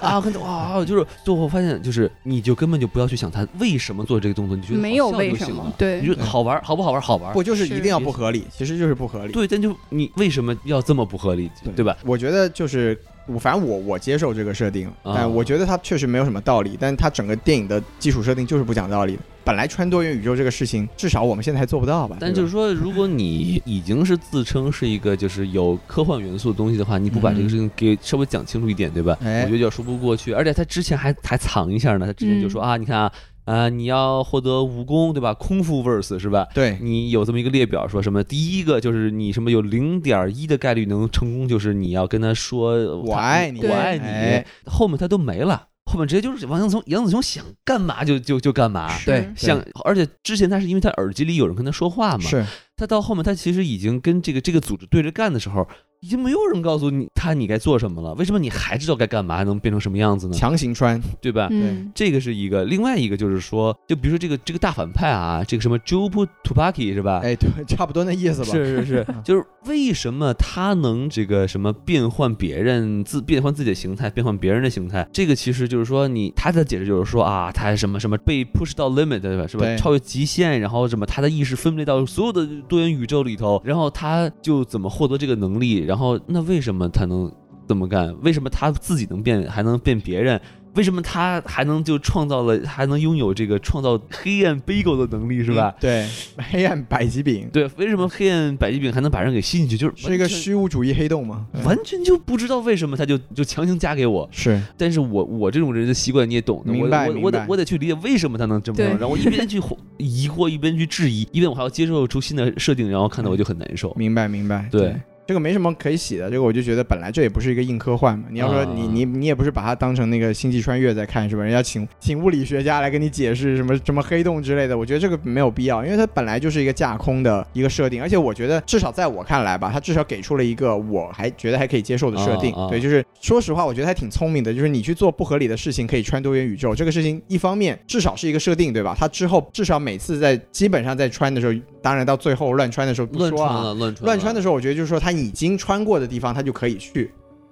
[SPEAKER 2] 啊，跟哇，就是最后发现就是，你就根本就不要去想他为什么做这个动作，你就觉得
[SPEAKER 3] 没有
[SPEAKER 2] 好笑就
[SPEAKER 3] 为什
[SPEAKER 2] 行
[SPEAKER 3] 么
[SPEAKER 2] 了，你
[SPEAKER 3] 对，
[SPEAKER 2] 就好玩儿，好不好玩儿？好玩儿。
[SPEAKER 1] 不就是
[SPEAKER 3] 是
[SPEAKER 1] 一定要不合理，其实就是不合理，
[SPEAKER 2] 对，但就你为什么要这么不合理，对吧？？
[SPEAKER 1] 我觉得就是。我反正我我接受这个设定，
[SPEAKER 2] 啊
[SPEAKER 1] 但我觉得它确实没有什么道理，但是它整个电影的基础设定就是不讲道理的。本来穿多元宇宙这个事情，至少我们现在还做不到吧？
[SPEAKER 2] 但
[SPEAKER 1] 对吧
[SPEAKER 2] 就是说，如果你已经是自称是一个就是有科幻元素的东西的话，你不把这个事情给稍微讲清楚一点，对吧？
[SPEAKER 1] 嗯哎
[SPEAKER 2] 我觉得要说不过去。而且他之前还还藏一下呢，他之前就
[SPEAKER 3] 嗯
[SPEAKER 2] 说、啊，你看啊，啊，你要获得武功，对吧？空腹 verse 是吧？
[SPEAKER 1] 对，
[SPEAKER 2] 你有这么一个列表，说什么？第一个就是你什么有零点一的概率能成功，就是你要跟他说呃
[SPEAKER 1] 我
[SPEAKER 2] 他
[SPEAKER 1] 爱你
[SPEAKER 2] 我爱
[SPEAKER 1] 哎
[SPEAKER 2] 你。后面他都没了，后面直接就是王杨松，杨子雄想干嘛就就就干嘛。
[SPEAKER 3] 是
[SPEAKER 1] 对
[SPEAKER 2] 想，而且之前他是因为他耳机里有人跟他说话嘛，
[SPEAKER 1] 是
[SPEAKER 2] 他到后面他其实已经跟这个这个组织对着干的时候，已经没有人告诉你他你该做什么了，为什么你还知道该干嘛，还能变成什么样子呢？
[SPEAKER 1] 强行穿，
[SPEAKER 2] 对吧？
[SPEAKER 3] 嗯，
[SPEAKER 2] 这个是一个，另外一个就是说，就比如说这个这个大反派啊，这个什么 j u p Tupaki 是吧？
[SPEAKER 1] 哎，对， [LAUGHS] 差不多那意思吧。，
[SPEAKER 2] 啊是是是
[SPEAKER 1] [LAUGHS] 啊
[SPEAKER 2] 就是为什么他能这个什么变换别人自变换自己的形态，变换别人的形态？这个其实就是说你他的解释就是说啊，他什么什么被 push 到 limit 对吧？是吧
[SPEAKER 1] 对？
[SPEAKER 2] 超越极限，然后什么他的意识分裂到所有的多元宇宙里头，然后他就怎么获得这个能力？然后那为什么他能这么干？为什么他自己能变，还能变别人？为什么他还能就创造了，还能拥有这个创造黑暗 [LAUGHS] bagel 的能力，是吧？
[SPEAKER 1] 嗯？对，黑暗百吉饼
[SPEAKER 2] 对，为什么黑暗百吉饼还能把人给吸进去？就是
[SPEAKER 1] 是一个
[SPEAKER 2] 完全
[SPEAKER 1] 虚无主义黑洞吗？嗯
[SPEAKER 2] 完全就不知道为什么他就就强行嫁给我。
[SPEAKER 1] 是
[SPEAKER 2] 但是我我这种人的习惯你也懂的，
[SPEAKER 1] 明
[SPEAKER 2] 我
[SPEAKER 1] 白
[SPEAKER 2] 我
[SPEAKER 1] 明
[SPEAKER 2] 我得
[SPEAKER 1] 白
[SPEAKER 2] 我得去理解为什么他能这么弄，
[SPEAKER 3] 对
[SPEAKER 2] 然后我一边去疑惑，一边去质疑，一边我还要接受出新的设定，然后看到我就很难受。
[SPEAKER 1] 明白明白，
[SPEAKER 2] 对
[SPEAKER 1] 这个没什么可以洗的，这个我就觉得本来这也不是一个硬科幻嘛。你要说
[SPEAKER 2] 啊
[SPEAKER 1] 你、你你也不是把它当成那个星际穿越在看是吧？人家请 [LAUGHS] 请物理学家来跟你解释什么什么黑洞之类的，我觉得这个没有必要，因为它本来就是一个架空的一个设定，而且我觉得至少在我看来吧，它至少给出了一个我还觉得还可以接受的设定。
[SPEAKER 2] 啊啊
[SPEAKER 1] 对，就是说实话，我觉得还挺聪明的，就是你去做不合理的事情可以穿多元宇宙这个事情，一方面至少是一个设定对吧？它之后至少每次在基本上在穿的时候，当然到最后乱穿的时候不
[SPEAKER 2] 乱
[SPEAKER 1] 说
[SPEAKER 2] 穿
[SPEAKER 1] 啊。
[SPEAKER 2] 了，乱穿，
[SPEAKER 1] 乱穿的
[SPEAKER 2] 时
[SPEAKER 1] 时候，我觉得就是说他已经穿过的地方，他就可以去。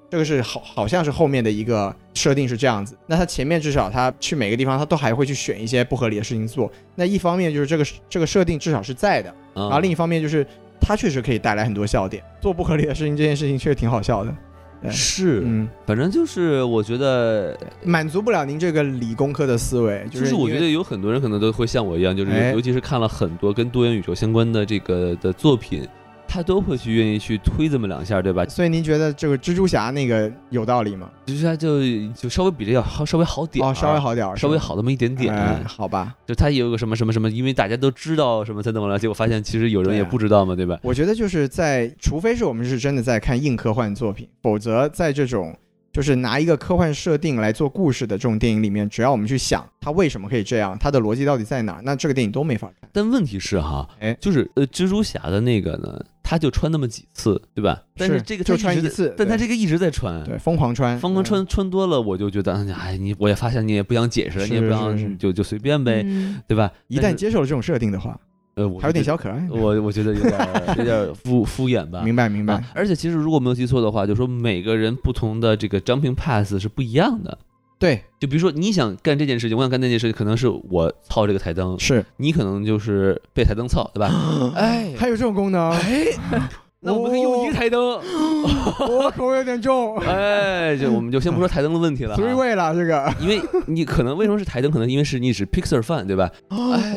[SPEAKER 1] 这个是好，好像是后面的一个设定是这样子。那他前面至少他去每个地方，他都还会去选一些不合理的事情做。那一方面就是这个这个设定至少是在的，
[SPEAKER 2] 候
[SPEAKER 1] 然后另一方面就是他确实可以带来很多笑点。做不合理的事情这件事情确实挺好笑的。对
[SPEAKER 2] 是，
[SPEAKER 1] 嗯，
[SPEAKER 2] 反正就是我觉得，
[SPEAKER 1] 满足不了您这个理工科的思维，
[SPEAKER 2] 就是是
[SPEAKER 1] 因
[SPEAKER 2] 我觉
[SPEAKER 1] 为
[SPEAKER 2] 得有很多人可能都会像我一样，就是
[SPEAKER 1] 哎
[SPEAKER 2] 尤其是看了很多跟多元宇宙相关的这个的作品，他都会去愿意去推这么两下，对吧？
[SPEAKER 1] 所以您觉得这个蜘蛛侠那个有道理吗？
[SPEAKER 2] 就是他就就稍微比这要好，稍微好点儿、
[SPEAKER 1] 哦，稍微好点儿，
[SPEAKER 2] 稍微
[SPEAKER 1] 是吧
[SPEAKER 2] 好那么一点嗯点。
[SPEAKER 1] 哎好吧。
[SPEAKER 2] 就他也有个什么什么什么，因为大家都知道什么才怎么了，结果发现其实有人也
[SPEAKER 1] 对啊
[SPEAKER 2] 不知道嘛，对吧？
[SPEAKER 1] 我觉得就是在，除非是我们是真的在看硬科幻作品，否则在这种就是拿一个科幻设定来做故事的这种电影里面，只要我们去想它为什么可以这样，它的逻辑到底在哪儿，那这个电影都没法看。
[SPEAKER 2] 但问题是哈，
[SPEAKER 1] 哎
[SPEAKER 2] 就是呃，蜘蛛侠的那个呢，他就穿那么几次，对吧？但是
[SPEAKER 1] 是
[SPEAKER 2] 这个
[SPEAKER 1] 就
[SPEAKER 2] 他
[SPEAKER 1] 穿
[SPEAKER 2] 直
[SPEAKER 1] 一
[SPEAKER 2] 在
[SPEAKER 1] 次
[SPEAKER 2] 但他
[SPEAKER 1] 对
[SPEAKER 2] 这个一直在穿。
[SPEAKER 1] 对，疯狂穿，嗯
[SPEAKER 2] 方刚穿穿多了，我就觉得，哎，你我也发现你也不想解释了，
[SPEAKER 1] 是
[SPEAKER 2] 你也不想
[SPEAKER 1] 是是
[SPEAKER 2] 就就随便呗，
[SPEAKER 3] 嗯
[SPEAKER 2] 对吧？
[SPEAKER 1] 一
[SPEAKER 2] 但
[SPEAKER 1] 旦
[SPEAKER 2] 是
[SPEAKER 1] 接受了这种设定的话，
[SPEAKER 2] 呃，我
[SPEAKER 1] 还有点
[SPEAKER 2] 觉
[SPEAKER 1] 小可爱。
[SPEAKER 2] 得，我我觉得有点儿有点儿敷敷衍吧，
[SPEAKER 1] 明白明白
[SPEAKER 2] 啊，而且其实如果没有记错的话，就说每个人不同的这个 jumping pass 是不一样的。
[SPEAKER 1] 对，
[SPEAKER 2] 就比如说你想干这件事情，我想干那件事情，可能是我操这个台灯，
[SPEAKER 1] 是，
[SPEAKER 2] 你可能就是被台灯操，对吧？
[SPEAKER 1] [GASPS]
[SPEAKER 2] 哎，
[SPEAKER 1] 还有这种功
[SPEAKER 2] [LAUGHS]
[SPEAKER 1] 能，
[SPEAKER 2] 哎，那我们可以用一个台灯，
[SPEAKER 1] 我口味有点重
[SPEAKER 2] [LAUGHS] 哎，就我们就先不说台灯的问
[SPEAKER 1] [LAUGHS]
[SPEAKER 2] 题了啊。
[SPEAKER 1] ，three way 了这个，
[SPEAKER 2] 因为你可能为什么是台灯？可能因为是你是 Pixar fan
[SPEAKER 1] [LAUGHS]
[SPEAKER 2] 对吧？哎，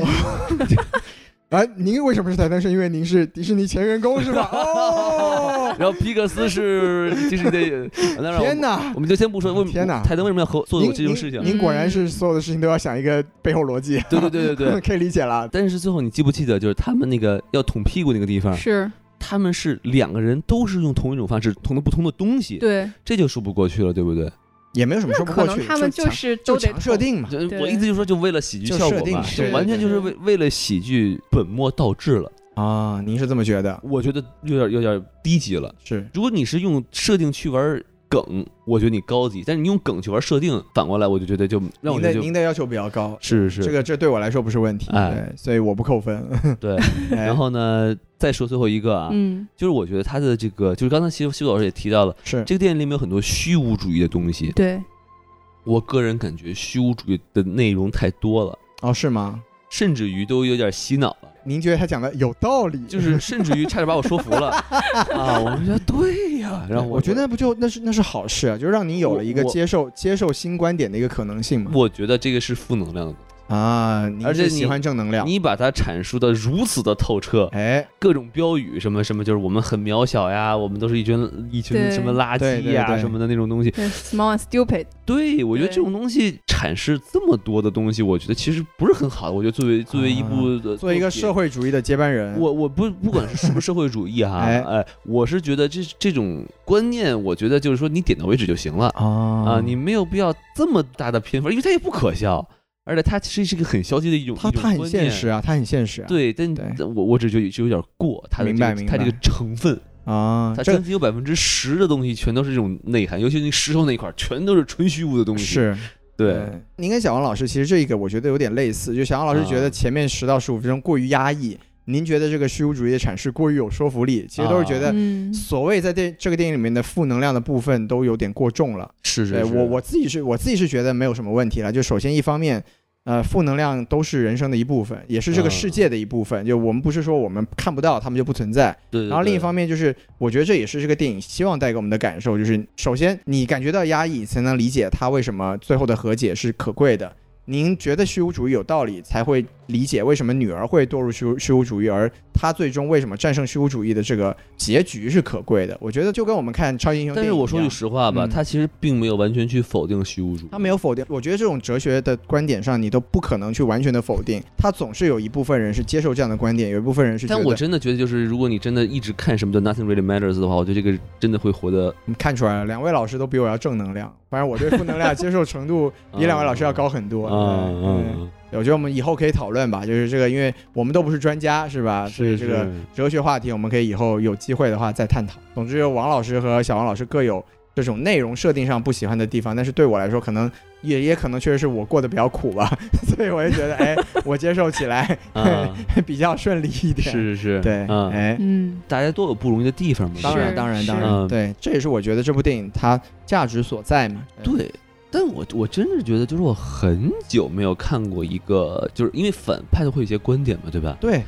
[SPEAKER 2] [LAUGHS]
[SPEAKER 1] 哎，您为什么是台灯？是因为您是迪士尼前员工是吧？哦，
[SPEAKER 2] 然后皮克斯是就是得，呃那让我
[SPEAKER 1] 天哪！
[SPEAKER 2] 我们就先不说为
[SPEAKER 1] 天哪
[SPEAKER 2] 泰德为什么要和我做
[SPEAKER 1] 您
[SPEAKER 2] 这种事情
[SPEAKER 1] 您，您果然是所有的事情都要想一个背后逻辑，
[SPEAKER 2] 对对对对对。
[SPEAKER 1] 可以理解了。
[SPEAKER 2] 但是最后你记不记得，就是他们那个要捅屁股那个地
[SPEAKER 1] 啊
[SPEAKER 2] 方，
[SPEAKER 3] 是
[SPEAKER 2] 他们是两个人都是用同一种方式捅的不同的东西，
[SPEAKER 3] 对，
[SPEAKER 2] 这就说不过去了，对不对？
[SPEAKER 1] 也没有什么说不
[SPEAKER 3] 可
[SPEAKER 1] 过
[SPEAKER 3] 能
[SPEAKER 1] 去，
[SPEAKER 3] 他们
[SPEAKER 1] 就强
[SPEAKER 3] 是
[SPEAKER 1] 就
[SPEAKER 3] 都得
[SPEAKER 1] 强设
[SPEAKER 3] 捅，
[SPEAKER 1] 定嘛。
[SPEAKER 2] 就
[SPEAKER 3] 对
[SPEAKER 2] 我意思就是说，就为了喜剧
[SPEAKER 1] 就
[SPEAKER 2] 效
[SPEAKER 1] 设
[SPEAKER 2] 果
[SPEAKER 1] 定
[SPEAKER 2] 嘛，
[SPEAKER 1] 是
[SPEAKER 2] 就完全就是为为了喜剧本末倒置了，
[SPEAKER 1] 啊，您是这么觉得？
[SPEAKER 2] 我觉得有点有点低级了。
[SPEAKER 1] 是
[SPEAKER 2] 如果你是用设定去玩梗，我觉得你高级；但是你用梗去玩设定，反过来我就觉得就让我
[SPEAKER 1] 您
[SPEAKER 2] 觉
[SPEAKER 1] 的
[SPEAKER 2] 得就
[SPEAKER 1] 您的要求比较高，
[SPEAKER 2] 是是
[SPEAKER 1] 这个这对我来说不是问题，
[SPEAKER 2] 哎
[SPEAKER 1] 对，所以我不扣分。 [LAUGHS]
[SPEAKER 2] 对。
[SPEAKER 1] 哎
[SPEAKER 2] 然后呢，再说最后一个啊，
[SPEAKER 3] 嗯，
[SPEAKER 2] 就是我觉得他的这个，就是刚才其实徐老师也提到了，
[SPEAKER 1] 是
[SPEAKER 2] 这个电影里面有很多虚无主义的东
[SPEAKER 1] 啊
[SPEAKER 2] 西。
[SPEAKER 3] 对，
[SPEAKER 2] 我个人感觉虚无主义的内容太多了，
[SPEAKER 1] 哦，是吗？
[SPEAKER 2] 甚至于都有点洗脑
[SPEAKER 1] [LAUGHS]
[SPEAKER 2] 了，
[SPEAKER 1] 您觉得他讲的有道理？
[SPEAKER 2] 就是甚至于差点把我说服
[SPEAKER 1] [LAUGHS]
[SPEAKER 2] 了啊！我觉得对呀，然后
[SPEAKER 1] 我觉得不就那是那是好事啊，就让你有了一个
[SPEAKER 2] 我我
[SPEAKER 1] 接受接受新观点的一个可能性嘛。
[SPEAKER 2] 我觉得这个是负能量的东西，
[SPEAKER 1] 啊，您
[SPEAKER 2] 而且
[SPEAKER 1] 是
[SPEAKER 2] 你
[SPEAKER 1] 喜欢正能量，
[SPEAKER 2] 你把它阐述的如此的透彻，
[SPEAKER 1] 哎，
[SPEAKER 2] 各种标语什么什么，就是我们很渺小呀，我们都是一群一群
[SPEAKER 3] 对
[SPEAKER 2] 什么垃
[SPEAKER 1] 对
[SPEAKER 2] 圾
[SPEAKER 1] 对
[SPEAKER 2] 呀
[SPEAKER 1] 对
[SPEAKER 2] 什么的那种东西。
[SPEAKER 3] 对
[SPEAKER 1] [LAUGHS]
[SPEAKER 3] ，small and stupid，
[SPEAKER 2] 对，我觉得
[SPEAKER 3] 对
[SPEAKER 2] 这种东西阐释这么多的东西，我觉得其实不是很好的。我觉得作为作为一部
[SPEAKER 1] 嗯
[SPEAKER 2] 呃
[SPEAKER 1] 作为一个社
[SPEAKER 2] 会，
[SPEAKER 1] 会主义的接班人，
[SPEAKER 2] 我我不不管是是不是社会主义哈，
[SPEAKER 1] 嗯哎
[SPEAKER 2] 哎，我是觉得这这种观念，我觉得就是说你点到为止就行了
[SPEAKER 1] 啊
[SPEAKER 2] 啊，你没有必要这么大的偏锋，因为它也不可笑，而且它其实是一个很消极的一种，
[SPEAKER 1] 他
[SPEAKER 2] 一种
[SPEAKER 1] 他很
[SPEAKER 2] 观
[SPEAKER 1] 现
[SPEAKER 2] 念
[SPEAKER 1] 实。啊，他很现实啊，
[SPEAKER 2] 对，但
[SPEAKER 1] 对
[SPEAKER 2] 但我我只觉得就有点过，它的
[SPEAKER 1] 明
[SPEAKER 2] 这
[SPEAKER 1] 白
[SPEAKER 2] 个
[SPEAKER 1] 明
[SPEAKER 2] 它这
[SPEAKER 1] 白
[SPEAKER 2] 个成分，
[SPEAKER 1] 啊，
[SPEAKER 2] 它
[SPEAKER 1] 这
[SPEAKER 2] 将近有百分之十的东西全都是这种内涵，尤其那石头那块儿，全都是纯虚无的东西。，
[SPEAKER 1] 是
[SPEAKER 2] 对，，
[SPEAKER 1] 您跟小王老师其实这个我觉得有点类似，就小王老师觉得
[SPEAKER 2] 啊
[SPEAKER 1] 前面十到十五分钟过于压抑，您觉得这个虚无主义的阐释过于有说服力，其实都是觉
[SPEAKER 2] 啊
[SPEAKER 1] 得
[SPEAKER 3] 嗯，
[SPEAKER 1] 所谓在电这个电影里面的负能量的部分都有点过重了。
[SPEAKER 2] 是
[SPEAKER 1] 对我我自己是我自己是觉得没有什么问题了。就首先一方面，呃，负能量都是人生的一部分，也是这个
[SPEAKER 2] 嗯
[SPEAKER 1] 世界的一部分。就我们不是说我们看不到，他们就不存在。
[SPEAKER 2] 对对
[SPEAKER 1] 然后另一
[SPEAKER 2] 对
[SPEAKER 1] 方面就是，我觉得这也是这个电影希望带给我们的感受，就是首先你感觉到压抑，才能理解它为什么最后的和解是可贵的。您觉得虚无主义有道理，才会理解为什么女儿会堕入虚无虚无主义，而她最终为什么战胜虚无主义的这个结局是可贵的。我觉得就跟我们看超级英雄
[SPEAKER 2] 但
[SPEAKER 1] 电
[SPEAKER 2] 是
[SPEAKER 1] 影一样，
[SPEAKER 2] 我说句实话吧，
[SPEAKER 1] 嗯
[SPEAKER 2] 他其实并没有完全去否定虚无主义，
[SPEAKER 1] 他没有否定，我觉得这种哲学的观点上，你都不可能去完全的否定。他总是有一部分人是接受这样的观点，有一部分人是觉
[SPEAKER 2] 但
[SPEAKER 1] 得
[SPEAKER 2] 我真的觉得，就是如果你真的一直看什么叫 nothing really matters 的话，我觉得这个真的会活得
[SPEAKER 1] 嗯看出来了，两位老师都比我要正能量，反正我对负能量接受程度比两位老师要高很多。嗯嗯，
[SPEAKER 2] 啊啊，
[SPEAKER 1] 对我觉得我们以后可以讨论吧，就是这个，因为我们都不是专家，是吧？所以
[SPEAKER 2] 是
[SPEAKER 1] 啊这个 [LAUGHS] 哲学话题，我们可以以后有机会的话再探讨。总之，王老师和小王老师各有这种内容设定上不喜欢的地方，但是对我来说，可能也也可能确实是我过得比较苦吧， [LAUGHS] 所以我就觉得，哎，我接受起来
[SPEAKER 2] 啊，
[SPEAKER 1] 比较顺利一点。
[SPEAKER 2] [LAUGHS] 是，是是，
[SPEAKER 1] 对，
[SPEAKER 2] 啊，
[SPEAKER 1] 哎。
[SPEAKER 3] 嗯，
[SPEAKER 2] 大家都有不容易的地方嘛，
[SPEAKER 1] 当然，
[SPEAKER 3] 是
[SPEAKER 1] 当然，当然，
[SPEAKER 2] 嗯
[SPEAKER 1] 对，这也是我觉得这部电影它价值所在嘛。
[SPEAKER 2] 对，但我我真是觉得，就是我很久没有看过一个，就是因为反派都会有一些观点嘛，对吧？
[SPEAKER 1] 对，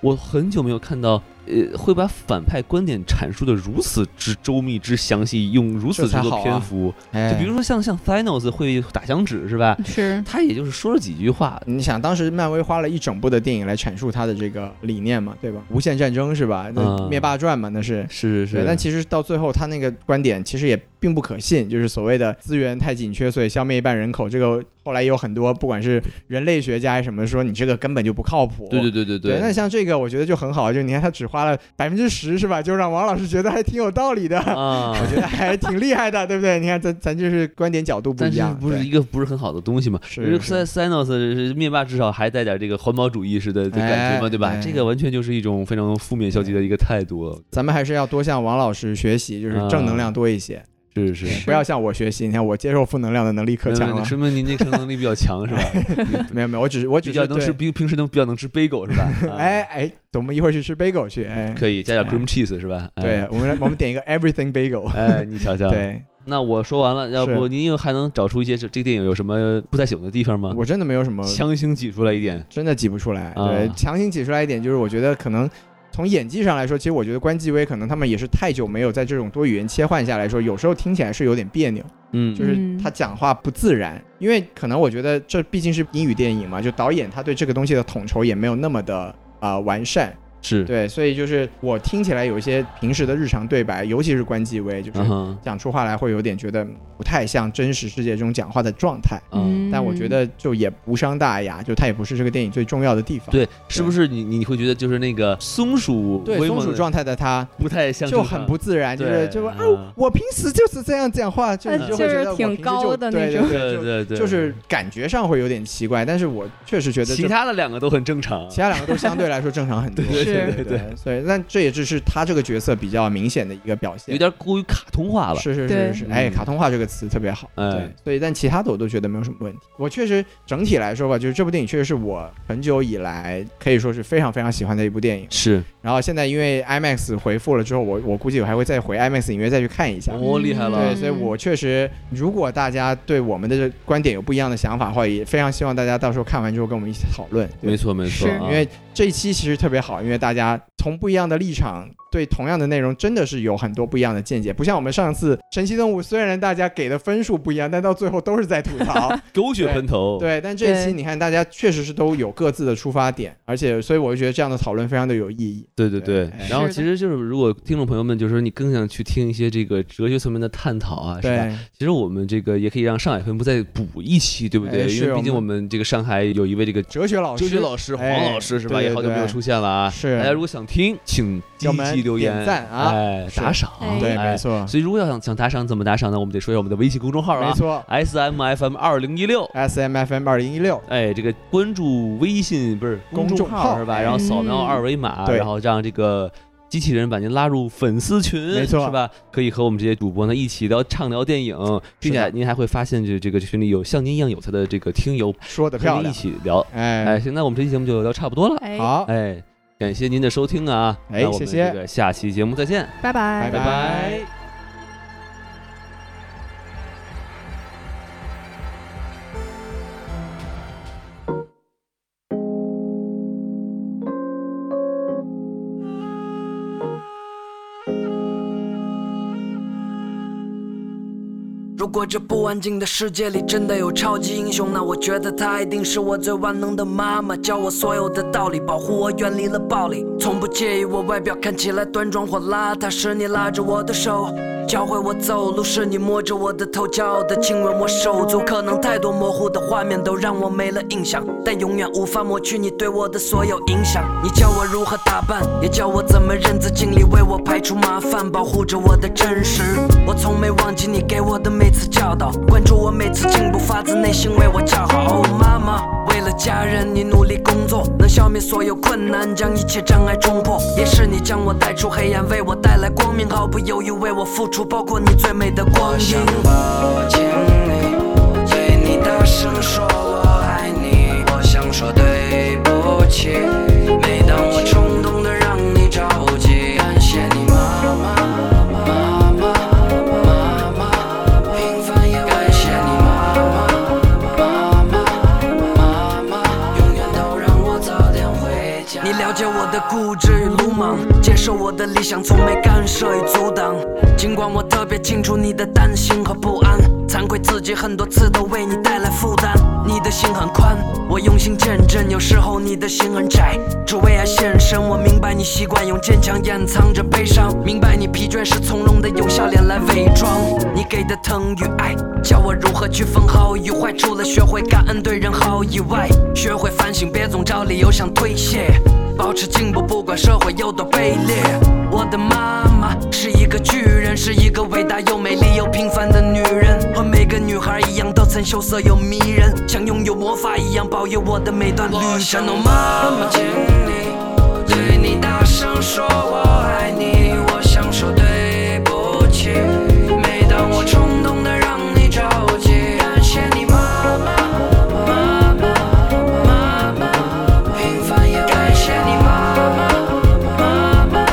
[SPEAKER 2] 我很久没有看到，呃，会把反派观点阐述的如此之周密之详细，用如此
[SPEAKER 1] 这
[SPEAKER 2] 之
[SPEAKER 1] 才
[SPEAKER 2] 多
[SPEAKER 1] 好啊
[SPEAKER 2] 篇幅。
[SPEAKER 1] 哎，嗯
[SPEAKER 2] 就比如说像像 Thanos 会打响指是吧？
[SPEAKER 3] 是
[SPEAKER 2] 他也就是说了几句话，
[SPEAKER 1] 你想，当时漫威花了一整部的电影来阐述它的这个理念嘛，对吧？无限战争是吧？那
[SPEAKER 2] 嗯
[SPEAKER 1] 灭霸传嘛，那是。
[SPEAKER 2] 是是
[SPEAKER 1] 对，
[SPEAKER 2] 是，
[SPEAKER 1] 但其实到最后，他那个观点其实也并不可信，就是所谓的资源太紧缺，所以消灭一半人口。这个后来也有很多，不管是人类学家还是什么，说你这个根本就不靠谱。
[SPEAKER 2] 对对对对
[SPEAKER 1] 对那像这个，我觉得就很好，就你看他只花了百分之十，是吧？就让王老师觉得还挺有道理的，
[SPEAKER 2] 啊，
[SPEAKER 1] 我觉得还挺厉害的，对不对？你看咱咱就是观点角度不
[SPEAKER 2] 但
[SPEAKER 1] 一
[SPEAKER 2] 是
[SPEAKER 1] 样，
[SPEAKER 2] 不是
[SPEAKER 1] 对
[SPEAKER 2] 一个不是很好的东西嘛？
[SPEAKER 1] 是
[SPEAKER 2] 塞
[SPEAKER 1] 是
[SPEAKER 2] 塞诺斯是灭霸，至少还带点这个环保主义式的的感觉嘛，
[SPEAKER 1] 哎
[SPEAKER 2] 对吧？
[SPEAKER 1] 哎
[SPEAKER 2] 这个完全就是一种非常负面消极的一个态度，
[SPEAKER 1] 咱们还是要多向王老师学习，就是正能量多一些。
[SPEAKER 2] 啊是是。
[SPEAKER 1] 不要向我学习。你看，我接受负能量的能力可强
[SPEAKER 2] 嗯
[SPEAKER 1] 了。
[SPEAKER 2] 说明您这承受能力比较强是吧？
[SPEAKER 1] 没有没有，我只是我只
[SPEAKER 2] [LAUGHS] 比
[SPEAKER 1] 是
[SPEAKER 2] 较能吃，
[SPEAKER 1] 对。
[SPEAKER 2] 比平时能比较能吃 bagel 是吧？
[SPEAKER 1] [LAUGHS]
[SPEAKER 2] 啊
[SPEAKER 1] 哎，哎，我们一会儿去吃 bagel 去。哎，
[SPEAKER 2] 可以加点 cream cheese 是吧？嗯哎
[SPEAKER 1] 对，，我们来我们点一个 everything
[SPEAKER 2] [LAUGHS]
[SPEAKER 1] bagel。
[SPEAKER 2] 哎，你瞧瞧，
[SPEAKER 1] 对
[SPEAKER 2] 那我说完了，要不
[SPEAKER 1] 是
[SPEAKER 2] 您又还能找出一些这这个电影有什么不太喜欢的地方吗？
[SPEAKER 1] 我真的没有什么，
[SPEAKER 2] 啊强行挤出来一点，
[SPEAKER 1] 真的挤不出来。
[SPEAKER 2] 啊
[SPEAKER 1] 对，强行挤出来一点，就是我觉得可能。从演技上来说，其实我觉得关继威可能他们也是太久没有在这种多语言切换下来说，有时候听起来是有点别扭，
[SPEAKER 2] 嗯，
[SPEAKER 1] 就是
[SPEAKER 3] 嗯
[SPEAKER 1] 他讲话不自然。因为可能我觉得这毕竟是英语电影嘛，就导演他对这个东西的统筹也没有那么的啊、呃完善，
[SPEAKER 2] 是，
[SPEAKER 1] 对，所以就是我听起来有一些平时的日常对白，尤其是关继威，就是
[SPEAKER 2] 嗯哼，
[SPEAKER 1] 讲出话来会有点觉得不太像真实世界中讲话的状态。
[SPEAKER 2] 嗯，
[SPEAKER 1] 但我觉得就也无伤大雅，就它也不是这个电影最重要的地方。
[SPEAKER 2] 对，是不是你你会觉得就是那个松鼠
[SPEAKER 1] 对，
[SPEAKER 2] 威
[SPEAKER 1] 松
[SPEAKER 2] 猛
[SPEAKER 1] 鼠
[SPEAKER 2] 的
[SPEAKER 1] 状态的他
[SPEAKER 2] 不太像
[SPEAKER 1] 就
[SPEAKER 2] 正
[SPEAKER 1] 很
[SPEAKER 2] 常
[SPEAKER 1] 不自然，就是
[SPEAKER 2] 对
[SPEAKER 1] 就是啊
[SPEAKER 2] 嗯，
[SPEAKER 1] 我平时就是这样讲话，就
[SPEAKER 3] 呃
[SPEAKER 1] 你就会觉得
[SPEAKER 3] 就
[SPEAKER 1] 我
[SPEAKER 3] 是挺
[SPEAKER 1] 平时就
[SPEAKER 3] 高的那
[SPEAKER 1] 对对
[SPEAKER 3] 种
[SPEAKER 1] 对
[SPEAKER 2] 对
[SPEAKER 1] 就
[SPEAKER 2] 对对，
[SPEAKER 1] 就是感觉上会有点奇怪，但是我确实觉得
[SPEAKER 2] 其
[SPEAKER 1] 这
[SPEAKER 2] 他的两个都很正常，
[SPEAKER 1] 其他两个都相对来说正常很多，
[SPEAKER 2] 对
[SPEAKER 3] 对
[SPEAKER 1] 对
[SPEAKER 2] 对
[SPEAKER 1] 对，所以那这也只是他这个角色比较明显的一个表现，
[SPEAKER 2] 有点过于卡通化了。
[SPEAKER 1] 是是是
[SPEAKER 3] 对
[SPEAKER 1] 是，
[SPEAKER 2] 嗯
[SPEAKER 1] 哎，卡通化这个词特别好，
[SPEAKER 2] 哎
[SPEAKER 1] 对，所以但其他的我都觉得没有什么问题。我确实整体来说吧，就是这部电影确实是我很久以来可以说是非常非常喜欢的一部电影。
[SPEAKER 2] 是，
[SPEAKER 1] 然后现在因为 IMAX 回复了之后，我我估计我还会再回 IMAX 影院再去看一下。
[SPEAKER 2] 哦厉害了
[SPEAKER 1] 嗯对，所以我确实，如果大家对我们的这观点有不一样的想法的话，也非常希望大家到时候看完之后跟我们一起讨论。对
[SPEAKER 2] 没错没错
[SPEAKER 3] 是，
[SPEAKER 2] 啊
[SPEAKER 1] 因为这一期其实特别好，因为大家从不一样的立场对同样的内容真的是有很多不一样的见解，不像我们上次《神奇动物》，虽然大家给的分数不一样，但到最后都是在吐
[SPEAKER 2] [LAUGHS]
[SPEAKER 1] 槽。
[SPEAKER 2] 狗血喷头，，
[SPEAKER 1] 对，但这一期
[SPEAKER 3] 对
[SPEAKER 1] 你看，大家确实是都有各自的出发点，而且所以我就觉得这样的讨论非常的有意义。
[SPEAKER 2] 对对
[SPEAKER 1] 对
[SPEAKER 2] 对
[SPEAKER 1] 哎，
[SPEAKER 2] 然后
[SPEAKER 3] 是的
[SPEAKER 2] 其实就是，如果听众朋友们就是说你更想去听一些这个哲学层面的探讨啊，是吧？
[SPEAKER 1] 对，
[SPEAKER 2] 其实我们这个也可以让上海分部再补一期，对不
[SPEAKER 1] 哎
[SPEAKER 2] 对？
[SPEAKER 1] 是
[SPEAKER 2] 因为
[SPEAKER 1] 我
[SPEAKER 2] 毕竟
[SPEAKER 1] 们
[SPEAKER 2] 我们这个上海有一位这个
[SPEAKER 1] 哲学老师，
[SPEAKER 2] 哲学哦老师黄
[SPEAKER 1] 哎
[SPEAKER 2] 老师是吧？
[SPEAKER 1] 对
[SPEAKER 2] 也好久没有
[SPEAKER 1] 对
[SPEAKER 2] 出现了啊。
[SPEAKER 1] 是
[SPEAKER 2] 大家如果想听，请积
[SPEAKER 1] 给我们
[SPEAKER 2] 极留言、
[SPEAKER 1] 点赞啊
[SPEAKER 2] 哎，
[SPEAKER 1] 是
[SPEAKER 2] 打赏，
[SPEAKER 3] 哎
[SPEAKER 1] 对，
[SPEAKER 2] 哎
[SPEAKER 1] 没错，
[SPEAKER 2] 所以如果要想想打赏，怎么打赏呢？我们得说一下我们的微信公众号
[SPEAKER 1] 没
[SPEAKER 2] 啊
[SPEAKER 1] 错哎
[SPEAKER 2] ，S M F M 二零一六。
[SPEAKER 1] ，S M F M 二零一六，
[SPEAKER 2] 哎，这个关注微信不是
[SPEAKER 1] 公
[SPEAKER 2] 众
[SPEAKER 1] 众号
[SPEAKER 2] 是吧？
[SPEAKER 1] 哎
[SPEAKER 2] 然后扫描
[SPEAKER 3] 嗯
[SPEAKER 2] 二维码，
[SPEAKER 1] 对
[SPEAKER 2] 然后让这个机器人把您拉入粉丝群，
[SPEAKER 1] 没错
[SPEAKER 2] 是吧？可以和我们这些主播呢一起聊畅聊电影，并且您还会发现这这个群里有像您一样有才的这个听友，
[SPEAKER 1] 说的
[SPEAKER 2] 和
[SPEAKER 1] 漂
[SPEAKER 2] 您一
[SPEAKER 1] 亮，
[SPEAKER 2] 起聊。哎，
[SPEAKER 1] 哎，
[SPEAKER 2] 行，那我们这期节目就聊差不多了。
[SPEAKER 3] 哎，
[SPEAKER 1] 嗯好，
[SPEAKER 2] 哎，感谢您的收听啊！
[SPEAKER 1] 哎
[SPEAKER 2] 那我
[SPEAKER 1] 谢
[SPEAKER 2] 们
[SPEAKER 1] 谢
[SPEAKER 2] 这个下期节目再见，
[SPEAKER 3] 拜拜
[SPEAKER 1] 拜
[SPEAKER 2] 拜拜
[SPEAKER 4] 如果这不安静的世界里真的有超级英雄，那我觉得她一定是我最万能的妈妈，教我所有的道理，保护我远离了暴力，从不介意我外表看起来端庄或邋遢。是你拉着我的手，教会我走路；是你摸着我的头，骄傲的亲吻我手足。可能太多模糊的画面都让我没了印象，但永远无法抹去你对我的所有影响。你教我如何打扮，也教我怎么认字，尽力为我排除麻烦，保护着我的真实。我从没忘记你给我的每次教导，关注我每次进步，发自内心为我叫好。哦，妈妈，为了家人，你努力工作，能消灭所有困难，将一切障碍冲破。也是你将我带出黑暗，为我带来光明，毫不犹豫为我付出，包括你最美的光阴。抱紧你，对你大声说我爱你。我想说对不起，每当我冲动的让你着急。感谢你妈妈，妈妈，妈妈，平凡也感谢你妈妈，妈妈，妈妈，永远都让我早点回家。你了解我的固执与鲁莽，接受我的理想，从没干涉与阻挡。尽管我特别清楚你的担心和不安，惭愧自己很多次都为你带来负担。你的心很宽，我用心见证，有时候你的心很窄，只为爱献身。我明白你习惯用坚强掩藏着悲伤，明白你疲倦时从容的用笑脸来伪装。你给的疼与爱，教我如何区分好与坏，除了学会感恩对人好以外，学会反省，别总找理由想推卸，保持进步，不管社会有多卑劣。我的妈妈是一个巨人，是一个伟大又美丽又平凡的女人，和每个女孩一样，都曾羞涩又迷人，像拥有魔法一样保佑我的每段旅程。哦，妈妈，请你对你大声说我爱你，我想说对不起，每当我冲动的让你着急，感谢你妈妈，妈妈，妈妈，平凡也感谢你妈妈，妈妈。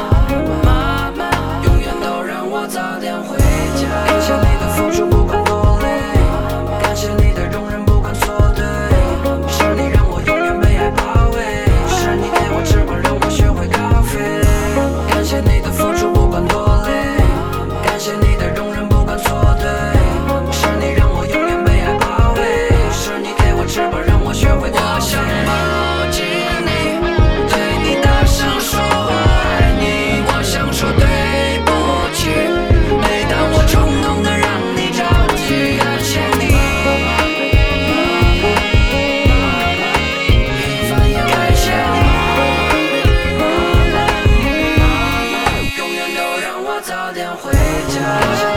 [SPEAKER 4] 妈妈，永远都让我早点回家。感谢你的付出，不管多累；感谢你的容忍，不管错对。是你让我永远被爱包围，是你给我翅膀，让我学会高飞。感谢你的付出。不管人。